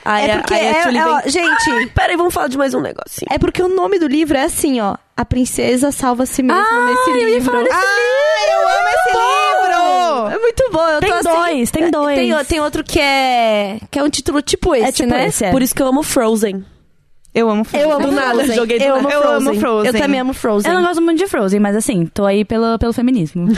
S1: Aí,
S2: É
S1: a-
S2: porque
S1: aí a
S2: é-
S1: Tchuli
S2: é-
S1: vem,
S2: ó, gente-
S1: "Ah, peraí, vamos falar de mais um negocinho.
S2: É porque o nome do livro é assim, ó. A princesa salva a si mesma nesse livro.
S4: Ah, eu amo esse livro!
S2: É muito bom. Eu
S3: Tem
S2: tô
S3: dois,
S2: assim,
S3: tem dois.
S2: Tem, o- tem outro que é que é um título tipo esse,
S3: É tipo
S2: né?
S3: esse, é.
S1: Por isso que eu amo Frozen.
S4: Eu amo
S2: Eu amo
S1: Do nada,
S2: Frozen.
S1: joguei do
S2: eu
S1: nada.
S2: amo
S4: Eu
S2: Frozen.
S4: amo Frozen.
S2: Eu também amo Frozen.
S3: Eu não gosto muito de Frozen, mas assim, tô aí pelo, pelo feminismo.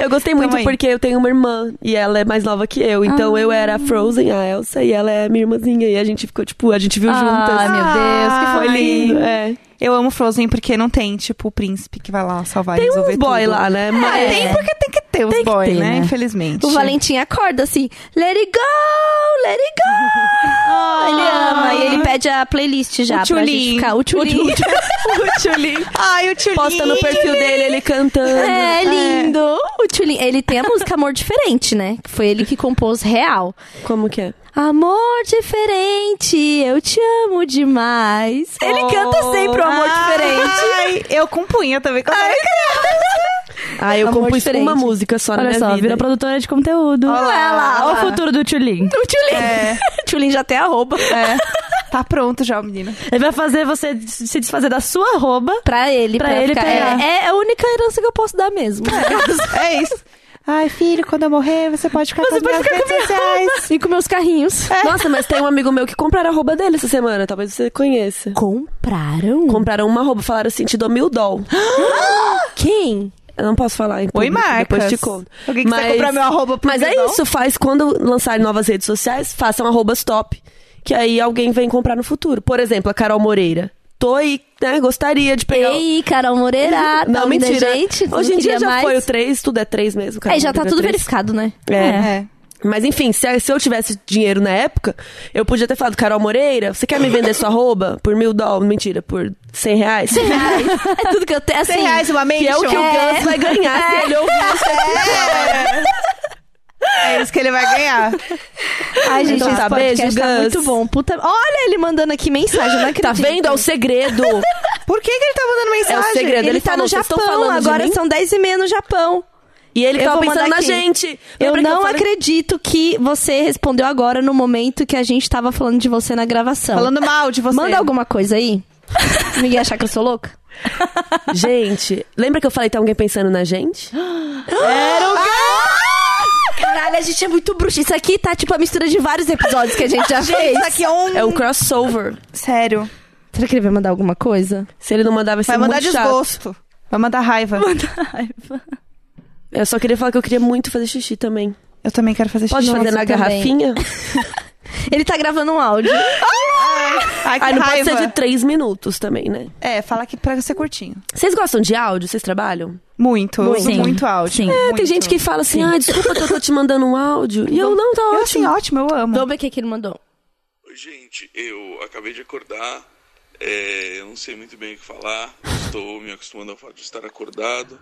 S1: Eu gostei muito
S4: Tamo aí.
S1: porque eu tenho uma irmã e ela é mais nova que eu. Então eu era a Frozen, a Elsa, e ela é minha irmãzinha. E a gente ficou, tipo, a gente viu
S3: Ai,
S1: juntas.
S3: meu Deus, que
S1: Foi
S4: Ai.
S1: lindo, é.
S4: Eu amo Frozen porque não tem, tipo, o príncipe que vai lá salvar e
S1: Tem
S4: resolver
S1: uns boy
S4: tudo.
S1: lá, né?
S4: Ah,
S1: Mas
S4: Tem porque tem que ter os
S3: Tem que
S4: boy,
S3: ter,
S4: né?
S3: né?
S4: Infelizmente.
S2: O Valentim acorda assim, let it go, let it go.
S4: Ah,
S2: ele ama e ele pede a playlist
S4: O
S2: já pra
S4: Tchulin.
S2: gente ficar. O Tchulin.
S1: o Tchulin
S4: Ai, o Tchulin.
S1: posta no perfil dele ele cantando.
S2: É lindo. O Tchulin, ele tem a música Amor Diferente, né? Que foi ele que compôs real.
S1: Como que é?
S2: Amor diferente, eu te amo demais.
S1: Oh. Ah.
S2: Ele canta sempre o amor
S4: Ai,
S2: diferente.
S4: eu compunha também. quando era criança.
S1: Ah, eu
S2: Amor
S1: compus
S2: diferente.
S1: uma música só na
S3: Olha
S1: minha
S3: só,
S1: vida.
S3: vira produtora de conteúdo.
S4: Olha lá, olha lá.
S3: Olha o futuro do Tulin.
S2: O Tulin.
S4: É,
S2: Tulin já tem arroba.
S4: é. Tá pronto já, menina.
S3: Ele vai fazer você des- se desfazer da sua arroba.
S2: Pra ele,
S3: Pra
S2: pra,
S3: ele
S2: ficar-
S3: pegar.
S2: É, é a única herança que eu posso dar mesmo.
S4: É isso. Ai, filho, quando eu morrer, você pode ficar com as minhas redes sociais.
S2: e com meus carrinhos.
S3: É.
S1: Nossa, mas tem um amigo meu que compraram a roupa dele essa semana, talvez você conheça.
S2: Compraram?
S1: Compraram uma roupa, falaram assim, te dou mil doll.
S2: Quem?
S1: Eu não posso falar em
S4: Oi,
S1: público,
S4: marcas.
S1: depois te conto.
S4: Alguém quiser
S1: Mas-
S4: comprar meu arroba por
S1: Mas é
S4: milão?
S1: isso, faz quando lançarem novas redes sociais, façam arrobas top. Que aí alguém vem comprar no futuro. Por exemplo, a Carol Moreira. Tô aí, né? Gostaria de pegar. o-
S2: Ei, Carol Moreira. tá
S1: não,
S2: ouvindo a
S1: mentira. Hoje
S2: Gente,
S1: em
S2: Não
S1: dia
S2: queria
S1: já
S2: mais.
S1: foi o 3, tudo é 3 mesmo. Carol
S2: É, já tá
S1: Moreira
S2: tudo
S1: três.
S2: verificado, né?
S1: É.
S4: É.
S1: Mas enfim, se, se eu tivesse dinheiro na época, eu podia ter falado, Carol Moreira, você quer me vender sua roupa por mil dólares? Mentira, por 100 reais?
S2: é tudo que eu tenho, assim...
S4: 100 reais uma
S1: Que é o
S4: mention.
S1: que o
S2: É.
S1: Gans vai ganhar se ele ouvir isso
S4: É isso que ele vai ganhar.
S2: Ai, gente,
S1: Então
S2: esse
S1: tá,
S2: podcast
S1: beijo,
S2: tá
S1: Gus.
S2: muito bom. Puta... Olha ele mandando aqui mensagem, não acredito.
S1: Tá vendo? É o segredo.
S4: Por que, que ele tá
S1: É
S4: mandando
S1: o
S4: mensagem?
S1: segredo.
S2: Ele,
S1: Ele
S2: tá
S1: falou,
S2: no
S1: "Vocês estão
S2: Japão,
S1: falando de
S2: agora
S1: mim?"
S2: são 10 e meia no Japão.
S1: E ele
S2: Eu
S1: tava
S2: vou mandar
S1: pensando na
S2: aqui.
S1: gente.
S2: Eu
S1: Lembra que
S2: não
S1: falei-
S2: acredito que você respondeu agora no momento que a gente tava falando de você na gravação.
S4: Falando mal de você.
S2: Manda alguma coisa aí. Ninguém achar que eu sou louca?
S1: Gente, lembra que eu falei tem alguém pensando na gente?
S2: Era o Ah! Caralho, a gente é muito bruxa. Isso aqui tá tipo a mistura de vários episódios que a gente já fez.
S4: Isso aqui é um...
S1: É um crossover.
S4: Sério.
S2: Será que ele vai mandar alguma coisa?
S1: Se ele não mandar, vai ser
S4: Vai mandar
S1: muito chato.
S4: desgosto. Vai mandar raiva.
S1: Eu só queria falar que eu queria muito fazer xixi também.
S4: Eu também quero fazer
S1: Pode
S4: xixi.
S1: fazer na
S2: também.
S1: garrafinha?
S2: Ele tá gravando um áudio.
S4: Ai, que
S1: Aí não pode
S4: raiva.
S1: ser de três minutos também, né?
S4: É, fala que pra ser curtinho.
S1: Vocês gostam de áudio? Vocês trabalham?
S4: Muito. Eu uso
S3: Sim.
S4: muito áudio.
S3: Sim.
S1: É,
S4: Muito.
S1: tem gente que fala assim, ah, desculpa que eu tô te mandando um áudio. E eu, não, tá
S4: Eu, assim,
S1: ótimo.
S4: ótimo, eu amo.
S2: Vamos ver o que que ele mandou.
S6: Oi, gente, eu acabei de acordar, é, eu não sei muito bem o que falar, estou me acostumando ao fato de estar acordado.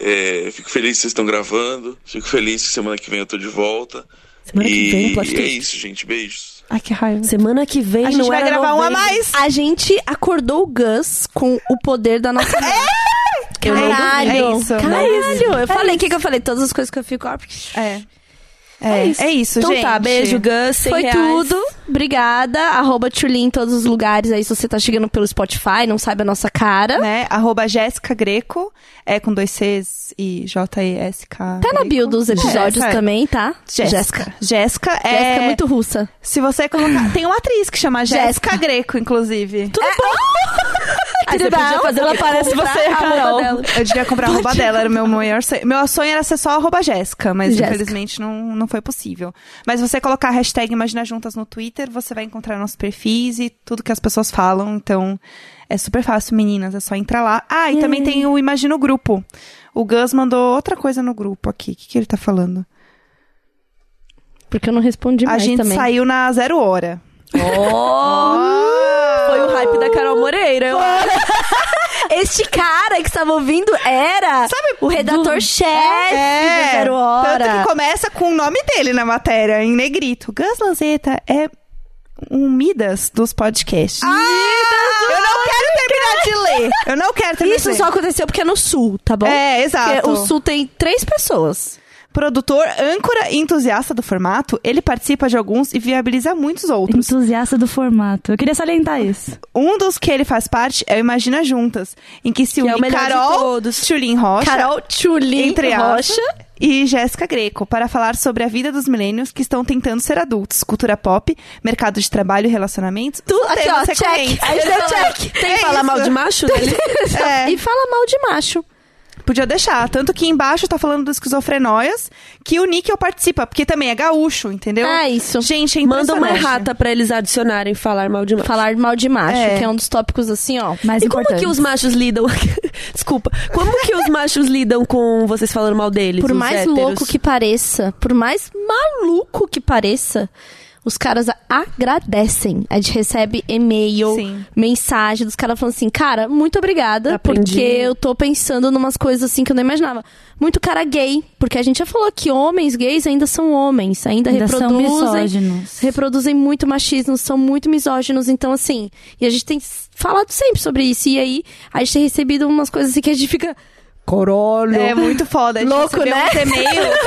S6: É, eu fico feliz que vocês estão gravando, fico feliz que semana que vem eu tô de volta.
S1: Semana que
S6: e
S1: vem, plot
S6: é
S1: twist.
S6: isso, gente, beijos.
S4: Ai, que raiva.
S1: Semana que vem
S4: A gente
S1: não
S2: é
S4: vai
S1: era
S4: gravar um a
S1: novembro.
S4: mais.
S2: A gente acordou o Gus com o poder da nossa mão.
S1: Eu não
S2: É! Caralho.
S4: duvido. É isso.
S2: Caralho. Eu falei, o que que eu falei? Todas as coisas que eu fico... ó,
S4: É. É, é isso,
S1: Então
S4: gente.
S1: tá, beijo, Gus, 100
S2: Foi
S1: reais.
S2: tudo. Obrigada. Arroba Tchulin em todos os lugares. Aí se você tá chegando pelo Spotify, não sabe a nossa cara.
S4: Né? Arroba Jéssica Greco, é com dois Cs e J-E-S-K.
S2: Tá na bio dos episódios também, tá?
S4: É, Jéssica. Jéssica é...
S2: Jéssica é muito russa.
S4: Se você colocar... Tem uma atriz que chama Jéssica
S2: Jéssica.
S4: Greco, inclusive.
S1: Aí você
S2: Querida,
S1: podia fazer
S2: ela
S1: o quê?
S2: parece
S1: Comprar
S2: você,
S1: a roupa
S2: Carol.
S1: dela.
S4: Eu devia comprar a roupa dela, era o meu maior sonho. Meu sonho era ser só arroba Jéssica, mas
S2: Jéssica.
S4: infelizmente não, não foi possível. Mas se você colocar a hashtag Imagina Juntas no Twitter, você vai encontrar nossos perfis e tudo que as pessoas falam. Então, é super fácil, meninas. É só entrar lá. Ah, e
S2: É.
S4: também tem o Imagina o Grupo. O Gus mandou outra coisa no grupo aqui. O que, que ele tá falando?
S2: Porque Ah, eu não respondi
S4: a
S2: mais
S4: gente
S2: também. Oh, Uh!
S4: saiu na zero hora. Ah!
S1: Foi o hype da Carol Moreira. Eu...
S2: Este cara que estava ouvindo era o redator-chefe do É,
S4: É,
S2: Zero
S4: Tanto
S2: Hora.
S4: que começa com o nome dele na matéria, em negrito. Gus Lanzetta é um Midas dos
S2: Ah,
S4: podcasts. eu não quero terminar de ler. Eu não quero terminar
S2: Isso
S4: de
S2: só
S4: ler.
S2: aconteceu porque é no Sul, tá bom?
S4: É, exato.
S2: Porque o Sul tem três pessoas.
S4: Produtor, âncora e entusiasta do formato, ele participa de alguns e viabiliza muitos outros.
S3: Entusiasta do formato. Eu queria salientar isso.
S4: Um dos que ele faz parte é o Imagina Juntas, em que se
S1: Que é o
S4: une
S1: melhor de
S4: Carol,
S1: todos.
S4: Tulin Rocha,
S2: Carol Tchulin
S4: entre
S2: Rocha.
S4: Rocha e Jéssica Greco para falar sobre a vida dos milênios que estão tentando ser adultos, cultura pop, mercado de trabalho e relacionamentos.
S2: Tu,
S4: são
S2: aqui,
S4: temas
S2: ó, check.
S4: recorrentes.
S2: Aí
S1: Ele
S2: deu
S1: fala-
S2: check.
S1: Tem
S4: É
S1: que falar
S4: isso.
S1: mal de macho? né? Dele?
S4: É,
S2: E fala mal de macho.
S4: podia deixar. Tanto que embaixo tá falando dos esquizofrenóias que o Níquel participa, porque também é gaúcho, entendeu?
S2: Ah, isso.
S4: Gente, é
S1: Manda uma
S4: impressionante.
S1: errata pra eles adicionarem falar mal de macho.
S2: Falar mal de macho,
S4: É.
S2: que é um dos tópicos assim, ó.
S3: Mais
S1: E como
S3: importante.
S1: que os machos lidam? Desculpa. Como que os machos lidam com vocês falando mal deles?
S2: Por
S1: os
S2: mais
S1: héteros?
S2: louco que pareça, por mais maluco que pareça, os caras a- agradecem. A gente recebe e-mail,
S4: Sim.
S2: mensagem dos caras falando assim, cara, muito obrigada,
S1: Aprendi.
S2: porque eu tô pensando numas coisas assim que eu não imaginava. Muito cara gay, porque a gente já falou que homens gays ainda são homens, ainda,
S3: Ainda são
S2: reproduzem.
S3: misóginos.
S2: reproduzem muito machismo, são muito misóginos, então assim, e a gente tem s- falado sempre sobre isso, e aí a gente tem recebido umas coisas assim que a gente fica, Corolho.
S4: É muito foda.
S2: Louco,
S4: Você vê
S2: né?
S4: uns e-mails.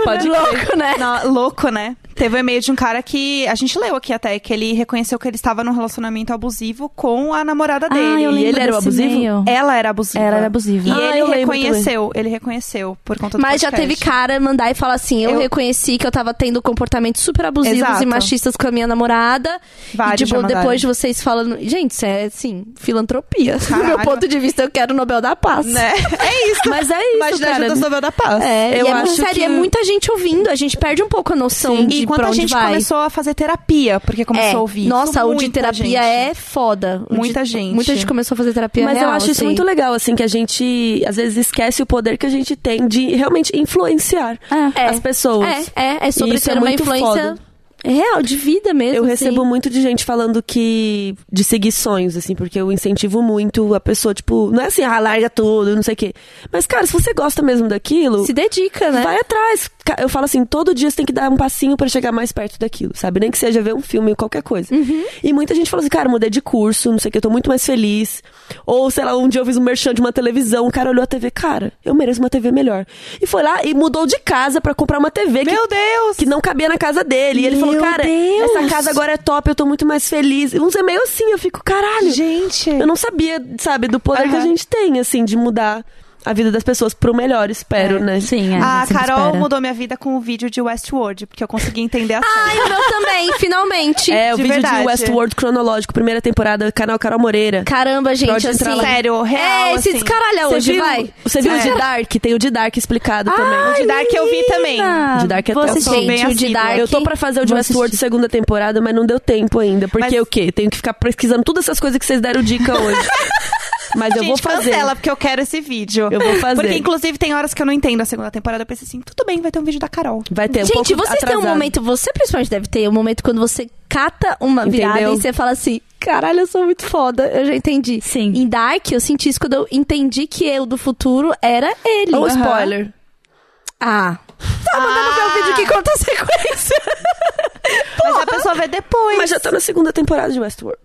S2: Pode louco, né?
S4: Não, louco, né? Teve um e-mail de um cara que a gente leu aqui até, que ele reconheceu que ele estava num relacionamento abusivo com a namorada
S3: Ah,
S4: dele.
S3: eu
S1: E
S3: lembro
S1: ele era o
S3: desse
S1: abusivo?
S3: e-mail.
S4: Ela era abusiva.
S3: Ela era abusiva.
S4: E
S1: Ah, eu
S4: ele
S1: lembro
S4: reconheceu, ele reconheceu por conta do
S2: Mas já
S4: podcast.
S2: teve cara mandar e falar assim: eu,
S4: Eu-
S2: reconheci que eu tava tendo comportamentos super abusivos
S4: Exato.
S2: e machistas com a minha namorada.
S4: Vários
S2: e,
S4: já
S2: tipo,
S4: mandaram.
S2: depois de vocês falando. Gente, isso é assim, filantropia. Do meu
S4: Caralho.
S2: ponto de vista, eu quero o Nobel da Paz.
S4: Né? É isso.
S1: Mas é isso,
S4: Imagina
S1: cara.
S4: a ajuda Nobel da Paz.
S2: É,
S1: Eu
S2: e é,
S1: acho
S2: sério,
S1: que-
S2: é muita gente ouvindo, a gente perde um pouco a noção de
S4: E
S2: pra
S4: quando a
S2: onde
S4: gente
S2: vai.
S4: começou a fazer terapia, porque começou
S2: É.
S4: a ouvir.
S2: Nossa,
S4: isso,
S2: o de
S4: muita
S2: terapia
S4: gente.
S2: é foda. O de-
S4: Muita gente.
S2: Muita gente começou a fazer terapia
S1: Mas
S2: real,
S1: eu acho isso
S2: assim.
S1: muito legal, assim, que a gente às vezes esquece o poder que a gente tem de realmente influenciar
S3: É.
S1: as pessoas.
S2: É, é, é sobre
S1: Isso
S2: ter
S1: é
S2: uma
S1: muito
S2: influência
S1: foda.
S2: real, de vida mesmo.
S1: Eu
S2: assim.
S1: recebo muito de gente falando que. de seguir sonhos, assim, porque eu incentivo muito a pessoa, tipo, não é assim, ah, larga tudo, não sei o quê. Mas, cara, se você gosta mesmo daquilo.
S2: Se dedica, né?
S1: Vai atrás. Ca- Eu falo assim, todo dia você tem que dar um passinho pra chegar mais perto daquilo, sabe? Nem que seja ver um filme, qualquer coisa. E muita gente fala assim, cara, mudei de curso, não sei o que, eu tô muito mais feliz. Ou, sei lá, um dia eu fiz um merchan de uma televisão, o cara olhou a TV, cara, eu mereço uma TV melhor. E foi lá e mudou de casa pra comprar uma TV que,
S4: Meu Deus!
S1: que não cabia na casa dele. E ele falou,
S2: Meu
S1: cara,
S2: Deus!
S1: essa casa agora é top, eu tô muito mais feliz. E uns e-mails assim, eu fico, caralho.
S4: Gente.
S1: Eu não sabia, sabe, do poder que a
S4: Aham.
S1: gente tem, assim, de mudar a vida das pessoas pro melhor, espero, né?
S3: Sim, é.
S4: A
S3: você
S4: Carol
S3: espera.
S4: mudou minha vida com o vídeo de Westworld, porque eu consegui entender a série.
S2: Ai, o meu também, finalmente.
S1: É, o
S4: De
S1: vídeo
S4: verdade.
S1: de Westworld cronológico, primeira temporada, canal Carol Moreira.
S2: Caramba, gente,
S1: Pode
S2: assim.
S1: entrar lá.
S4: Sério, real,
S2: É, se
S4: assim.
S2: descaralha hoje,
S1: viu,
S2: vai.
S1: Você viu
S4: É.
S1: o de Dark? Tem o de Dark explicado também.
S4: O de Dark eu vi também.
S3: menina!
S1: De Dark é
S3: Vou
S1: top.
S3: assistir.
S4: sou bem
S2: Ah, gente, o de
S4: assídua.
S2: Dark.
S1: Eu tô pra fazer o de
S3: Vou
S1: Westworld
S3: assistir.
S1: segunda temporada, mas não deu tempo ainda. Porque
S4: Mas-
S1: o quê? Tenho que ficar pesquisando todas essas coisas que vocês deram dica hoje. mas eu
S4: Gente,
S1: vou fazer.
S4: cancela, porque eu quero esse vídeo.
S1: Eu vou fazer.
S4: Porque, inclusive, tem horas que eu não entendo a segunda temporada. Eu pensei assim, tudo bem, vai ter um vídeo da Carol.
S1: Vai ter um pouco
S2: gente, vocês têm um
S1: atrasado.
S2: momento, você principalmente deve ter um momento quando você cata uma virada
S1: Entendeu?
S2: e você fala assim: caralho, eu sou muito foda, eu já entendi.
S3: Sim.
S2: Em Dark, eu senti isso quando eu entendi que eu do futuro era ele.
S1: Ou
S2: Aham.
S1: spoiler.
S2: Ah.
S4: Tá mandando ver o vídeo que conta a sequência. Mas a pessoa vê depois.
S1: Mas já tô na segunda temporada de Westworld.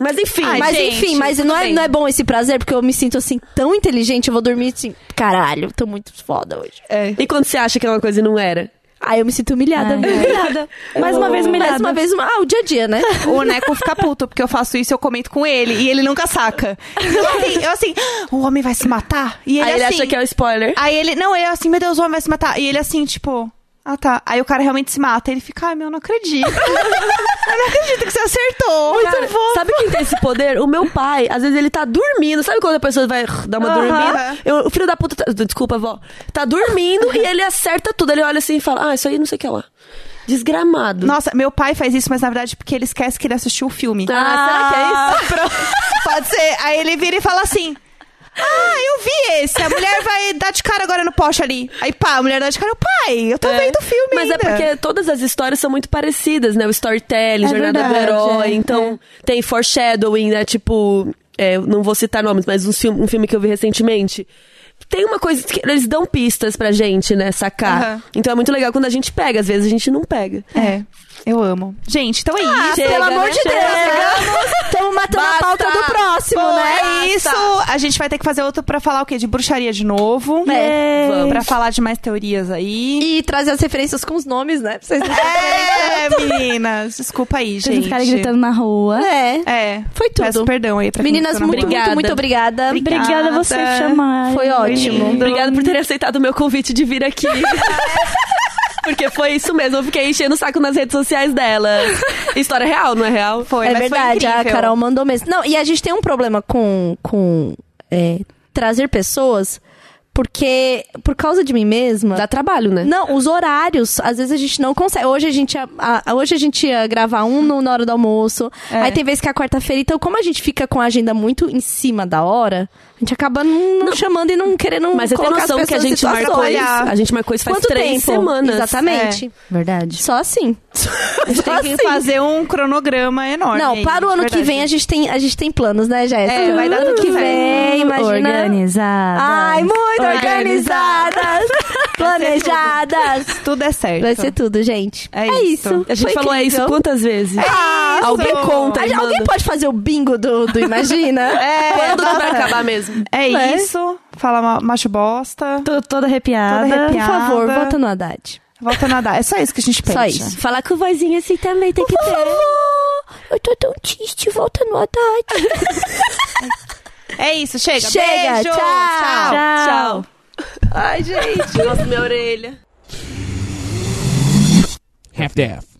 S1: Mas enfim.
S4: Ai,
S2: mas
S4: gente,
S2: enfim, mas
S4: tudo
S2: não é,
S4: bem.
S2: não é bom esse prazer, porque eu me sinto assim tão inteligente, eu vou dormir assim, caralho, tô muito foda hoje.
S4: É.
S1: E quando você acha que é uma coisa e não era?
S2: Aí eu me sinto humilhada.
S3: Ai.
S2: humilhada.
S3: Mais uma vez humilhada.
S2: Mais uma vez, uma... ah, o dia a dia, né?
S4: O Neco fica puto, porque eu faço isso e eu comento com ele. E ele nunca saca. Eu assim, eu assim, o homem vai se matar? E ele,
S1: Aí ele
S4: assim,
S1: acha que é o spoiler.
S4: Aí ele, não, ele assim, meu Deus, o homem vai se matar. E ele assim, tipo, ah tá. Aí o cara realmente se mata. Ele fica, ai meu, eu não acredito. eu não acredito que você acertou. Muito
S1: Cara,
S4: fofo.
S1: sabe quem tem esse poder? O meu pai, às vezes ele tá dormindo. Sabe quando a pessoa vai dar uma
S4: Aham.
S1: dormida? Eu- o filho da puta, tá- desculpa, vó, tá dormindo e ele acerta tudo. Ele olha assim e fala: Ah, isso aí não sei o que lá. Desgramado.
S4: Nossa, meu pai faz isso, mas na verdade porque ele esquece que ele assistiu o filme.
S1: Ah,
S4: será que é isso? Pode ser. Aí ele vira e fala assim. Ah, eu vi esse. A mulher vai dar de cara agora no poste ali. Aí pá, a mulher dá de cara. Eu, pai, eu tô Tá vendo o filme
S1: Mas
S4: ainda.
S1: é porque todas as histórias são muito parecidas, né? O storytelling,
S4: É
S1: Jornada
S4: verdade,
S1: do Herói.
S4: é,
S1: então, tem foreshadowing, né? Tipo, é, não vou citar nomes, mas um filme, um filme que eu vi recentemente. Tem uma coisa que eles dão pistas pra gente, né? Sacar.
S4: Aham.
S1: Então é muito legal quando a gente pega, às vezes a gente não pega.
S4: É, eu amo. Gente, então é isso.
S1: Chega,
S2: Pelo amor
S1: né?
S2: de Deus, estamos matando a
S1: Basta.
S2: pauta do próximo,
S4: Bom,
S2: né?
S4: é isso. A gente vai ter que fazer outro pra falar o quê? De bruxaria de novo. Né?
S2: É.
S1: Vamos.
S4: Pra falar de mais teorias aí.
S2: E trazer as referências com os nomes, né? Pra vocês não
S4: É, meninas. Desculpa aí,
S3: Vocês
S4: gente.
S3: ficarem gritando na rua.
S2: É.
S4: É.
S2: Foi tudo.
S4: Peço perdão aí pra quem
S2: Meninas,
S4: gritou na
S2: muito,
S4: rua.
S2: muito, muito obrigada.
S3: Obrigada a você
S4: Obrigada.
S3: chamar.
S2: Foi ótimo.
S1: Obrigada por terem aceitado o meu convite de vir aqui. Porque foi isso mesmo, eu fiquei enchendo o saco nas redes sociais dela. História real, não é real?
S4: Foi,
S2: É
S4: mas foi
S2: verdade, a
S4: incrível.
S2: Carol mandou mesmo. Não, e a gente tem um problema com, com é, trazer pessoas, porque por causa de mim mesma.
S1: Dá trabalho, né?
S2: Não, os horários, às vezes a gente não consegue. Hoje a gente ia, a- hoje a gente ia gravar um no- na hora do almoço. Aí tem vezes que é a quarta-feira. Então, como a gente fica com a agenda muito em cima da hora, a gente acaba não, não chamando e não querendo
S1: Mas você tem
S2: colocar as
S1: noção que a
S2: pessoas em
S1: gente
S2: situações.
S1: marcou isso. A gente marcou isso faz
S2: Quanto
S1: três
S2: tempo?
S1: semanas.
S2: Exatamente.
S4: É.
S3: Verdade.
S2: Só assim. Só
S4: Tem que fazer um cronograma enorme.
S2: Não,
S4: aí,
S2: para o ano
S4: de
S2: que
S4: verdade.
S2: vem a gente tem, a gente tem planos, né, Jéssica?
S4: É, vai dar
S2: ano
S4: tudo
S2: que
S4: certo.
S2: vem, imagina.
S3: Organizada.
S2: Ai, muito
S4: Organizadas.
S2: organizadas, planejadas.
S4: Tudo é certo.
S2: Vai ser tudo, gente.
S4: É isso.
S1: A gente
S2: Foi então?
S1: falou é isso
S2: incrível.
S1: quantas vezes?
S4: isso.
S1: Alguém conta,
S2: Al- Alguém
S1: Armando.
S2: pode fazer o bingo do, do Imagina?
S4: É,
S1: Quando não vai
S4: nossa.
S1: acabar mesmo?
S4: É
S2: Né?
S4: isso. fala ma- macho bosta.
S3: Tô toda arrepiada.
S4: Toda
S2: Por
S4: arrepiada.
S2: favor, vota no Haddad.
S4: Volta a nadar. É só isso que a gente pede.
S2: Só isso.
S1: Falar com vozinha assim também tem que ter.
S2: Eu tô tão triste, volta no Haddad.
S4: É isso, chega.
S2: Chega,
S4: Beijo,
S2: tchau.
S4: tchau.
S3: Tchau.
S1: Ai, gente. Nossa, minha orelha.
S7: half-daff.